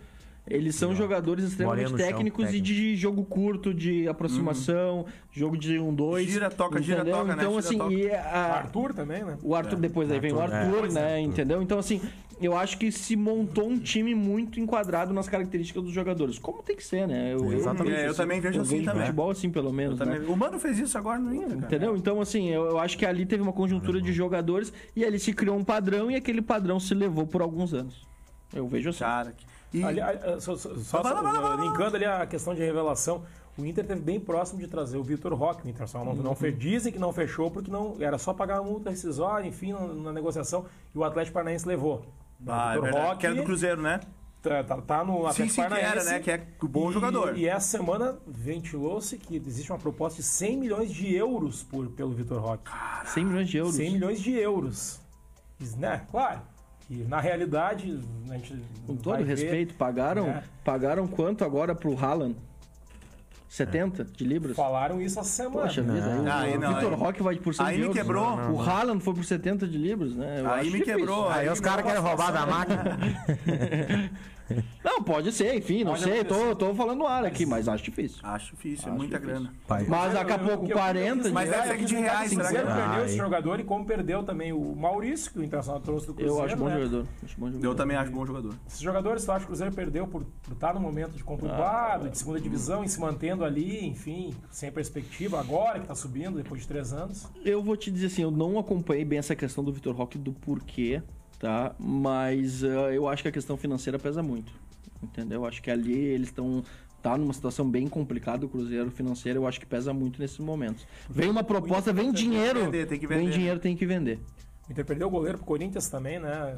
S4: Eles são jogadores extremamente
S1: Bolinha no chão,
S4: técnicos e
S1: técnico. Uhum.
S4: de jogo curto, de aproximação, jogo de um dois.
S3: Gira, toca, gira,
S4: entendeu?
S3: toca, né?
S4: Então,
S3: Gira,
S4: assim,
S3: toca.
S4: e a-
S2: Arthur também, né?
S4: o Arthur depois aí vem o
S1: É, Arthur,
S4: Arthur,
S1: é.
S4: né? Entendeu? Então, assim, eu acho que se montou um time muito enquadrado nas características dos jogadores. Como tem que ser, né? Eu,
S1: Exatamente.
S3: É, eu também vejo assim também.
S4: futebol assim, pelo
S3: Eu
S4: menos. né?
S3: também- é. O Mano fez isso agora no Inter, cara.
S4: Entendeu? Então, assim, eu, eu acho que ali teve uma conjuntura
S3: Uhum.
S4: de jogadores e ali se criou um padrão e aquele padrão se levou por alguns anos. Eu vejo assim.
S3: Cara, que- e
S2: Ali, a- a- só, só- só-
S3: Vai, vai, vai,
S2: só-
S3: vai, vai.
S2: linkando ali a questão de revelação, o Inter teve bem próximo de trazer o Vitor Roque no Internacional. Não, não fe- dizem que não fechou porque não era só pagar a multa rescisória, enfim, na, na negociação, e o Atlético Paranaense levou.
S3: Ah, é
S2: Vitor
S3: verdade,
S2: Roque
S3: que era do Cruzeiro, né?
S2: tá, tá- tá no Atlético
S3: Sim, sim, que
S2: Paranaense.
S3: era, né? Que é um bom
S2: E-
S3: jogador.
S2: E essa semana ventilou-se que existe uma proposta de 100 milhões de euros por, pelo Vitor Roque.
S4: 100 milhões de euros.
S2: 100 milhões de euros. Isso, Né? Claro. E na realidade, a gente.
S4: Com todo
S2: vai ver-
S4: respeito, pagaram,
S3: É.
S2: né?
S4: pagaram quanto agora pro Haaland? 70 de libras?
S2: Falaram isso essa semana. né?
S4: Poxa vida, aí
S3: Ah, aí
S4: o
S3: não,
S4: Vitor
S3: aí-
S4: Roque vai por 100
S3: aí
S4: de
S3: me
S4: euros.
S3: quebrou. Não,
S4: O Haaland foi por 70 de libras, né? Eu
S3: Aí
S4: acho
S3: me
S4: difícil.
S3: quebrou.
S1: Ah, Aí os caras querem roubar da máquina.
S4: Não, pode ser, enfim, não
S2: Olha,
S4: sei. Tô,
S2: aconteceu.
S4: tô falando no ar aqui, mas acho difícil.
S3: Acho difícil, é
S4: Acho
S3: muita
S4: difícil.
S3: grana.
S1: Pai.
S4: Mas daqui a
S2: Eu- eu-
S4: pouco
S2: eu- eu-
S4: 40
S2: eu-
S4: de
S3: Mas é
S2: eu-
S3: deve
S2: eu-
S3: ser que de
S2: eu- eu-
S3: reais,
S2: eu- eu- eu-
S3: será que-
S2: eu- perdeu esse
S1: Ah,
S2: jogador e como perdeu também o Maurício, que o Internacional trouxe do Cruzeiro.
S4: Eu acho bom
S2: né?
S4: jogador. Acho bom jogador.
S3: é Eu também acho bom jogador.
S2: Esses jogadores, eu acho que o Cruzeiro perdeu por, por estar no momento de
S4: Ah,
S2: conturbado, de
S4: hum.
S2: segunda divisão e se mantendo ali, enfim, sem perspectiva, agora que está subindo, depois de três anos.
S4: Eu vou te dizer assim, eu não acompanhei bem essa questão do Vitor Roque do porquê, tá? Mas ah, eu acho que a questão financeira pesa muito. Entendeu? Eu acho que ali eles estão. Tá numa situação bem complicada o Cruzeiro financeiro, eu acho que pesa muito nesses momentos. Vem uma proposta, vem dinheiro.
S3: vender, tem que
S4: Vem
S3: vender. né?
S4: dinheiro, tem que vender.
S2: O Inter perdeu o goleiro pro Corinthians também, né?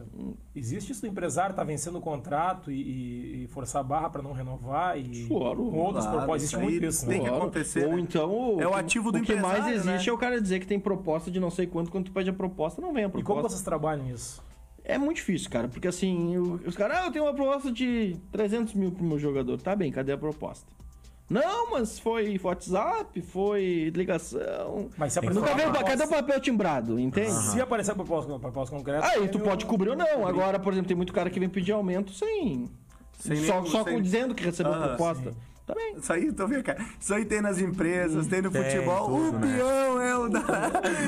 S2: Existe isso do empresário tá vencendo o contrato e- e, e forçar a barra para não renovar e
S4: Claro,
S2: com outros
S3: claro,
S2: propósitos.
S3: isso
S2: Existe muito
S3: aí
S2: isso,
S3: tem
S2: né?
S3: que
S4: Claro.
S3: acontecer,
S4: Ou
S3: né?
S4: então.
S3: É o
S4: que-
S3: ativo do
S4: O que mais
S3: empresário, né?
S4: existe é o cara dizer que tem proposta de não sei quanto, quando tu pede a proposta, não vem a proposta.
S2: E como vocês trabalham isso?
S4: É muito difícil, cara, porque assim, o- os caras, ah, eu tenho uma proposta de 300 mil pro meu jogador. Tá bem, cadê a proposta? Não, mas foi WhatsApp, foi ligação.
S2: Mas se aparecer
S4: Nunca
S2: uma
S4: veio,
S2: proposta-
S4: cadê o papel timbrado, entende?
S2: Se aparecer a proposta, a proposta concreta.
S4: Aí tu
S2: eu-
S4: pode cobrir ou não. Agora, por exemplo, tem muito cara que vem pedir aumento sem.
S3: Sem
S4: só
S3: nem-
S4: só
S3: sem-
S4: com- dizendo que recebeu
S3: Ah,
S4: proposta. Tá bem.
S3: Isso aí, tô vendo, cara. Isso aí tem nas empresas, tem no
S1: Tem
S3: futebol.
S1: tudo,
S3: o
S1: né?
S3: peão é o da.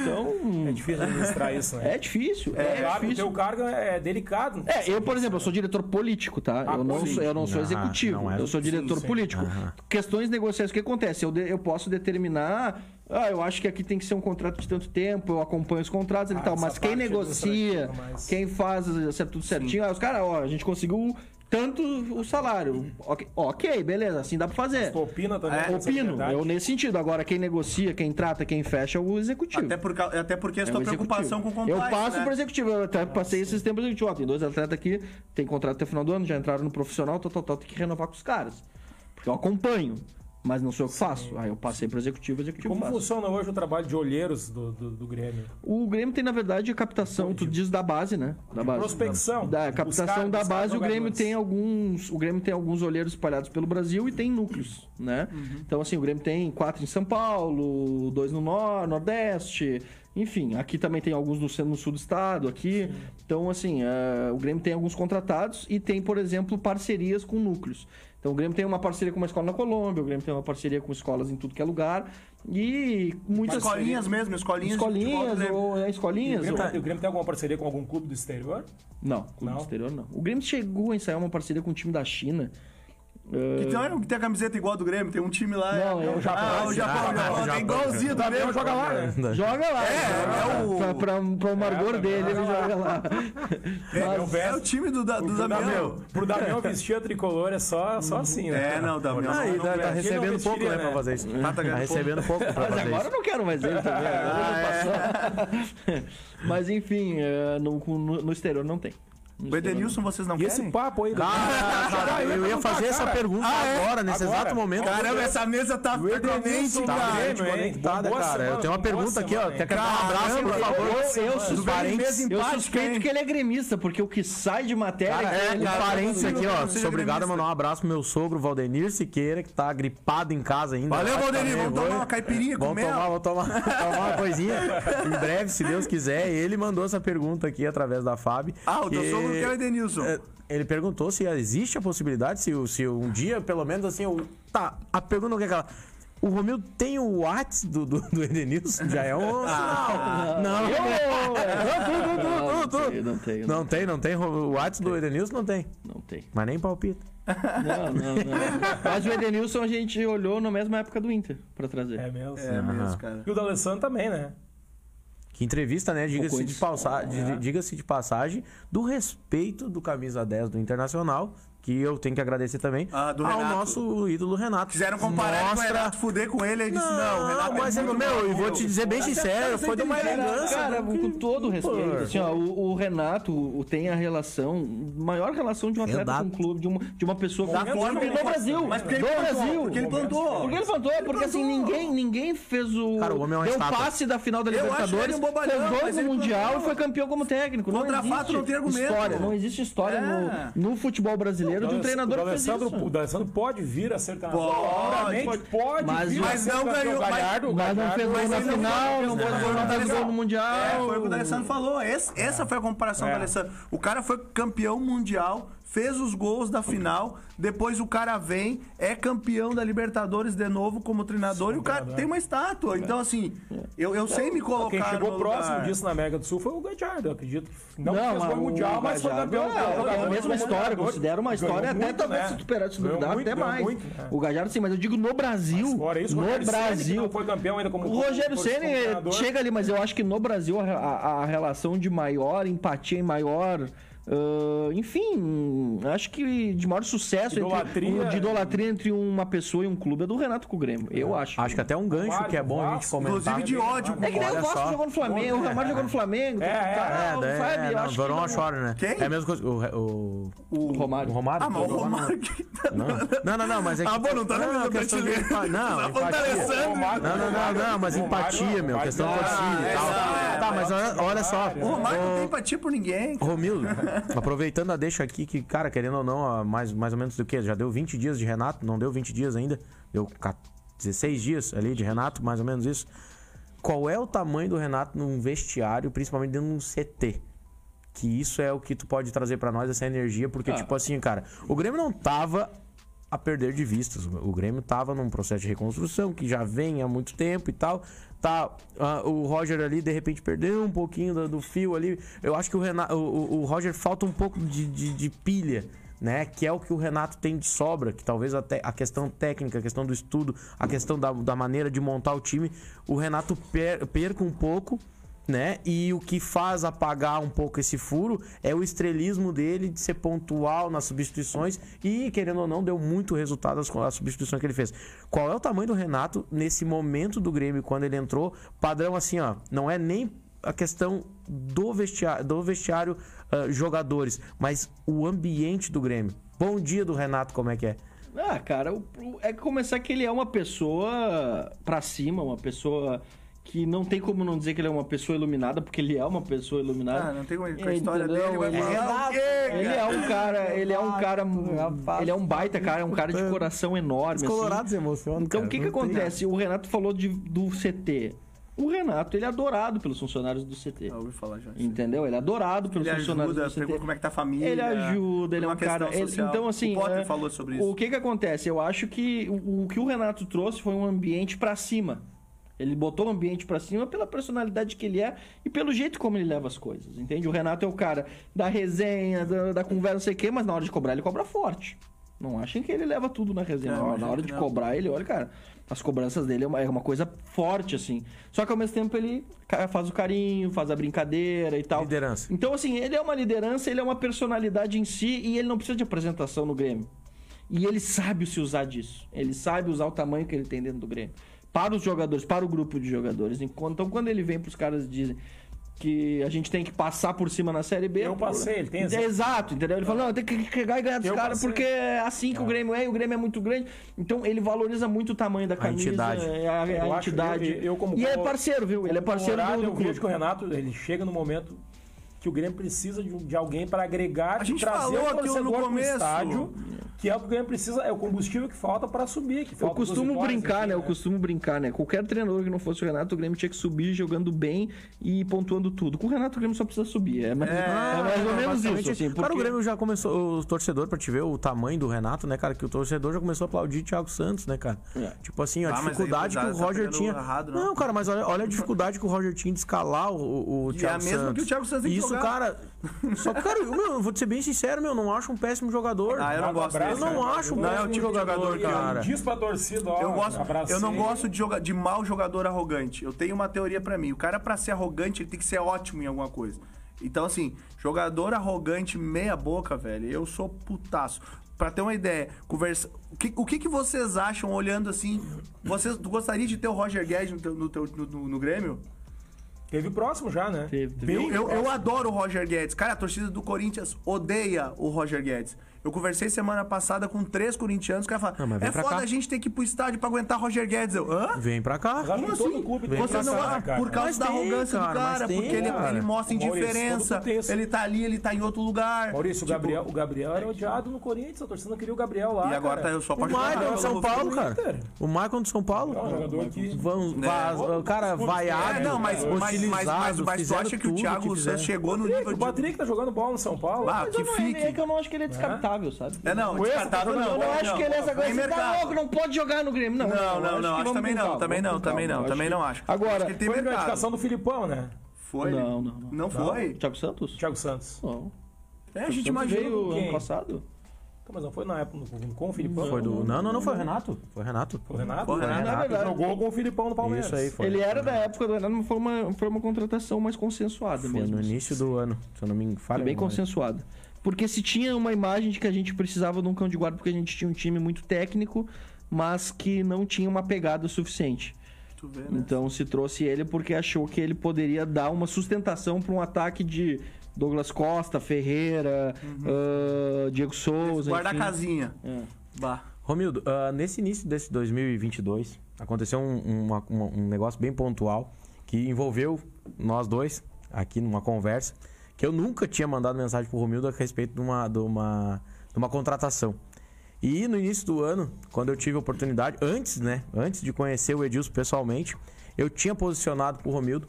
S4: Então,
S2: É difícil administrar isso, né?
S4: é difícil. É,
S2: É, claro, o
S4: difícil.
S2: teu cargo é delicado.
S4: É, eu, por exemplo, eu sou diretor político, tá?
S2: Ah,
S4: eu, não
S2: sim.
S4: sou, eu não sou
S1: Ah,
S4: executivo,
S1: não é.
S4: eu sou
S2: Sim,
S4: diretor
S2: sim.
S4: político. Questões negociais, o que acontece? Eu, de- eu posso determinar, ah, eu acho que aqui tem que ser um contrato de tanto tempo, eu acompanho os contratos e
S2: Ah,
S4: tal,
S2: essa
S4: mas quem
S2: parte
S4: negocia,
S2: administrativa, mas-
S4: quem faz certo, tudo certinho, ah, os caras, ó, a gente conseguiu tanto o salário. Ok, ok, beleza, assim dá pra fazer.
S2: Tu opina também.
S3: É,
S2: com essa
S4: Opino,
S2: liberdade?
S4: eu nesse sentido. Agora, quem negocia, quem trata, quem fecha é o executivo.
S3: Até, por, cau- até porque a
S4: É
S3: sua
S4: o executivo.
S3: preocupação com o
S4: Eu
S3: compliance,
S4: passo
S3: né?
S4: pro executivo, eu até passei esses tempos executivo. Ó, tem dois atletas aqui, tem contrato até o final do ano, já entraram no profissional, tal, tal, tal, tem que renovar com os caras. Porque eu acompanho, mas não sou eu que faço. Aí eu passei pro executivo, o executivo
S2: Como
S4: faz.
S2: funciona hoje o trabalho de olheiros do, do, do Grêmio?
S4: O Grêmio tem, na verdade, a captação, tu diz da base, né? Da base.
S2: Prospecção.
S4: Da
S2: buscar-
S4: captação da
S2: buscar
S4: base, o Grêmio
S2: jogadores.
S4: tem alguns, o Grêmio tem alguns olheiros espalhados pelo Brasil e tem núcleos, né?
S2: Uhum.
S4: Então assim, o Grêmio tem quatro em São Paulo, dois no Nor- Nordeste, enfim, aqui também tem alguns no, centro- no sul do estado, aqui. Então assim, é, o Grêmio tem alguns contratados e tem, por exemplo, parcerias com núcleos. Então o Grêmio tem uma parceria com uma escola na Colômbia, o Grêmio tem uma parceria com escolas em tudo que é lugar e muitas
S3: Escolinhas mesmo, escolinhas. de futebol do
S4: escolinhas
S3: Grêmio.
S4: ou né,
S2: O
S4: escolinhas
S2: Grêmio,
S4: ou-
S2: tá- o Grêmio tem alguma parceria com algum clube do exterior?
S4: não, clube
S2: Não?
S4: do exterior não. O Grêmio chegou a ensaiar uma parceria com o time da China. Eh,
S3: Que tem, que Então, é, tem a camiseta igual a do Grêmio, tem um time lá.
S4: Não, é o
S3: Ah,
S4: Japão.
S3: o Japão,
S1: Ah,
S3: o Japão,
S1: o
S3: tem
S1: Japão.
S3: igualzinho do Grêmio.
S2: joga lá, né?
S4: Joga lá.
S3: é o-
S4: Pra, pra, pra o Margor
S2: É,
S4: dele, ele joga lá.
S2: É o
S3: É o
S2: Vest.
S3: time do, da, do
S2: Pro
S3: Damião.
S2: Damião, pro Damião vestir a tricolor é só,
S4: Uhum.
S2: só assim, né?
S3: É, não, Damião.
S1: Ah, e
S3: não,
S1: tá, tá
S3: não, não.
S2: Ele não
S1: recebendo pouco, né,
S2: vestiria,
S1: pra
S2: né?
S1: fazer isso.
S3: Tá, tá ganhando
S1: recebendo pouco pra
S4: Mas
S1: fazer
S4: agora eu
S1: isso.
S4: não quero mais ele também. agora ele passou. Mas enfim, eh, no, no, no exterior não tem.
S3: O
S4: No exterior
S3: Edenilson vocês não
S2: E esse
S3: querem?
S2: papo aí, da-
S1: Ah, cara, eu ia fazer essa pergunta agora, nesse
S2: Agora?
S1: exato momento.
S3: Caramba, essa mesa tá
S2: Edenilson,
S3: totalmente,
S2: tá
S3: cara.
S2: bem, velho.
S1: conectada,
S2: Boa
S1: cara. Eu
S2: semana,
S1: tenho uma
S2: boa
S1: pergunta aqui, ó.
S2: semana,
S1: Quer cantar um abraço, por favor?
S4: Eu- eu
S1: Dos
S4: suspeito-
S1: parentes.
S4: não. Eu suspeito que ele é gremista, porque o que sai de matéria.
S1: Cara, é,
S4: ele-
S1: um parênteses
S3: seja
S1: aqui, ó.
S3: gremista.
S1: Sou obrigado a mandar um abraço pro meu sogro, Valdenir Siqueira, que tá gripado em casa ainda. tá
S3: Valeu,
S1: Vai
S3: Valdenir.
S1: também,
S3: Vamos
S1: vou-
S3: tomar uma caipirinha com
S1: É, Vamos
S3: mel?
S1: tomar, vou tomar, vou tomar uma coisinha. Em breve, se Deus quiser. Ele mandou essa pergunta aqui através da Fábio.
S3: Ah, o teu
S1: E
S3: sogro falando que é o Edenilson.
S1: é, Ele perguntou se existe a possibilidade, se, o- se um dia, pelo menos assim, o. Tá, a pergunta que é aquela. O Romildo tem o Whats do, do, do Edenilson? Já é um sinal.
S3: Ah.
S1: não,
S4: Eu não,
S1: não,
S4: Não,
S1: tu, tu, tu, tu.
S4: tem, não tem, não
S1: Não tem, não tem. O Whats do Edenilson não tem.
S4: Não tem.
S1: Mas nem palpita.
S4: Não, não, não. Mas o Edenilson a gente olhou na mesma época do Inter pra trazer.
S2: É mesmo.
S3: É mesmo, cara.
S2: E o da Alessandro também, né?
S1: Que entrevista, né? Diga-se de,
S4: antes.
S1: pausa- de- de- diga-se de passagem, do respeito do camisa 10 do Internacional, que eu tenho que agradecer também,
S3: Ah, do
S1: ao
S3: Renato.
S1: nosso ídolo Renato.
S3: Quiseram comparar ele com o
S1: Mostra-
S3: Renato, fuder com ele, aí disse,
S1: Não,
S3: não, o Renato
S1: mas
S3: é
S1: é
S3: muito
S1: meu,
S3: bom.
S1: e vou te dizer bem sincero, foi de uma
S4: Cara,
S1: elegância.
S4: cara,
S1: É porque-
S4: com todo o respeito,
S1: Pô.
S4: assim, ó, o, o Renato o- tem a relação, maior relação de um atleta
S1: Renato.
S4: com um clube, de uma, de uma pessoa com
S3: Da
S4: um
S3: forma
S4: clube
S3: como
S4: do
S3: ele-
S4: Brasil.
S3: Mas porque ele
S4: do
S3: plantou,
S4: um Brasil.
S3: porque ele plantou.
S4: Porque ele plantou, porque assim, ninguém, ninguém fez o.
S1: Cara, o homem é uma
S4: deu
S1: estátua.
S4: passe da final da
S3: Eu acho ele
S4: Libertadores,
S3: um bobalhão,
S4: fez
S3: mas
S4: dois no
S3: ele
S4: Mundial
S3: plantou.
S4: e foi campeão como técnico. Não
S3: Contra
S4: existe
S3: fato, não tem argumento.
S4: História, não existe história
S3: É.
S4: no, no futebol brasileiro de um
S2: O
S4: treinador que fez
S2: D'Alessandro- O
S4: isso.
S2: D'Alessandro pode vir a ser treinador.
S3: Pode,
S2: Claramente, pode,
S4: Mas-
S2: vir
S4: mas
S2: a ser
S3: não
S2: campeão.
S3: ganhou, mas-
S2: Galhardo,
S4: Mas não
S2: Galhardo-
S4: fez gol
S3: mas
S4: na
S3: ele não
S4: final,
S3: foi né?
S4: não
S3: campeão,
S4: foi-
S3: foi
S4: não fez gol no
S3: campeão.
S4: Mundial.
S3: É, foi o que o Alessandro falou. Esse- Essa foi a comparação
S2: É.
S3: com o Alessandro. O cara foi campeão mundial, fez os gols da final, depois o cara vem, é campeão da Libertadores de novo como treinador e o cara tem uma estátua. Então, assim, eu, eu sei me colocar.
S2: Quem
S3: no
S2: chegou
S3: lugar.
S2: próximo disso na América do Sul foi o Gadiardo, eu acredito. que Não,
S4: Não,
S2: fez gol
S4: mas o
S2: mundial, mas foi
S4: Gagliardo-
S2: campeão.
S4: É, é,
S2: jogador,
S4: a mesma
S2: jogador,
S4: história,
S2: jogador.
S4: considero uma
S2: Ganhou
S4: história até
S2: muito,
S4: talvez
S2: né?
S4: se superar se
S2: Ganhou
S4: duvidar
S2: muito,
S4: até
S2: ganhou
S4: mais.
S2: muito, né?
S4: O Gajardo sim, mas eu digo no Brasil,
S2: Fora isso, o
S4: no
S2: Rogério Ceni, é que
S4: Brasil.
S2: não foi campeão ainda como
S4: O
S2: como
S4: Rogério Ceni
S2: treinador.
S4: chega ali, mas eu acho que no Brasil a, a- a relação de maior empatia e maior ah, enfim, acho que de maior sucesso
S2: Idolatria.
S4: entre, um, de idolatria entre uma pessoa e um clube é do Renato com o Grêmio. Eu acho.
S2: Ah,
S1: Acho que até um gancho
S2: Vários,
S1: que é bom a gente
S2: vários,
S1: comentar.
S3: Inclusive de ódio.
S4: É que nem
S1: Olha
S4: o Vasco
S1: só.
S4: jogou no Flamengo, o Real Madrid jogou no Flamengo.
S2: É, é,
S4: tal,
S1: É,
S4: sabe?
S1: é,
S4: Eu
S1: é, não,
S4: acho que
S1: Zorão
S4: não-
S1: a chora, né?
S3: Quem?
S1: É a mesma coisa. O, o,
S4: O Romário.
S1: o Romário.
S3: Ah, mas o
S1: jogou no-
S3: Romário que tá-
S1: Não, não, não, mas é que.
S3: Ah, bom, não tá na mesma
S1: é questão de
S3: prateleira. Tá
S1: empa- Não, então,
S3: Só falta
S1: empatia.
S3: Alessandro.
S2: Romário-
S1: Não, não, não, não, mas
S2: Romário-
S1: empatia, meu.
S2: Romário-
S1: Questão
S2: Ah,
S1: torcida e
S3: essa
S1: tal.
S3: é,
S1: Tá, mas olha- olha só.
S3: O Romário não
S1: Ô,
S3: tem empatia por ninguém.
S1: Romildo, aproveitando a deixa aqui, que, cara, querendo ou não, ó, mais, mais ou menos do que? Já deu 20 dias de Renato, não deu 20 dias ainda, deu ca- 16 dias ali de Renato, mais ou menos isso. Qual é o tamanho do Renato num vestiário, principalmente dentro de um CT? Que isso é o que tu pode trazer pra nós, essa energia, porque,
S4: Ah.
S1: tipo assim, cara, o Grêmio não tava a perder de vistas. O Grêmio tava num processo de reconstrução que já vem há muito tempo e tal. Tá, ah, o Roger ali de repente perdeu um pouquinho do, do fio ali. Eu acho que o, Renato, o, o- o Roger falta um pouco de, de- de pilha, né? Que é o que o Renato tem de sobra, que talvez até a questão técnica, a questão do estudo, a questão da, da maneira de montar o time, o Renato per- perca um pouco né? E o que faz apagar um pouco esse furo é o estrelismo dele de ser pontual nas substituições e, querendo ou não, deu muito resultado as, as substituições que ele fez. Qual é o tamanho do Renato nesse momento do Grêmio, quando ele entrou? Padrão assim, ó, não é nem a questão do vestiário, do vestiário ah, jogadores, mas o ambiente do Grêmio. Bom dia do Renato, como é que é?
S4: Ah, cara, o- o- é começar que ele é uma pessoa pra cima, uma pessoa que não tem como não dizer que ele é uma pessoa iluminada, porque ele é uma pessoa iluminada.
S3: Ah, não tem como com a história
S4: Entendeu?
S3: dele, vai
S4: Ele- é
S3: falar o quê,
S4: Ele
S3: cara?
S4: é um cara, ele é um cara, ele é um baita cara, é um cara de coração enorme. assim.
S1: emocionam.
S4: Então o que que acontece? O Renato falou de- do CT. O Renato, ele é adorado pelos funcionários do CT.
S3: Ah, ouvi falar já.
S4: Entendeu? Ele é adorado pelos
S3: Ele
S4: funcionários
S3: ajuda,
S4: do
S3: pergunta
S4: CT.
S3: como é que tá a família.
S4: Ele ajuda, ele é
S3: uma
S4: um cara.
S3: questão
S4: ele-
S3: social.
S4: então, assim.
S3: O Potter
S4: é,
S3: falou sobre
S4: O
S3: isso.
S4: que que acontece? Eu acho que o, o que o Renato trouxe foi um ambiente pra cima. Ele botou o ambiente pra cima pela personalidade que ele é e pelo jeito como ele leva as coisas, entende? O Renato é o cara da resenha, da, da conversa, não sei o quê, mas na hora de cobrar ele cobra forte. Não achem que ele leva tudo na resenha.
S3: É,
S4: Na hora- na
S3: imagino
S4: hora
S3: que
S4: de
S3: não.
S4: cobrar ele, olha, cara, as cobranças dele é uma, é uma coisa forte, assim. Só que ao mesmo tempo ele ca- faz o carinho, faz a brincadeira e tal.
S1: Liderança.
S4: Então, assim, ele é uma liderança, ele é uma personalidade em si e ele não precisa de apresentação no Grêmio. E ele sabe se usar disso. Ele sabe usar o tamanho que ele tem dentro do Grêmio. Para os jogadores, para o grupo de jogadores. Enquanto- Então, quando ele vem para os caras e dizem que a gente tem que passar por cima na Série B...
S2: Eu passei, ele tem essa-
S4: Exato, entendeu? Ele fala, não, tem que chegar e ganhar dos
S2: Eu
S4: caras
S2: passei.
S4: porque é assim que o Grêmio é e o Grêmio é muito grande. Então, ele valoriza muito o tamanho da camisa,
S1: entidade.
S4: é, a, a
S2: Eu acho-
S4: entidade.
S2: eu- eu como-
S4: e é parceiro, viu? Ele é parceiro
S2: Colorado,
S4: do, do
S2: eu vejo que o
S4: clube.
S2: Renato ele chega no momento que o Grêmio precisa de, um- de alguém para agregar,
S3: A gente
S2: trazer
S3: falou
S2: o
S3: aquilo
S2: torcedor
S3: no
S2: pro
S3: começo.
S2: estádio que é o que o Grêmio precisa, é o combustível que falta para subir. Que
S4: Eu
S2: falta
S4: costumo
S2: duas vitórias,
S4: brincar,
S2: enfim,
S4: né? Eu costumo brincar, né? Qualquer treinador que não fosse o Renato, o Grêmio tinha que subir jogando bem e pontuando tudo. Com o Renato, o Grêmio só precisa subir. É mais, é mais ou menos
S1: basicamente,
S4: isso, assim.
S1: Cara, o
S4: porque-
S1: Grêmio já começou, o torcedor, pra te ver o tamanho do Renato, né, cara, que o torcedor já começou a aplaudir Thiago Santos, né, cara?
S4: É.
S1: Tipo assim, a
S3: Ah, mas aí
S1: dificuldade
S3: o
S1: que o
S3: Zara tá
S1: Roger
S3: pegando
S1: tinha.
S3: errado, né?
S1: não, cara, mas olha, olha a dificuldade que o Roger tinha de escalar o- o, o
S3: é
S1: Thiago
S3: a mesma que
S1: Santos.
S3: o Thiago Santos tem que
S1: Isso,
S3: jogar.
S1: cara. Só que, cara, eu, meu, eu vou te ser bem sincero, meu, eu não acho um péssimo jogador.
S3: Ah, eu não gosto
S2: abraça,
S1: Eu não
S2: cara.
S1: acho um
S2: Não, é o
S1: péssimo
S3: tipo de jogador,
S1: jogador,
S2: E ele
S1: cara.
S2: Diz pra torcida, ó,
S3: Eu, gosto,
S2: abracei.
S3: eu não gosto de, joga, de mau jogador arrogante. Eu tenho uma teoria pra mim. O cara, pra ser arrogante, ele tem que ser ótimo em alguma coisa. Então, assim, jogador arrogante, meia boca, velho, eu sou putaço. Pra ter uma ideia, conversa... o, que, o que que vocês acham olhando assim? Vocês tu gostaria de ter o Roger Guedes no, teu- no, teu- no- no- no Grêmio?
S2: Teve próximo já, né?
S4: Teve, teve.
S2: Bem
S3: Eu, eu, eu
S2: próximo.
S3: adoro o Roger Guedes. Cara, a torcida do Corinthians odeia o Roger Guedes. Eu conversei semana passada com três corintianos, o cara fala,
S1: Não, mas vem
S3: é
S1: pra
S3: foda
S1: cá."
S3: a gente ter que ir pro estádio pra aguentar Roger Guedes. Eu, hã?
S1: Vem pra cá.
S2: Mas acho que todo clube tem
S3: Você
S2: essa,
S3: não
S2: né,
S3: acha
S2: cara?
S3: por causa
S1: Mas
S3: da
S1: tem,
S3: arrogância
S1: cara,
S3: do cara,
S1: mas tem,
S3: porque ele,
S1: cara.
S3: ele mostra
S2: O Maurício,
S3: indiferença,
S2: todo contexto.
S3: ele tá ali, ele tá em outro lugar.
S2: Maurício, o
S3: Tipo,
S2: Gabriel, o Gabriel era odiado no Corinthians, a torcida não queria o Gabriel lá.
S3: E agora
S2: cara.
S3: tá eu só
S1: O Michael
S3: pelo
S1: de São
S3: Lúcio.
S1: Paulo,
S2: do
S1: cara.
S2: Inter.
S1: O Michael de São Paulo.
S2: É um jogador que-
S1: Vão, vaz- o cara vaiado.
S3: Né? É, não, mas, mas, mas, mas, mas, tu
S1: fizeram
S3: acha é que o
S1: tudo
S3: Thiago
S1: fizeram.
S3: Santos chegou no nível
S2: O Patrick tá jogando bola no São Paulo.
S3: Ah,
S4: Mas
S3: que
S4: eu não- É que
S3: fique.
S4: eu não acho que ele é descartável, sabe?
S3: É, não, descartável não.
S4: Eu não acho que ele é essa coisa.
S3: Tem
S4: Você tá
S3: mercado.
S4: louco, não pode jogar no Grêmio. Não, então,
S3: Não, não,
S4: eu
S3: não,
S4: que
S3: acho
S4: vamos
S3: também
S4: com
S3: não,
S4: calma,
S3: também
S4: vamos
S3: não,
S4: com
S3: também
S4: calma,
S3: não,
S4: eu
S3: também
S4: que-
S3: não acho.
S4: Agora,
S3: Acho que ele tem
S2: Foi a
S3: mercado.
S2: gratificação do Filipão, né?
S3: Foi?
S4: Não, não, não.
S3: Não foi?
S4: Thiago Santos?
S2: Thiago Santos.
S4: Não.
S3: É, a gente
S4: Santos
S3: imagina.
S4: veio
S2: com quem?
S4: ano passado?
S2: Então, Mas não foi na época do- com o Filipão.
S1: Foi do... Não, não, não foi o Renato. Foi o Renato.
S2: Foi o Renato?
S3: Foi o
S2: né?
S3: Renato.
S4: Na verdade.
S2: Jogou com o Filipão no Palmeiras.
S1: Isso aí, foi.
S4: ele era da época do Renato, mas foi uma, foi uma contratação mais consensuada
S1: Foi
S4: mesmo.
S1: no início né? do ano, se eu não me
S4: Foi
S1: falha.
S4: bem
S1: a memória.
S4: consensuada. Porque se tinha uma imagem de que a gente precisava de um cão de guarda, porque a gente tinha um time muito técnico, mas que não tinha uma pegada suficiente.
S3: Tu vê, né?
S4: Então se trouxe ele porque achou que ele poderia dar uma sustentação para um ataque de Douglas Costa, Ferreira, ah, Diego Souza.
S3: Uhum. Guarda a
S4: enfim.
S3: casinha.
S4: É.
S3: Bah.
S1: Romildo, ah, nesse início desse 2022, aconteceu um, uma- uma- um negócio bem pontual que envolveu nós dois aqui numa conversa, que eu nunca tinha mandado mensagem pro Romildo a respeito de uma, de uma, de uma contratação. E no início do ano, quando eu tive a oportunidade, antes, né? Antes de conhecer o Edilson pessoalmente, eu tinha posicionado pro Romildo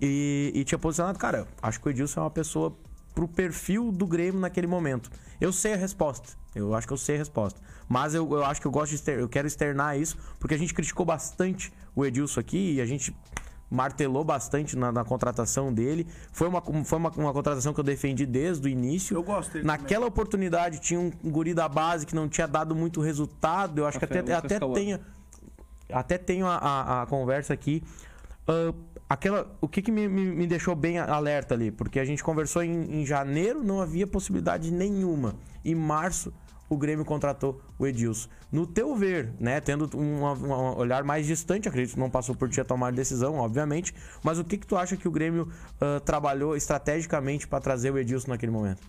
S1: e, e tinha posicionado, cara, acho que o Edilson é uma pessoa pro perfil do Grêmio naquele momento. Eu sei a resposta. Eu acho que eu sei a resposta. Mas eu, eu acho que eu gosto de exter- eu quero externar isso, porque a gente criticou bastante o Edilson aqui e a gente martelou bastante na, na contratação dele. Foi, uma, foi uma, uma contratação que eu defendi desde o início.
S3: Eu gosto dele
S1: Naquela Aquela oportunidade tinha um guri da base que não tinha dado muito resultado. Eu acho
S4: Café
S1: que
S4: Lucas
S1: até, até
S4: Cauã.
S1: tenha. Até tenho a, a- a conversa aqui. Ahn, aquela, o que, que me, me- me deixou bem alerta ali? Porque a gente conversou em, em janeiro, não havia possibilidade nenhuma. Em março, o Grêmio contratou o Edilson. No teu ver, né? Tendo um, um olhar mais distante, acredito que não passou por ti a tomar decisão, obviamente. Mas o que, que tu acha que o Grêmio ah, trabalhou estrategicamente para trazer o Edilson naquele momento?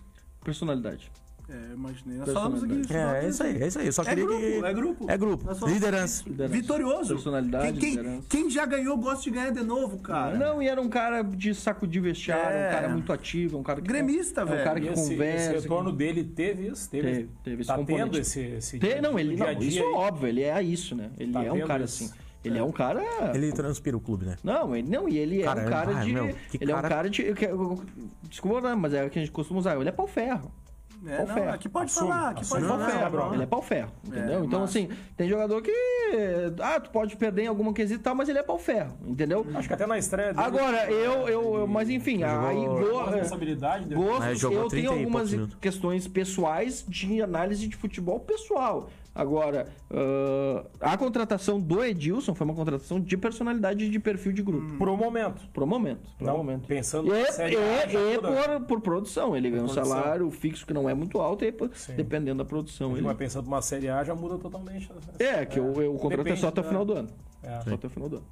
S4: Personalidade.
S3: É, imaginei. Nós falamos aqui isso.
S1: É, é isso aí, é isso aí. Eu só
S3: É
S1: queria
S3: grupo,
S1: que...
S3: é grupo.
S1: É grupo.
S3: Nós falamos
S1: Liderança.
S4: Liderança.
S3: É Vitorioso.
S4: Personalidade,
S3: Quem, quem,
S4: liderança.
S3: quem já ganhou gosta de ganhar de novo, cara.
S4: Não, e era um cara de saco de vestiário,
S3: É.
S4: um cara muito ativo, um cara que.
S3: Gremista,
S4: é um
S3: velho.
S4: cara que
S2: E esse,
S4: conversa.
S2: esse retorno
S4: que-
S2: dele teve isso? Teve,
S4: Teve- teve esse
S2: tá
S4: componente.
S2: tendo esse, esse
S4: Tem- não, ele
S2: dia
S4: não,
S2: a dia
S4: isso é
S2: aí?
S4: óbvio, ele é isso, né? Ele
S2: Tá
S4: é um
S2: vendo
S4: cara
S2: isso?
S4: assim. Ele é um cara.
S1: Ele transpira o clube, né?
S4: Não, ele não, e ele é
S1: Cara,
S4: um cara
S1: ah,
S4: de.
S1: meu, que
S4: ele é um
S1: cara-
S4: cara de. eu quero- eu- Desculpa, não, mas é o que a gente costuma usar. Ele é pau ferro.
S3: É,
S4: Qual ferro?
S3: não aqui pode
S2: Assume,
S3: falar, aqui
S2: assume.
S3: pode
S2: Não,
S3: falar.
S2: não,
S4: Ferro,
S2: Brown.
S4: Ele é pau ferro, entendeu? então,
S3: massa.
S4: assim, tem jogador que. eh, Ah, tu pode perder em alguma quesito e tal, mas ele é pau ferro, entendeu?
S2: Acho que é até na estreia dele.
S4: Agora, eu, eu, eu- mas enfim, aí vou.
S2: a responsabilidade dele.
S4: Gostos,
S1: Mas jogou
S4: eu
S1: 30 e
S4: tenho algumas
S1: poucos minutos.
S4: questões pessoais de análise de futebol pessoal. Agora, ah, a contratação do Edilson foi uma contratação de personalidade e de perfil de grupo.
S2: Pro um momento.
S4: Pro momento. Pro
S2: Hum. Não,
S4: momento.
S2: pensando na
S4: É,
S2: Série A, já
S4: é, é
S2: toda-
S4: por, por produção. Ele ganha um
S2: produção.
S4: salário fixo que não é muito alto, e aí, pô,
S2: Sim.
S4: dependendo da produção. Ele...
S2: Mas pensando numa Série A já muda totalmente. né?
S4: Uhum. É, Tá. que o, o contrato é
S2: Depende
S4: só até o
S2: da-
S4: final do ano.
S2: É.
S4: Só até o final do ano.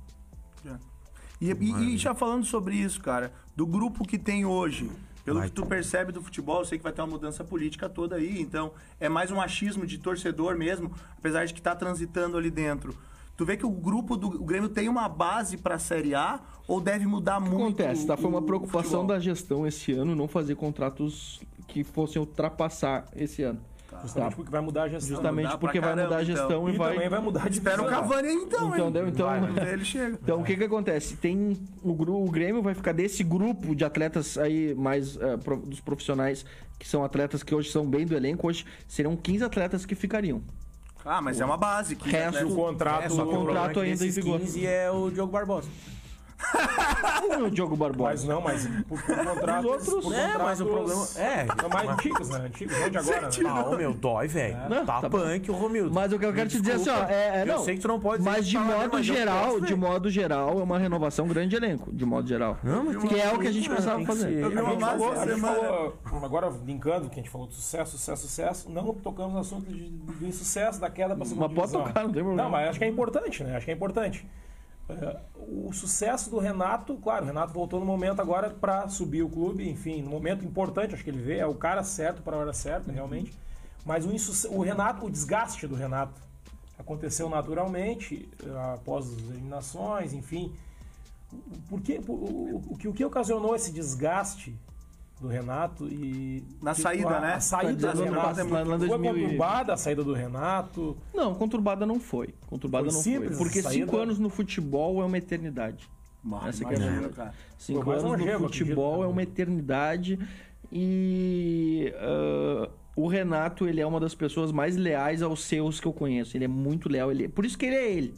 S3: E, e- e já falando sobre isso, cara, do grupo que tem hoje, pelo
S1: Vai.
S3: que tu percebe do futebol, eu sei que vai ter uma mudança política toda aí, então é mais um achismo de torcedor mesmo, apesar de que tá transitando ali dentro. Tu vê que o grupo do o Grêmio tem uma base pra Série A ou deve mudar
S4: O que
S3: muito?
S4: acontece, tá? Foi uma
S3: o
S4: preocupação
S3: futebol?
S4: da gestão esse ano não fazer contratos que fossem ultrapassar esse ano.
S2: Justamente
S4: Tá.
S2: porque vai mudar a gestão. né?
S4: Justamente
S3: mudar pra
S4: porque vai
S3: caramba,
S4: mudar a
S3: então.
S4: gestão
S2: E,
S4: e, vai.
S2: também vai mudar de
S3: Espera o
S2: divisão.
S3: Cavani aí, então,
S4: Então,
S3: hein?
S4: deu, então.
S2: Vai, né?
S3: Daí ele chega.
S4: Então, o que que acontece? Tem o, gru- o Grêmio vai ficar desse grupo de atletas aí, mais eh, pro- dos profissionais que são atletas que hoje são bem do elenco, hoje seriam 15 atletas que ficariam.
S3: Ah, mas é uma base. Que
S4: Resto-
S2: O contrato,
S1: É, só que o
S4: contrato
S1: contrato
S4: ainda
S1: ainda
S4: em vigor.
S1: 15 é o Diogo Barbosa.
S4: Um é O Diogo Barbosa.
S2: Mas não, mas por, por contratos.
S4: Os outros,
S2: por
S1: É, mas o problema.
S2: contratos-
S1: É.
S2: São mais antigos, né? Antigos, não de agora, né?
S1: Ah, ô, meu, dói, velho.
S4: Não,
S1: Tá,
S4: tá bom.
S1: punk, o Romildo.
S4: Mas o que eu quero te dizer assim, ó,
S1: Desculpa.
S4: é, é,
S1: Eu
S4: não,
S1: sei que tu não pode dizer
S4: Mas
S1: que
S4: de
S1: tá lá,
S4: modo
S1: mas eu
S4: geral,
S1: posso,
S4: de
S1: velho.
S4: modo geral, é uma renovação grande de elenco, de modo geral. que é o que a gente
S1: pensava
S4: precisava fazer.
S3: Eu vi
S2: A
S3: uma
S2: gente
S3: base
S2: falou- a
S3: essa
S2: gente
S3: semana.
S2: falou, ah, agora linkando, que a gente falou de sucesso, sucesso, sucesso, não tocamos no assunto de- do insucesso, da queda para segunda
S4: Mas pode
S2: divisão.
S4: tocar, não tem problema.
S2: Não, mas acho que é importante, né? Acho que é importante. É, O sucesso do Renato, claro, o Renato voltou no momento agora para subir o clube, enfim, no momento importante, acho que ele vê, é o cara certo para a hora certa,
S4: Uhum.
S2: realmente. Mas o, insuce- o Renato, o desgaste do Renato aconteceu naturalmente, eh, após as eliminações, enfim. Por que, por- o, o que, o que ocasionou esse desgaste do Renato e.
S3: Na
S2: tipo,
S3: saída,
S2: a-
S3: né?
S2: A saída
S4: Tá
S2: do
S4: dizendo lá-
S2: Renato.
S4: lá- lá em
S2: Foi
S4: 2000 e-
S2: conturbada a saída do Renato.
S4: Não, conturbada não foi. Conturbada
S2: Foi
S4: não
S2: simples
S4: foi. Porque
S1: é
S2: essa
S4: cinco
S2: saída?
S4: anos no futebol é uma eternidade.
S3: Mas,
S4: Essa que é a
S3: imagina,
S4: verdade.
S3: cara. é
S4: Cinco
S2: Foi mais
S4: anos
S3: um
S4: no
S2: longevo, acredito,
S4: futebol
S2: né?
S4: é uma eternidade e ah, o Renato ele é uma das pessoas mais leais aos seus que eu conheço. Ele é muito leal, ele por isso que ele é ele,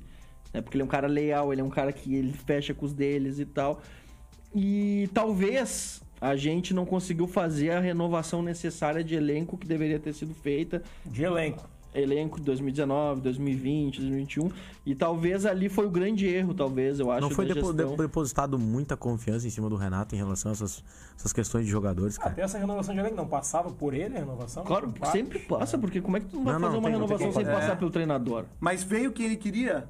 S4: né? Porque ele é um cara leal, ele é um cara que ele fecha com os deles e tal. E talvez a gente não conseguiu fazer a renovação necessária de elenco que deveria ter sido feita
S2: De elenco.
S4: elenco de 2019, 2020, 2021 e talvez ali foi o grande erro, talvez eu acho.
S1: Não foi
S4: da
S1: depo-
S4: gestão.
S1: depo- depositado muita confiança em cima do Renato em relação a essas, essas questões de jogadores, cara.
S2: Até essa renovação de elenco não passava por ele a renovação? né?
S4: Claro,
S2: Parte.
S4: sempre passa, porque como é que tu não vai
S1: Não, não,
S4: fazer uma
S1: tem- não tem
S4: renovação
S1: como
S4: sem
S1: fazer.
S4: passar
S3: É.
S4: pelo treinador?
S3: Mas veio quem ele queria?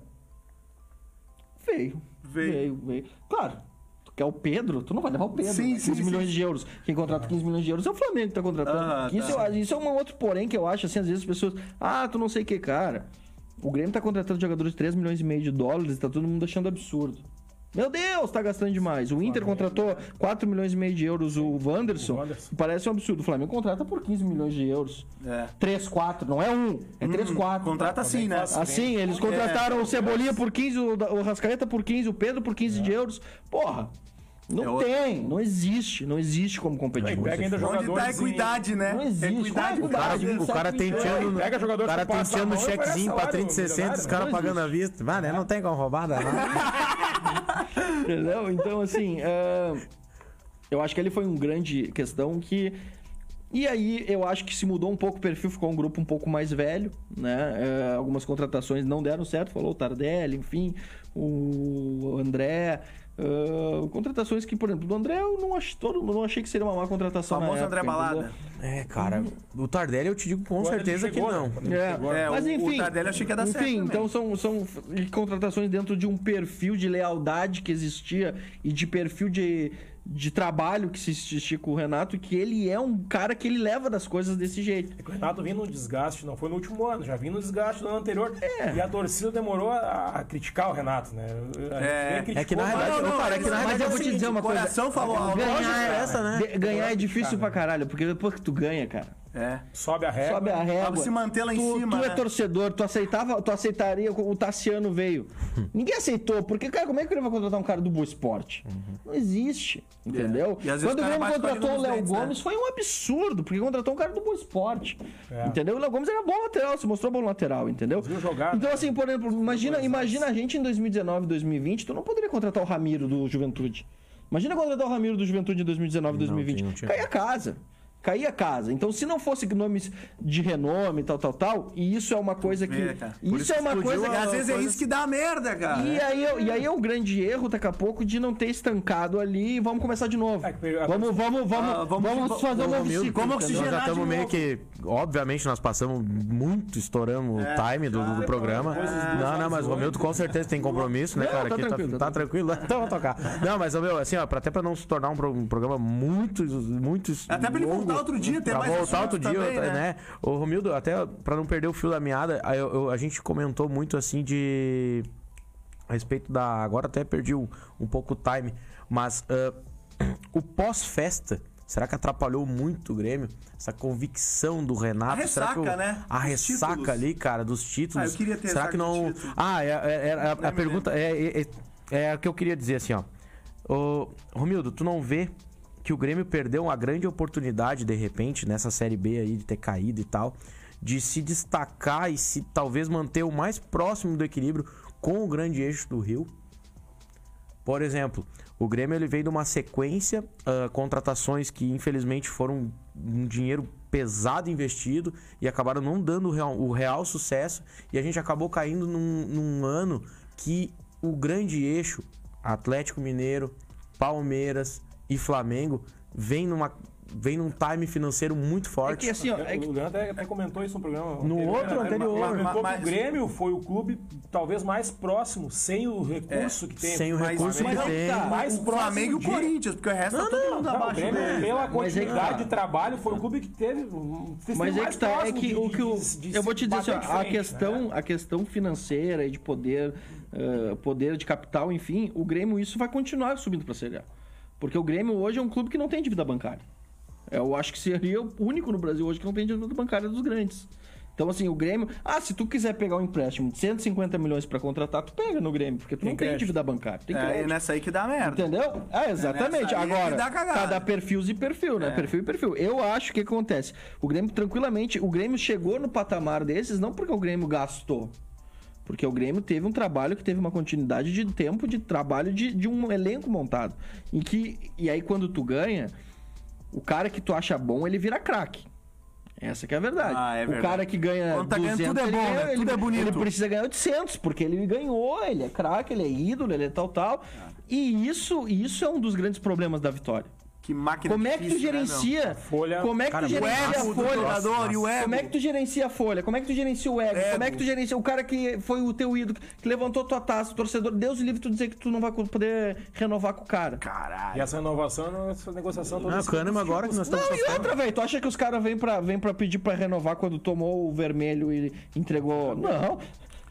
S4: Veio.
S3: Veio.
S4: Veio, veio. Claro, tu quer o Pedro, tu não vai levar o Pedro.
S3: Sim,
S4: né?
S3: sim,
S4: 15 milhões de euros. Quem contrata 15 milhões de euros é o Flamengo que tá contratando.
S3: Ah,
S4: Que isso,
S3: tá.
S4: é- isso é um outro porém que eu acho, assim, às vezes as pessoas... Ah, tu não sei o que, cara. O Grêmio tá contratando jogadores de 3 milhões e meio de dólares e tá todo mundo achando absurdo. Meu Deus, tá gastando demais. O Inter contratou 4 milhões e meio de euros o Wanderson.
S2: O Wanderson.
S4: Parece um absurdo. O Flamengo contrata por 15 milhões de euros.
S3: É. Hum,
S4: 3, 4, não é um, é 3, 4.
S3: Contrata sim, É. né?
S4: Assim, eles contrataram o Cebolinha por 15, o da- o Rascaeta por 15, o Pedro por 15 de euros. Porra,
S3: É
S4: não
S3: outro.
S4: tem, não existe, não existe como
S2: Aí
S4: competir. com
S2: pega
S4: isso.
S2: ainda
S3: Onde
S2: jogadores.
S3: tá a equidade, né?
S4: Não existe.
S3: Equidade,
S4: Qual é a
S1: Cara,
S3: cara.
S4: equidade?
S1: o cara
S4: 27 milhões.
S1: tenteando. O
S2: é, Pega jogador que
S1: cara
S2: passa a
S1: tenteando
S2: mão e oferece
S1: chequezinho pra
S2: salário
S1: 30, 60, os
S2: milionário,
S1: caras
S4: né?
S1: pagando à vista. Mano, não tem como roubar, dá nada.
S4: Entendeu? Então, assim, é, eu acho que ele foi um grande questão que. E aí, eu acho que se mudou um pouco o perfil, ficou um grupo um pouco mais velho, né? É, algumas contratações não deram certo, falou o Tardelli, enfim, o André. é, contratações que, por exemplo, do André eu não, ach, todo, não achei que seria uma má contratação. na
S3: Famoso
S4: época,
S3: André Balada.
S4: entendeu?
S1: É, cara, o Tardelli eu te digo com
S2: Quando ele
S1: certeza
S2: chegou,
S1: que não.
S2: né? Quando ele chegou,
S4: É,
S3: É,
S4: mas
S3: o- o
S4: enfim.
S3: Tardelli achei que ia dar
S4: enfim,
S3: certo também.
S4: então são, são f- contratações dentro de um perfil de lealdade que existia e de perfil de, de trabalho que se existia com o Renato, que ele é um cara que ele leva das coisas desse jeito.
S2: É que o Renato vinha no desgaste, não foi no último ano, já vinha no desgaste do ano anterior.
S4: É.
S2: E a torcida demorou a, a criticar o Renato, né? A
S3: É.
S2: gente bem
S1: É que na
S2: criticou, mas-
S1: realidade,
S3: não,
S1: ô,
S3: não,
S1: cara, é que na
S3: mas
S1: realidade
S4: eu
S1: é o
S4: vou te
S1: seguinte,
S4: dizer uma
S3: O coração falou alto.
S1: essa, né?
S4: é de- ganhar é difícil pra caralho, porque depois que tu ganha, cara,
S3: É.
S2: Sobe a régua.
S4: sobe a régua.
S3: Pra se manter lá em
S4: tu,
S3: cima,
S4: Tu é
S3: né?
S4: torcedor, tu aceitava, tu aceitaria o Tassiano veio. Ninguém aceitou, porque, cara, como é que ele vai contratar um cara do Boa Esporte?
S2: Uhum.
S4: Não existe, entendeu?
S3: É. E às vezes
S4: Quando
S3: o
S4: o
S3: cara
S4: Grêmio
S3: bate com a língua
S4: contratou o
S3: nos
S4: Léo
S3: dentes, né?
S4: Gomes foi um absurdo, porque contratou um cara do Boa Esporte.
S2: É.
S4: Entendeu? O Léo Gomes era bom lateral, se mostrou bom lateral, entendeu?
S2: Viu jogar,
S4: Então,
S2: né?
S4: assim, por exemplo, imagina, imagina a gente em 2019, 2020, tu não poderia contratar o Ramiro do Juventude. Imagina contratar o Ramiro do Juventude em 2019, 2020.
S1: tinha- não tinha
S4: Caía a casa. Caía a casa. Então, se não fosse nomes de renome, tal, tal, tal, e isso é uma coisa que.
S3: vê, cara.
S4: Isso, é uma coisa
S3: Às vezes é isso que dá merda, cara.
S4: E aí, é- e aí é um grande erro, daqui a pouco, de não ter estancado ali e vamos começar de novo.
S2: É que pegou a-
S4: Vamos, vamos, vamos,
S3: Ah,
S4: vamos,
S3: vamos-
S4: fazer um novo ciclo.
S3: como
S4: entendeu?
S1: Nós já
S3: oxigenar de
S1: estamos meio
S3: novo.
S1: que. Obviamente, nós passamos muito, estouramos
S3: É,
S1: o time do, do programa. Não, não, mas o Romildo com certeza tem compromisso, né,
S4: Não,
S1: cara?
S4: tá
S1: Aqui
S4: tranquilo, tá
S1: tá tranquilo. Então vamos tocar. Não, mas, ô, meu, assim, ó, pra- até pra não se tornar um, pro- um programa muito. muito
S3: É, Até pra ele
S1: longo,
S3: voltar outro dia, ter
S1: pra
S3: mais
S1: voltar
S3: assunto
S1: outro dia,
S3: também,
S1: né?
S3: né?
S1: Ô, Romildo, até pra não perder o fio da meada, aí eu- eu- a gente comentou muito assim de. A respeito da. Agora até perdi um, um pouco o time, mas ah, o pós-festa Será que atrapalhou muito o Grêmio? Essa convicção do Renato.
S3: A
S1: será que
S3: ressaca, né?
S1: A
S3: Dos
S1: ressaca
S3: títulos.
S1: ali, cara, dos títulos.
S3: Ah, eu queria ter
S1: Será
S3: ressaca
S1: que não.
S3: de título.
S1: Ah, é, é- é- a- a,
S3: lembro.
S1: pergunta é, é, é, é a que eu queria dizer assim, ó. Ô, Romildo, tu não vê que o Grêmio perdeu uma grande oportunidade, de repente, nessa Série B aí, de ter caído e tal, de se destacar e se talvez manter o mais próximo do equilíbrio com o grande eixo do Rio? Por exemplo, o Grêmio ele veio de uma sequência, ah, contratações que infelizmente foram um dinheiro pesado investido e acabaram não dando o real, o real sucesso e a gente acabou caindo num, num ano que o grande eixo Atlético Mineiro, Palmeiras e Flamengo vem numa vem num time financeiro muito
S4: É
S1: forte.
S4: que assim, ó, é que
S2: O Leandro até, até comentou isso no programa.
S1: No outro
S2: né? Ele
S1: anterior.
S2: comentou
S3: Mas-
S2: que
S3: mas-
S2: o Grêmio foi o clube talvez mais próximo, sem o recurso
S3: É,
S2: que tem.
S1: sem o
S3: Mas-
S1: recurso
S3: mas
S1: que
S3: aí
S1: tem.
S3: que tá.
S2: Mais
S3: o Flamengo e
S2: próximo
S3: o
S2: de-
S3: Corinthians, porque o resto tá todo mundo
S2: Não, o
S3: abaixo
S2: Grêmio,
S3: dele.
S2: pela
S4: Mas é que
S2: continuidade
S4: tá.
S2: de trabalho, foi o clube que teve. um- fez
S4: Mas é
S2: mais
S4: que tá, é
S2: próximo
S4: que
S2: de-
S4: o que eu,
S2: de- de
S4: eu vou te dizer,
S2: bater
S4: assim, ó,
S2: de
S4: a
S2: frente,
S4: questão,
S2: né?
S4: a questão financeira e de poder, eh, poder de capital, enfim, o Grêmio isso vai continuar subindo para a Série A. Porque o Grêmio hoje é um clube que não tem dívida bancária. Eu acho que seria o único no Brasil hoje que não tem dívida bancária dos grandes. Então, assim, o Grêmio. Ah, se tu quiser pegar um empréstimo de 150 milhões para contratar, tu pega no Grêmio, porque tu não tem
S2: crédito.
S4: dívida bancária. Tem
S3: É, e
S4: crédito.
S3: nessa aí que dá merda.
S4: Entendeu? Ah, exatamente.
S3: nessa aí
S4: Agora,
S3: que dá cagada. É.
S4: cada perfis e perfil, né? Perfil e perfil. Eu acho que acontece. O Grêmio, tranquilamente, o Grêmio chegou no patamar desses, não porque o Grêmio gastou. Porque o Grêmio teve um trabalho que teve uma continuidade de tempo, de trabalho de, de um elenco montado. Em que, e aí, quando tu ganha, o cara que tu acha bom, ele vira craque. Essa que é a verdade.
S3: Ah, é
S4: O
S3: verdade.
S4: cara que ganha
S3: Quando tá ganhando,
S4: 200,
S3: tudo é
S4: ele
S3: bom,
S4: ganha-
S3: né?
S4: ele-
S3: Tudo é bonito.
S4: Ele precisa ganhar 800, porque ele ganhou, ele é craque, ele é ídolo, ele é tal, tal.
S3: Ah.
S4: E isso, isso é um dos grandes problemas da vitória.
S3: Que máquina
S4: Como é que tu
S3: difícil, né, meu?
S4: gerencia?
S2: Folha-
S4: Como é que
S1: Cara,
S4: tu
S1: o
S3: O
S4: gerencia a
S3: ego do
S4: folha?
S3: jogador e o ego.
S4: Como é que tu gerencia a folha? Como é que tu gerencia o ego? Como é que tu gerencia o cara que foi o teu ídolo, que levantou tua taça, o torcedor, Deus o livre tu dizer que tu não vai poder renovar com o cara.
S2: E
S3: Caralho.
S2: essa renovação, essa negociação toda.
S4: Ah,
S1: Não, o Kahneman agora que nós estamos
S4: Não, e
S1: sofrendo.
S4: outra, velho, tu acha que os caras vêm pra, vêm pra pedir pra renovar quando tomou o vermelho e entregou. Não.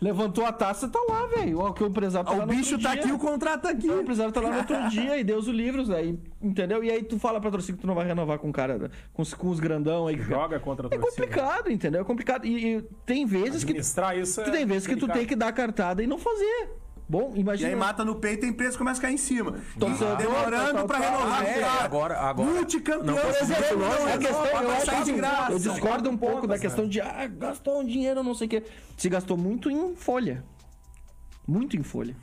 S4: Levantou a taça, tá lá, velho. Ó, que o empresário tá
S3: Ó,
S4: lá
S3: O
S4: no outro
S3: bicho tá
S4: dia.
S3: aqui, o contrato tá aqui.
S4: O empresário tá lá no outro dia e Deus o livros, aí, entendeu? E aí tu fala pra torcida que tu não vai renovar com o cara, né? com os, com os grandão aí. que-
S2: Joga contra a
S4: É
S2: torcida.
S4: complicado, entendeu? É complicado. E, e tem vezes que,
S2: Administrar isso é
S4: que tem vezes que tu tem que dar cartada e não fazer. Bom,
S3: E
S4: imagina.
S3: aí mata no peito e a empresa começa a cair em cima. Tá
S4: Torcedor,
S3: Demorando
S4: tal,
S3: pra
S4: tal,
S3: renovar
S4: tal,
S3: o
S4: é,
S3: cara.
S1: agora- agora-
S3: Multicampeão.
S1: Não, por exemplo, nós-
S3: Grêmio não
S4: Não, é
S3: renova,
S4: questão,
S3: vai
S4: eu, acho
S3: sair de
S4: que-
S3: graça.
S4: eu discordo um pouco da questão de ah, gastou um dinheiro, não sei o quê. Se gastou muito em folha. Muito em folha.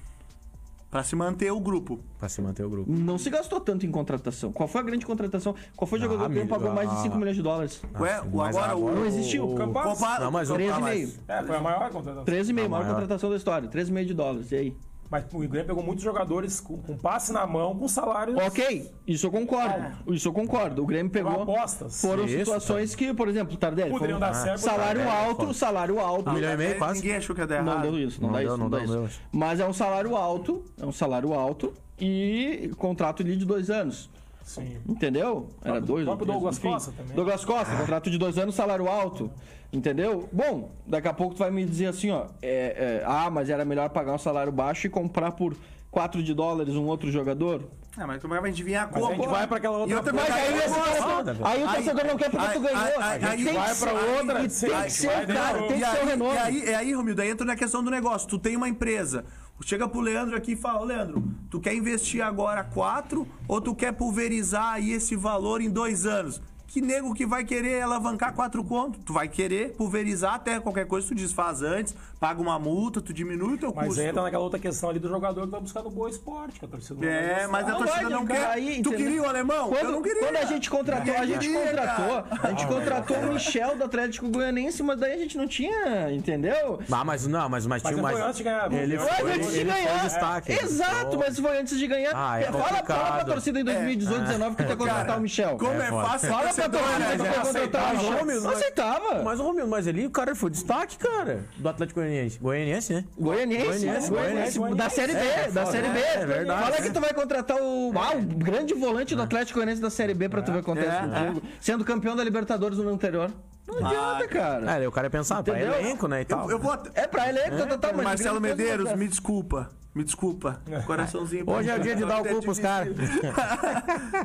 S3: Pra se manter o grupo.
S1: Pra se manter o grupo.
S4: Não se gastou tanto em contratação. Qual foi a grande contratação? Qual foi o jogador que
S1: amigo,
S4: pagou mais de
S1: ah.
S4: 5 milhões de dólares?
S3: Ué,
S1: Nossa,
S3: o-
S1: mas
S3: agora o-
S4: Não existiu.
S1: o-
S4: Campa-
S3: Compara-
S1: Não, mas o-
S3: compara-
S1: Ah, mas-
S4: 13,5.
S2: É, foi a maior contratação.
S4: 13,5, maior
S1: maior.
S4: contratação da história. 13,5 de dólares. E aí?
S2: Mas o Grêmio pegou muitos jogadores com, com passe na mão, com salários.
S4: Ok, isso eu concordo. Isso eu concordo. O Grêmio pegou.
S2: Apostas.
S4: Foram
S1: Isso, tá.
S4: situações que, por exemplo, Tardelli.
S2: Poderiam
S4: foram-
S2: dar certo.
S4: Salário
S1: Tardelli,
S4: alto,
S1: foda.
S4: salário alto.
S1: Um milhão e meio, quase.
S3: Ninguém achou que ia dar
S4: Não
S3: Tá errado.
S4: deu isso, não,
S1: Não
S4: dá
S1: deu,
S4: isso,
S1: não
S4: não, dá
S1: deu,
S4: isso.
S1: não deu.
S4: Mas é um salário alto, é um salário alto e contrato ali de dois anos.
S2: Sim.
S4: Entendeu? Era dois. ou
S2: próprio
S4: três,
S2: Douglas
S4: enfim.
S2: Costa também.
S4: Douglas Costa, contrato de dois anos, salário alto. Entendeu? Bom, daqui a pouco tu vai me dizer assim, ó. é, é, ah, mas era melhor pagar um salário baixo e comprar por 4 de dólares um outro jogador.
S3: Ah, mas tu vai adivinhar como.
S2: a gente vai pra aquela outra
S3: E outra
S2: coisa.
S4: Mas
S3: coisa,
S4: aí, esse
S3: agora-
S1: foda,
S4: torcedor,
S1: velho.
S4: aí o
S3: Aí-
S4: um torcedor não quer porque
S3: é aí-
S4: tu ganhou.
S3: aí- aí- aí
S4: tem
S3: vai
S4: que
S3: pra
S4: ser-
S3: outra,
S4: e
S2: sei
S4: tem
S2: lá,
S4: que
S2: que
S4: ser
S2: vai
S4: o cara,
S2: dar-
S4: tem
S3: E
S4: que ser o
S3: aí,
S4: renome.
S3: e aí, e aí, Romildo, aí entra na questão do negócio. Tu tem uma empresa. Chega pro Leandro aqui e fala, "Ô, Leandro, tu quer investir agora quatro ou tu quer pulverizar aí esse valor em dois anos? Que nego que vai querer alavancar quatro conto? Tu vai querer pulverizar até qualquer coisa, tu desfaz antes, paga uma multa, tu diminui o teu
S2: Mas
S3: custo.
S2: aí entra naquela outra questão ali do jogador que vai buscar no Boa Esporte, que a torcida não vai
S3: É,
S2: gostar.
S3: mas a
S4: Não
S3: torcida
S4: vai,
S3: não
S4: cara,
S3: quer.
S4: aí,
S3: tu
S4: entendeu?
S3: queria o alemão?
S4: Quando,
S3: eu não queria.
S4: quando a gente contratou, a
S3: Ninguém
S4: gente
S3: queria,
S4: contratou,
S3: cara.
S4: a
S1: Ah,
S4: gente contratou o Michel do Atlético Goianense, mas daí a gente não tinha, entendeu?
S1: Ah, mas não, mas, mas
S2: Mas
S1: tinha mais.
S2: foi antes de ganhar.
S1: Ele
S2: Mas
S1: foi,
S4: Mas antes de
S1: ele foi
S4: ganhar.
S1: destaque. né?
S4: Exato, mas foi antes de ganhar.
S1: Ah, é
S4: fala, fala pra
S1: complicado. Ah.
S4: torcida em 2018, 2019 que tu ia contratar o Michel.
S3: Como é,
S1: É, foda.
S3: fácil
S4: Fala pra
S3: torcedor, né,
S4: torcida que tu
S3: cara?
S4: ia contratar o
S1: aceitava,
S4: Michel.
S1: homem,
S3: é?
S4: Não
S1: mas-
S4: aceitava.
S1: Mas o Romildo, mas ali o cara foi destaque, cara. Do Atlético Goianiense. Goianiense, né?
S4: Goianiense,
S1: Goianiense,
S4: né? Goianiense,
S2: Goianiense.
S4: da Série B,
S1: É,
S4: da
S1: foda,
S4: Série B.
S1: é, é verdade, É.
S4: Fala
S1: né?
S4: que tu vai contratar o, ah, o grande volante do Atlético Goianiense da Série B pra tu ver o que acontece
S3: É,
S4: no
S3: é.
S4: jogo, sendo campeão da Libertadores no ano anterior.
S1: Ah,
S4: Não adianta, cara.
S1: É, o cara ia pensar, pra
S4: Entendeu?
S1: elenco, né? E tal.
S3: Eu, eu vou até-
S4: É pra ele, é, tá, tá, mas
S3: Marcelo
S4: grande coisa
S3: Medeiros,
S4: não
S3: me desculpa. Me desculpa, coraçãozinho.
S1: Hoje é o dia de dar o cu pros caras.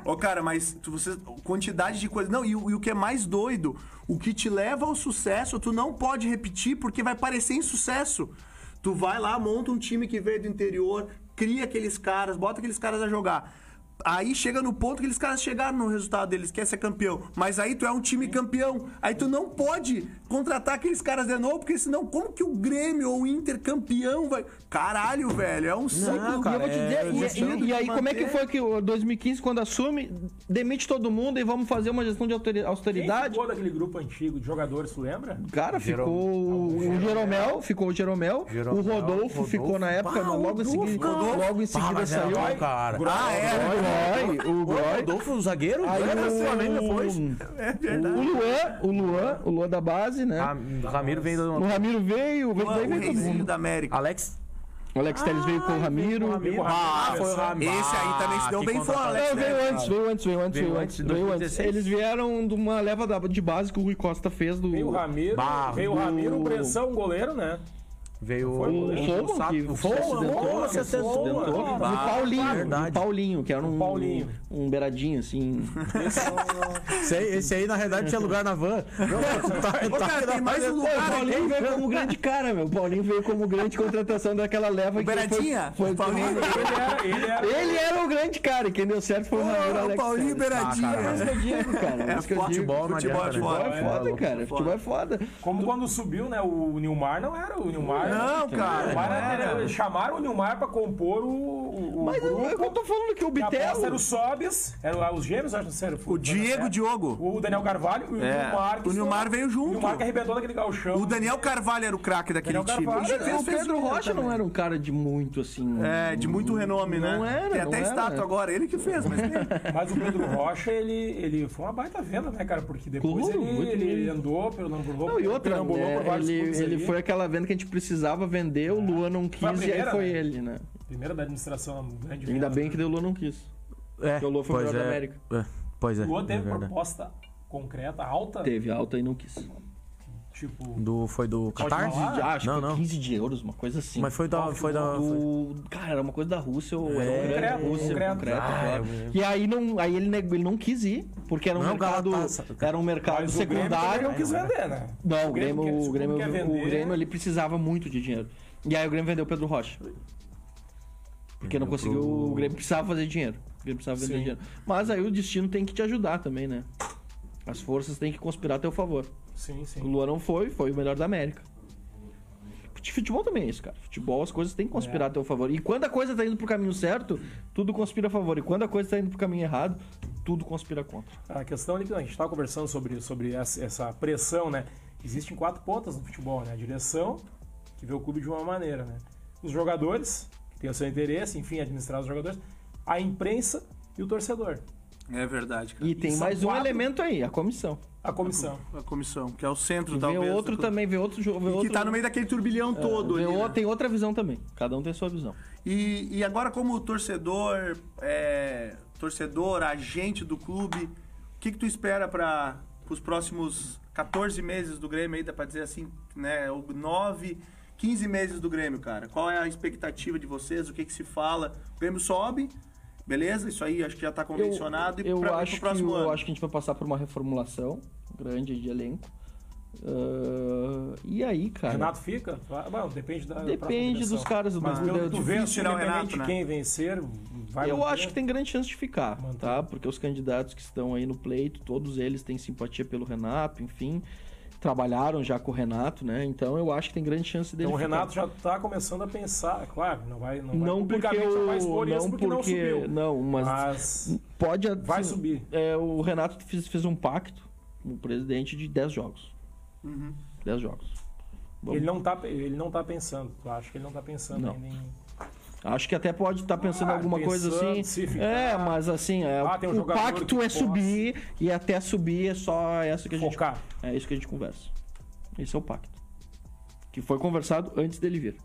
S3: Ô, cara, mas tu, você, quantidade de coisa. Não, e, o- e o que é mais doido, o que te leva ao sucesso, tu não pode repetir porque vai parecer insucesso. Tu vai lá, monta um time que veio do interior, cria aqueles caras, bota aqueles caras a jogar. Aí chega no ponto que eles caras chegaram no resultado deles, quer ser campeão. Mas aí tu é um time campeão. Aí tu não pode contratar aqueles caras de novo, porque senão como que o Grêmio ou o Inter campeão vai. Caralho, velho, é um ciclo.
S1: cara,
S4: e eu vou te
S1: é
S4: dizer,
S1: gestão
S4: e- e, e aí como é que foi que o 2015, quando assume, demite todo mundo e vamos fazer uma gestão de autori-
S2: Quem
S4: austeridade?
S2: ficou daquele grupo antigo de jogadores, tu lembra?
S4: Cara,
S5: Jerome-
S4: ficou o
S5: Jeromel.
S4: Jeromel, ficou o Jeromel,
S5: Jeromel,
S4: o Rodolfo, ficou na época,
S1: Bah,
S4: mas logo em
S1: Rodolfo,
S4: seguida,
S1: Rodolfo.
S4: logo em
S1: Ah,
S4: seguida
S1: mas era
S4: saiu
S1: bom, cara.
S3: Ah, é?
S4: o Groy, o
S1: O
S4: Groy.
S1: Rodolfo, o zagueiro?
S4: Aí
S1: Era do Flamengo depois.
S3: É verdade.
S4: O Luan, o Luan, o Luan da base, né?
S5: Ram- Ramiro veio
S4: O
S5: do.
S4: Ramiro veio, veio,
S3: Mano,
S4: daí
S3: Ah, o é
S4: veio todo
S3: reizinho
S4: mundo.
S3: da América.
S1: Alex?
S4: O Alex Telles veio com o Ramiro.
S2: Amigo
S1: Ah, foi o Ramiro.
S3: Esse aí também se deu
S4: Ah,
S5: que
S3: bem
S5: contratação.
S3: fora, né? Alex.
S4: Não, veio antes, veio antes, veio antes,
S5: Veio
S4: veio
S5: antes
S4: antes,
S5: de
S4: veio antes.
S5: 2016.
S4: Eles vieram de uma leva da- de base que o Rui Costa fez do.
S2: Veio o Ramiro,
S5: Bah,
S2: veio o
S4: do-
S2: Ramiro, pressão, goleiro, né?
S5: Veio
S2: Foi
S5: o.
S2: o
S4: Foman que
S5: o
S4: se acidentou. né?
S5: Foman.
S1: Pô,
S2: Pô,
S1: você
S2: pô,
S1: tentou.
S2: cara.
S4: E o tá? Paulinho,
S1: verdade.
S4: o Paulinho, que era um,
S2: Paulinho.
S4: um beiradinho, assim.
S1: Esse aí, esse aí, na realidade, tinha lugar na van. Tá-
S3: Ô,
S1: tá-
S3: cara, tem mais um
S4: Pô, o
S3: lugar ali.
S4: Paulinho veio como grande cara, meu. O Paulinho veio como grande contratação daquela leva. que
S3: Beiradinha?
S4: Foi,
S3: O
S4: foi,
S3: Paulinho,
S2: Ele era, ele era-
S4: ele era o grande cara, e quem deu certo foi o Ramiro
S3: Ô,
S4: Alex.
S3: É, Paulinho
S4: Telles.
S3: Beiradinha.
S4: É isso que eu digo, cara. É,
S3: É
S4: isso que eu
S3: forte
S4: digo.
S3: bola,
S5: Futebol não
S3: Futebol
S5: adianta,
S3: é
S5: né?
S3: foda,
S4: Futebol é foda,
S5: louco,
S4: cara. Futebol é foda.
S2: Como quando subiu, né? O Nilmar não era o Nilmar. né?
S3: Não, cara.
S2: O Nilmar era- eles chamaram o Nilmar pra compor o. o, o
S4: Mas eu,
S2: grupo.
S4: eu tô falando que o
S2: E a aposta era o
S4: Bitelo.
S2: Sobes, era os gêmeos, acho que era
S3: O
S4: É.
S3: Diego Diogo.
S2: O Daniel Carvalho e
S3: É,
S2: o Nilmar. que
S3: o Nilmar
S2: estourou.
S3: veio junto.
S2: O Nilmar que arrebentou naquele galchão.
S3: O Daniel Carvalho era o craque daquele
S2: Daniel
S3: time.
S2: Carvalho,
S3: Ele fez-
S4: O
S3: fez
S4: Pedro
S3: merda
S4: Rocha não
S3: também.
S4: era um cara de muito, assim.
S3: É, de muito renome, né?
S4: Não era,
S3: Tem
S4: não
S3: até
S4: era.
S3: estátua agora, ele que fez, mas tem.
S2: Mas o Pedro Rocha, ele, ele foi uma baita venda, né, cara? Porque depois
S4: Claro,
S2: ele,
S4: muito
S2: ele
S4: bem.
S2: andou pelo Lamburlou.
S4: Não, e outra, né, ele, ele foi aquela venda que a gente precisava vender, o Luan não quis
S2: Foi a
S4: e aí
S2: primeira,
S4: foi
S2: né?
S4: ele, né?
S2: Primeiro da administração né, grande.
S4: Ainda
S2: venda.
S4: bem que deu o Luan não quis.
S1: É,
S4: Porque o Lua foi o
S1: pois
S4: melhor da
S1: é.
S4: América.
S1: É, Pois é.
S2: O Luan
S1: é
S2: teve
S1: verdade.
S2: proposta concreta, alta,
S4: Teve alta e não quis.
S2: tipo...
S1: Do, foi do Qatar?
S2: falar?
S4: Ah, acho
S1: Não,
S4: que foi
S1: não.
S4: 15 de euros, uma coisa assim.
S1: Mas foi da. Foi da foi-
S4: Do... Cara, era uma coisa da Rússia ou
S1: É,
S4: era um
S2: concreto,
S4: Rússia,
S2: concreto.
S4: concreto.
S1: Ah,
S4: claro. e aí, não, aí ele, negou, ele não quis ir, porque era um
S1: Não, tá,
S4: mercado,
S1: Galatasaray.
S4: era um mercado
S2: Mas o Grêmio também
S4: secundário.
S2: não quis vender, né?
S4: Não, o Grêmio,
S2: quer- se
S4: o Grêmio,
S2: quer
S4: o
S2: vender, né?
S4: Grêmio ele precisava muito de dinheiro. E aí o Grêmio vendeu o Pedro Rocha. Porque não conseguiu. O Grêmio precisava fazer dinheiro. O Grêmio precisava vender
S2: Sim.
S4: dinheiro. Mas aí o destino tem que te ajudar também, né? As forças têm que conspirar a teu favor.
S2: Sim,
S4: O
S2: sim.
S4: Luan não foi, foi o melhor da América. De Futebol também é isso, cara. Futebol, as coisas têm que conspirar a teu favor. E quando a coisa tá indo pro caminho certo, tudo conspira a favor. E quando a coisa tá indo pro caminho errado, tudo conspira contra.
S2: A questão ali que a gente estava conversando sobre, sobre essa essa pressão, né? Existem quatro pontas no futebol, né? A direção, que vê o clube de uma maneira, né? Os jogadores, que tem o seu interesse, enfim, administrar os jogadores, a imprensa e o torcedor.
S3: É verdade, cara.
S4: E tem
S2: São
S4: mais um
S2: quatro.
S4: elemento aí, a comissão.
S2: A comissão.
S3: A comissão, que é o centro,
S4: E vê
S3: talvez.
S4: outro
S3: da-
S4: também, vê outro jogo. Vê
S3: E que
S4: outro... É,
S3: tá no meio daquele turbilhão todo
S4: Vê
S3: ali.
S4: o-
S3: né?
S4: Tem outra visão também. Cada um tem sua visão.
S3: E, e agora, como torcedor, é, torcedor, agente do clube, o que, que tu espera para os próximos 14 meses do Grêmio aí, dá pra dizer assim, né? ou 9, 15 meses do Grêmio, cara. Qual é a expectativa de vocês? O que, que se fala? O Grêmio sobe, beleza? Isso aí acho que já tá convencionado.
S4: eu
S3: e pra,
S4: acho
S3: pro próximo
S4: que, eu
S3: ano.
S4: acho que a gente vai passar por uma reformulação grande de elenco. Ah, e aí, cara?
S2: Renato fica? Ah, Bom, depende da. da
S4: Depende
S2: própria direção.
S4: dos caras, do
S2: Mas
S4: Dudu,
S2: pelo
S4: é
S2: que tu vê,
S3: difícil tirar o
S2: independente
S3: Renato, né?
S2: de quem vencer, vai
S4: eu
S2: manter.
S4: acho que tem grande chance de ficar,
S2: Manter.
S4: tá? Porque os candidatos que estão aí no pleito, todos eles têm simpatia pelo Renato, enfim, trabalharam já com o Renato, né? Então eu acho que tem grande chance dele
S2: Então o
S4: ficar.
S2: Renato já está começando a pensar, é claro, não vai. Não, vai
S4: não porque
S2: publicamente
S4: o-
S2: não vai expor isso
S4: não
S2: porque não
S4: porque-
S2: subiu.
S4: não, mas,
S2: Mas
S4: pode
S2: vai
S4: assim,
S2: subir.
S4: É, o Renato fez, fez um pacto com o presidente de 10 jogos. 10 jogos. Vamos-
S2: Uhum. Ele não, tá, ele não tá pensando. Eu acho que ele não tá pensando
S4: Não.
S2: ainda em.
S4: Acho que até pode estar pensando em
S2: Ah,
S4: alguma coisa
S2: pensando,
S4: assim.
S2: se ficar.
S4: É, mas assim, é,
S2: Ah, tem um
S4: o
S2: jogador que
S4: pacto é
S2: possa.
S4: subir e até subir é só essa que a gente
S2: Focar.
S4: É isso que a gente conversa. Esse é o pacto. Que foi conversado antes dele vir.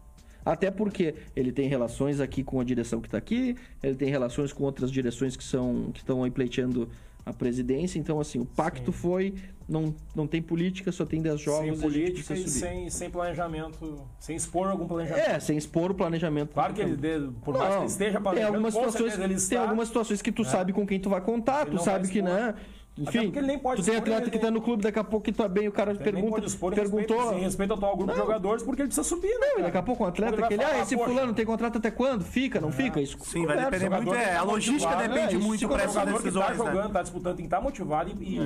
S4: Até porque ele tem tá relações aqui com a direção que está aqui, ele tem relações com outras direções que são que estão aí pleiteando a presidência. Então, assim, o pacto foi, não, não tem política, só tem 10 jogos.
S2: sem
S4: e a gente
S2: política
S4: precisa
S2: e
S4: subir.
S2: sem, sem planejamento, sem expor algum planejamento.
S4: É, sem expor o planejamento.
S2: Claro que ele, dê- por mais que ele esteja
S4: tem
S2: planejando,
S4: algumas
S2: com
S4: situações,
S2: certeza ele está,
S4: tem algumas situações que tu sabe com quem tu vai contar,
S2: Ele
S4: tu
S2: não
S4: sabe
S2: vai
S4: que
S2: expor.
S4: né?
S2: Até
S4: Enfim,
S2: porque ele nem pode
S4: tu tem
S2: expor,
S4: atleta
S2: ele-
S4: que tá no clube, daqui a pouco que tá bem, o cara
S2: nem
S4: pergunta,
S2: pode expor em
S4: perguntou,
S2: respeito, em respeito ao atual grupo de jogadores, porque ele precisa subir, né?
S4: Não, e daqui a pouco um atleta
S2: Ele
S4: que ele,
S2: vai
S4: ah,
S2: falar,
S4: esse
S2: "Poxa, Ah,
S4: fulano tem contrato até quando? Fica, não fica? Isso
S3: Sim, vai
S4: conversa.
S3: depender muito. É, a
S2: jogador
S3: logística
S2: motivado,
S3: depende
S4: é, isso
S3: muito
S4: quando
S3: para
S2: O
S3: essas
S2: jogador que tá
S3: decisões, né?
S2: jogando, tá disputando, tem que estar motivado e, e- e- e-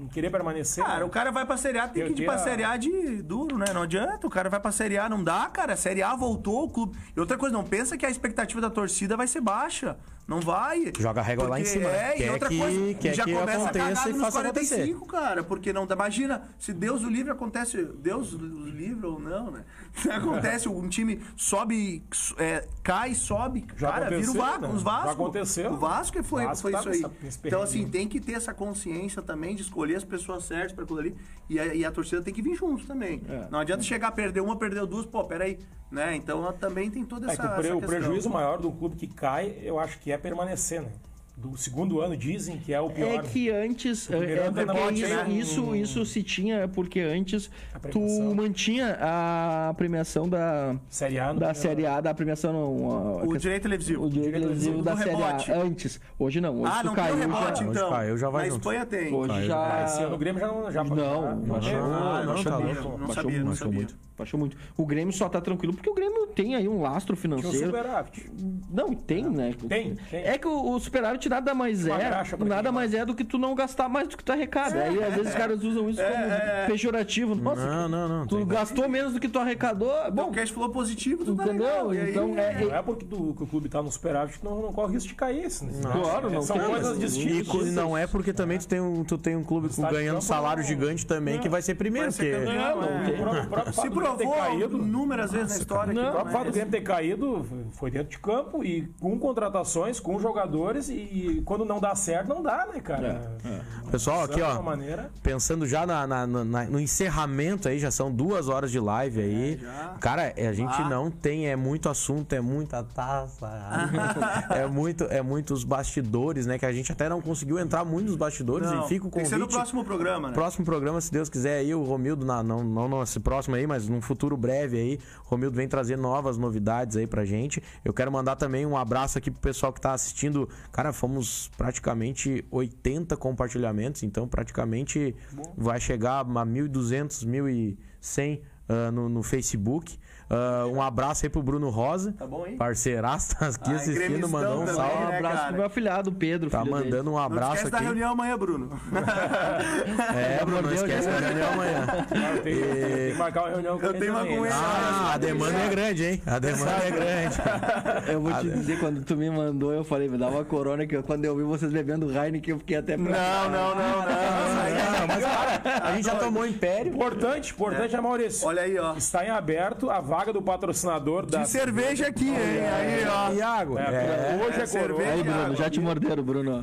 S2: e- e querer permanecer.
S3: Cara,
S1: é
S2: né?
S3: o cara vai pra Série A, tem
S2: Eu
S3: que ir
S2: tinha-
S3: pra Série A de duro, né? Não adianta, o cara vai pra Série A, não dá, cara. A Série A voltou, o clube... E outra coisa, não pensa que a expectativa da torcida vai ser baixa. Não vai.
S1: Joga a régua lá em
S3: Porque-
S1: cima, né?
S3: É, e
S1: Quer
S3: outra
S1: que-
S3: coisa,
S1: quer
S3: já
S1: que
S3: começa
S1: aconteça
S3: cagado
S1: e
S3: nos
S1: faça
S3: 45, cara. Porque não dá. Imagina, se Deus o livre acontece... Deus o livre ou não, né? Acontece, um time sobe, é, cai, sobe,
S2: Já
S3: cara, vira o
S2: aconteceu,
S3: Vasco.
S2: né?
S3: Os Vasco.
S2: Já aconteceu.
S3: O Vasco que foi,
S2: Vasco
S3: foi
S2: tá
S3: isso
S2: com
S3: aí.
S2: essa- esse
S3: então, assim,
S2: perrengue.
S3: tem que ter essa consciência também de escolher as pessoas certas para aquilo ali. E a, e a torcida tem que vir junto também. Não adianta chegar a perder uma, perdeu duas, pô, peraí. Né? Então ela também tem toda
S2: É
S3: essa.
S2: que o, pre-
S3: essa
S2: o
S3: questão.
S2: prejuízo maior do clube que cai, eu acho que é permanecer, né? Do segundo ano dizem que é o pior.
S4: É que antes. É,
S2: primeiro
S4: é
S2: ano tem
S4: porque
S2: bote,
S4: isso,
S2: né?
S4: isso, isso se tinha, é porque antes
S2: A
S4: tu
S2: premiação.
S4: mantinha a premiação da,
S2: Série A, no
S4: da
S2: primeiro
S4: Série A, da premiação. Não, a-
S3: O direito televisivo.
S4: o direito televisivo
S3: do
S4: da Série
S3: rebote.
S4: A é antes. Hoje não, hoje
S3: Ah,
S4: tu
S3: não tem o
S4: caiu já.
S3: rebote,
S1: hoje
S3: então.
S1: caiu, já vai
S3: Na
S1: junto.
S3: Espanha tem.
S4: Hoje
S1: Caiu,
S4: já.
S2: Ah, esse ano o Grêmio já não. Já,
S4: Não,
S2: já,
S4: baixou,
S2: já-
S1: não, tá
S2: já- já-
S1: louco.
S2: já-
S3: Ah, Não
S4: baixou
S3: sabia,
S4: muito,
S3: não
S1: baixou
S3: sabia.
S1: muito.
S4: Baixou muito. O Grêmio só tá tranquilo porque o Grêmio tem aí um lastro
S2: Tinha o
S4: financeiro.
S2: superávit.
S4: Não, tem, né?
S2: Tem, tem.
S4: É que o, o superávit nada mais
S2: Uma
S4: é.
S2: graxa pra
S4: Nada
S2: quem
S4: mais é do que tu não gastar mais do que tu arrecada. Aí às vezes os caras usam isso como pejorativo. Nossa,
S1: Não, não, não.
S4: tu
S1: tem-
S4: gastou menos do que tu arrecadou.
S3: Bom, o
S4: Bom,
S3: cash flow positivo, tu tá
S4: entendeu?
S3: legal. E aí-
S4: então é.
S2: Não é porque do- que o clube tá no superávit que não, não corre risco de cair esse. Né?
S4: Claro, não
S2: São
S4: tem,
S2: coisas
S4: mas-
S1: E co-
S2: distintas.
S1: não é porque também tu tem um, tu tem um clube com-
S2: Estádio de
S1: ganhando
S2: campo,
S1: salário
S2: não.
S1: gigante também que vai ser primeiro.
S3: Vai ser
S1: porque-
S3: campeão.
S2: Não,
S3: É.
S2: o próprio- o próprio fato
S3: Se
S2: do Grêmio ter
S3: provou
S2: caído-
S3: inúmeras vezes na história.
S2: O
S3: que
S2: próprio
S3: é-
S2: fato do Grêmio ter caído foi dentro de campo e com contratações, com jogadores e, e quando não dá certo, não dá, né, cara?
S1: Pessoal,
S2: Pensando
S1: aqui, ó.
S2: de uma maneira.
S1: Pensando já na- na- na- na- no encerramento aí, já são duas horas de live aí. Cara, é, a gente
S3: Ah.
S1: não tem, é muito assunto, é muita taça, é muito, é muitos bastidores, né? Que a gente até não conseguiu entrar muito nos bastidores
S3: Não,
S1: e fica o
S3: Tem que
S1: assim convite.
S3: ser no próximo programa, né?
S1: Próximo programa, se Deus quiser, aí o Romildo, na- não, não, não esse próximo aí, mas num futuro breve aí, o Romildo vem trazer novas novidades aí pra gente. Eu quero mandar também um abraço aqui pro pessoal que tá assistindo. Cara, fomos praticamente 80 compartilhamentos, então praticamente vai chegar a 1.200, 1.100 ah, no, no Facebook. Ah, um abraço aí pro Bruno Rosa,
S3: Tá bom, hein?
S1: parceiraço, tá aqui
S3: Ah,
S1: assistindo,
S3: gremistão
S1: mandou um
S3: também,
S1: salve.
S4: Um
S3: né,
S4: abraço
S3: cara?
S4: pro meu afilhado, Pedro.
S1: Tá
S4: filho dele.
S1: mandando um
S3: Não
S1: abraço
S3: esquece da
S1: aqui.
S3: reunião amanhã, Bruno.
S1: É, Bruno, não
S4: Deus,
S1: esquece da reunião amanhã.
S2: Claro, tem, tem que marcar uma reunião com
S3: Eu
S2: ele
S3: tenho uma
S2: também,
S3: com
S2: né?
S3: ele.
S1: Ah, a demanda é grande, hein? A demanda é grande.
S4: Eu vou te
S1: Ah,
S4: dizer, quando tu me mandou, eu falei, me dá uma corona, que eu- quando eu vi vocês bebendo Heineken, eu fiquei até pra.
S3: Não, não, não, não.
S1: Não, mas para, a gente já tomou o Império.
S2: Importante, importante é, Maurício.
S3: Olha aí, ó.
S2: Está em aberto a vaga do patrocinador da.
S3: E cerveja aqui, hein? Aí, ó.
S1: Iago,
S2: É,
S1: é,
S2: hoje é, coroa.
S3: é cerveja.
S4: Aí, Bruno, já te morderam, Bruno.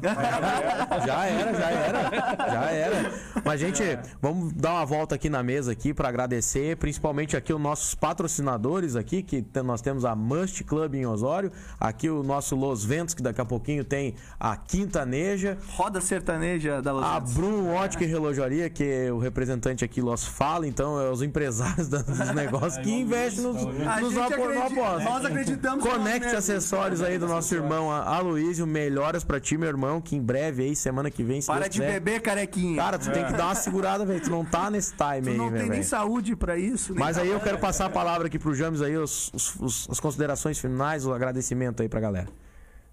S1: já era, já era, já era. Mas gente, vamos dar uma volta aqui na mesa aqui para agradecer, principalmente aqui os nossos patrocinadores aqui, que te- nós temos a Must Club em Osório, aqui o nosso Los Ventos que daqui a pouquinho tem a Quintaneja,
S3: Roda sertaneja da Los
S1: A
S3: Angeles.
S1: Brum Ótica e Relojaria, que é o representante aqui nós fala, então é os empresários da- dos negócios que investem nos,
S3: A
S1: nos
S3: gente
S1: apo- no
S3: acredita-
S1: aposta.
S3: nós acreditamos no
S1: Conecte
S3: nosso
S1: acessórios aí do nosso irmão a- Aloysio, melhoras pra ti, meu irmão, que em breve aí, semana que vem, se
S3: Para
S1: Deus
S3: de
S1: quiser.
S3: beber, carequinha.
S1: Cara, tu tem que dar uma segurada, velho, tu não tá nesse time
S3: tu
S1: aí,
S3: não
S1: velho.
S3: tem nem saúde pra isso. nem
S1: Mas aí eu
S3: nada.
S1: quero passar a palavra aqui pro James aí, os- os- os- as considerações finais, o agradecimento aí pra galera.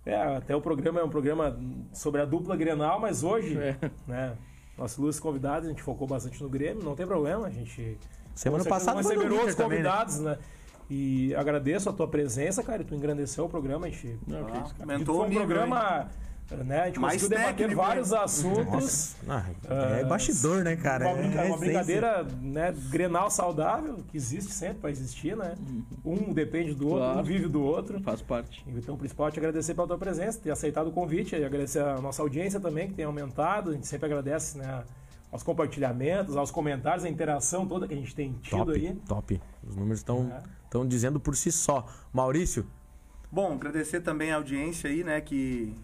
S2: É, até o programa é um programa sobre a dupla Grenal, mas hoje,
S4: É.
S2: né, nossos luzes convidados, a gente focou bastante no Grêmio, não tem problema, a gente...
S1: Semana
S2: com certeza
S1: passada
S2: vão
S1: foi do
S2: receber outros
S1: Inter também, né?
S2: convidados, né? E agradeço a tua presença, cara, e tu engrandeceu o programa, a gente...
S3: Aumentou
S2: foi
S3: o
S2: um
S3: nível,
S2: programa, né, a gente
S3: Mais
S2: conseguiu debater
S3: técnico,
S2: vários assuntos...
S1: Ah,
S2: Ah,
S1: é bastidor, né, cara?
S2: Uma,
S1: É
S2: brinca- uma
S1: essência.
S2: brincadeira, né, grenal saudável, que existe sempre, vai existir, né? Um depende do outro,
S4: Claro.
S2: um vive do outro.
S4: Faz parte.
S2: Então, o principal é te agradecer pela tua presença, ter aceitado o convite, e agradecer a nossa audiência também, que tem aumentado. A gente sempre agradece né, aos compartilhamentos, aos comentários, a interação toda que a gente tem tido
S1: Top,
S2: aí.
S1: top. Os números estão
S2: É.
S1: estão dizendo por si só. Maurício,
S3: Bom, agradecer também a audiência aí, né, que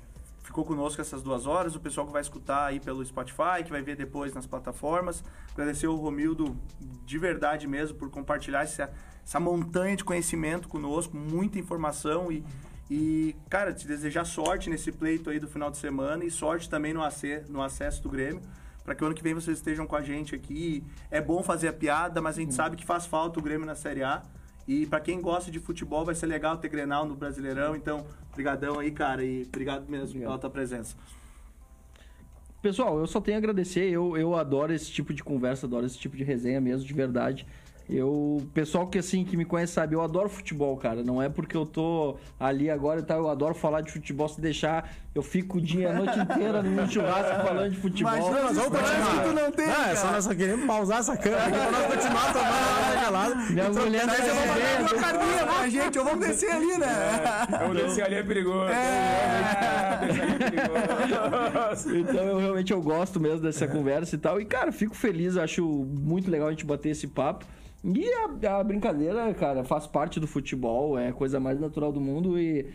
S3: ficou conosco essas duas horas. O pessoal que vai escutar aí pelo Spotify, que vai ver depois nas plataformas. Agradecer o Romildo de verdade mesmo por compartilhar essa, essa montanha de conhecimento conosco, muita informação e. E, cara, te desejar sorte nesse pleito aí do final de semana e sorte também no, ace- no acesso do Grêmio, para que o ano que vem vocês estejam com a gente aqui. É bom fazer a piada, mas a gente sabe que faz falta o Grêmio na Série A. E para quem gosta de futebol, vai ser legal ter Grenal no Brasileirão. Então, brigadão aí, cara, e obrigado mesmo pela tua presença.
S4: Pessoal, eu só tenho a agradecer. Eu, eu adoro esse tipo de conversa, adoro esse tipo de resenha mesmo, de verdade. Eu, pessoal que assim que me conhece sabe, eu adoro futebol, cara. Não é porque eu tô ali agora e tal, eu adoro falar de futebol. Se deixar, eu fico o dia, a noite inteira no churrasco falando de futebol.
S3: Imagina,
S1: Não, nós vamos
S3: Parece
S1: continuar.
S3: que tu não tem,
S1: Ah, é só
S3: cara.
S1: nós só queremos pausar essa câmera aqui pra nós continuar tomando a nossa gelada.
S4: Minha
S1: E tro-
S4: mulher
S1: Daí
S4: tá
S1: você vai
S4: bebendo.
S1: falar,
S3: uma carninha pra gente, ou vamos descer ali, né?
S2: Eu disse ali é perigoso. É, esse ali é perigoso.
S4: Então eu realmente eu gosto mesmo dessa conversa e tal. E, cara, fico feliz, acho muito legal a gente bater esse papo. E a, a brincadeira, cara, faz parte do futebol, é a coisa mais natural do mundo e.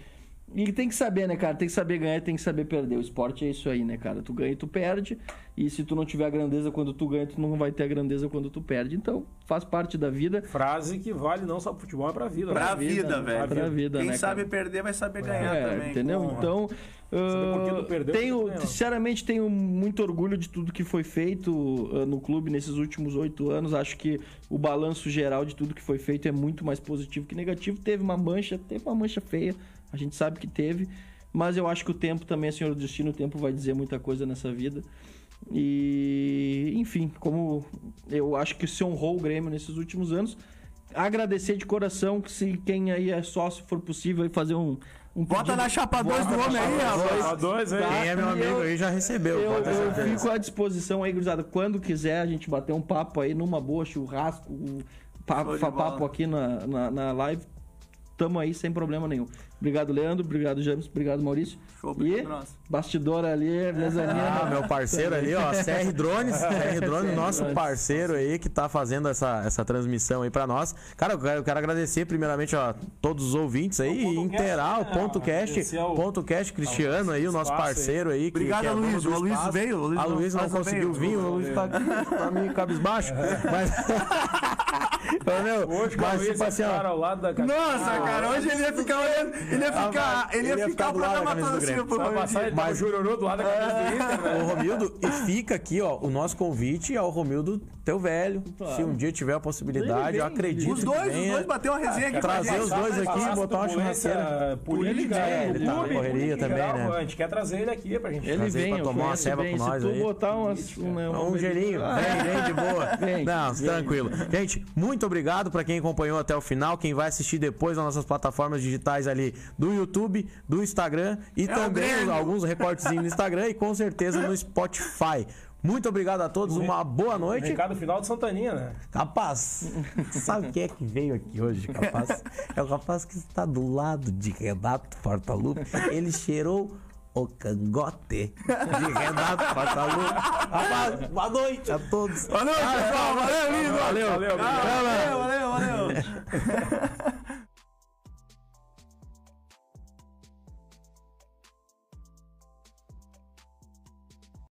S4: E tem que saber, né, cara? Tem que saber ganhar, tem que saber perder. O esporte é isso aí, né, cara? Tu ganha e tu perde. E se tu não tiver a grandeza quando tu ganha, tu não vai ter a grandeza quando tu perde. Então, faz parte da vida.
S2: Frase que vale não só pro futebol, é pra vida.
S3: Pra
S2: né?
S3: vida, velho.
S4: Pra vida,
S3: Quem
S4: né,
S3: sabe
S4: cara?
S3: perder vai saber ganhar
S4: É,
S3: também.
S4: entendeu?
S3: Porra.
S4: Então,
S2: Saber por que
S4: ah,
S2: tu perdeu, por que tu
S4: tenho,
S2: ganhou.
S4: sinceramente, tenho muito orgulho de tudo que foi feito ah, no clube nesses últimos oito anos. Acho que o balanço geral de tudo que foi feito é muito mais positivo que negativo. Teve uma mancha, teve uma mancha feia, a gente sabe que teve. Mas eu acho que o tempo também é senhor do destino, o tempo vai dizer muita coisa nessa vida. E, enfim, como eu acho que se honrou o Grêmio nesses últimos anos, agradecer de coração que se quem aí é sócio for possível aí fazer um, um
S3: Bota
S4: pedido-
S3: na chapa 2 do homem aí, rapaz.
S2: Só dois aí.
S4: Tá.
S1: Quem é meu amigo aí já recebeu,
S4: Eu,
S1: pode
S3: Tá
S1: ter
S4: eu
S1: certeza.
S4: fico à disposição aí, gurizada. Quando quiser, a gente bater um papo aí numa boa, churrasco, um
S3: Show
S4: papo,
S3: de
S4: fa-
S3: bola.
S4: papo aqui na, na, na live. Tamo aí sem problema nenhum. Obrigado, Leandro. Obrigado, James. Obrigado, Maurício.
S3: Show,
S4: e
S3: obrigado, nós.
S4: bastidor ali, mezanina.
S1: Ah, meu parceiro ali, ó, CR Drones, CR Drones, nosso parceiro aí que tá fazendo essa, essa transmissão aí pra nós. Cara, eu quero, eu quero agradecer primeiramente a todos os ouvintes aí,
S2: Ao Ponto Cast,
S1: Interal,
S2: né?
S1: Ponto Cast,
S3: é
S2: Agradecer ao-
S1: Ponto Cast Cristiano aí, o nosso
S2: espaço aí.
S1: parceiro aí. que-
S3: Obrigado,
S1: que é dono do
S3: Aloysio. O Aloysio
S1: espaço.
S3: veio, o Aloysio
S1: A
S3: não-
S1: Luiz não
S3: mas não
S1: conseguiu
S3: veio.
S1: vir, o Luiz tá aqui pra mim cabisbaixo. Mas. Mas, meu,
S2: Hoje com
S1: mas, tipo
S2: esse
S1: assim, ó,
S2: cara ao lado da
S3: Nossa, cara, hoje ele ia ficar olhando. Ele ia ficar. Ele
S1: ele
S3: ia
S1: ia
S3: ficar o
S1: ficar do lado da
S3: programa
S1: camisa do
S3: todo assim,
S1: Grêmio.
S3: pô.
S2: Vai passar ele tá o
S1: Mas- É,
S2: Jurorô do lado da cabeça do Inter, né?
S1: Ô Romildo, e fica aqui, ó, o nosso convite ao Romildo, teu velho. Se um dia tiver a possibilidade, eu
S4: Ele vem,
S1: acredito.
S3: Os dois,
S1: que
S3: os
S1: venha.
S3: dois bateu uma resenha aqui pra
S1: Trazer
S3: gente.
S1: os dois aqui,
S2: Passar
S1: botar uma
S2: turbulência
S1: churrasqueira.
S2: Política,
S1: É,
S2: do
S1: ele tá na
S2: clube,
S1: correria
S2: em
S1: também,
S2: geral,
S1: né?
S2: A gente quer trazer ele aqui pra gente.
S4: Ele
S1: Trazer
S4: vem,
S1: pra
S4: eu
S1: tomar uma
S4: conheço
S1: ceva com
S4: bem.
S1: nós
S4: Se tu
S1: aí.
S4: botar umas, um, né, uma
S1: Um
S4: bebida-
S1: gelinho, vem, vem de boa.
S4: Vem,
S1: Não,
S4: vem.
S1: tranquilo. Gente, muito obrigado pra quem acompanhou até o final, quem vai assistir depois nas nossas plataformas digitais ali do YouTube, do Instagram e
S4: É
S3: o
S1: também
S3: Grêmio.
S1: alguns recortezinhos no Instagram e com certeza no Spotify. Muito obrigado a todos, uma boa
S2: O
S1: noite.
S2: recado final de Santaninha, né?
S1: Capaz, sabe quem é que veio aqui hoje, capaz? É o rapaz que está do lado de Renato Portaluppi. Ele cheirou o cangote de Renato Portaluppi. Rapaz, boa noite a todos.
S3: Valeu, pessoal. Valeu, lindo.
S1: Valeu.
S2: Valeu,
S3: Ah, Valeu, valeu, valeu.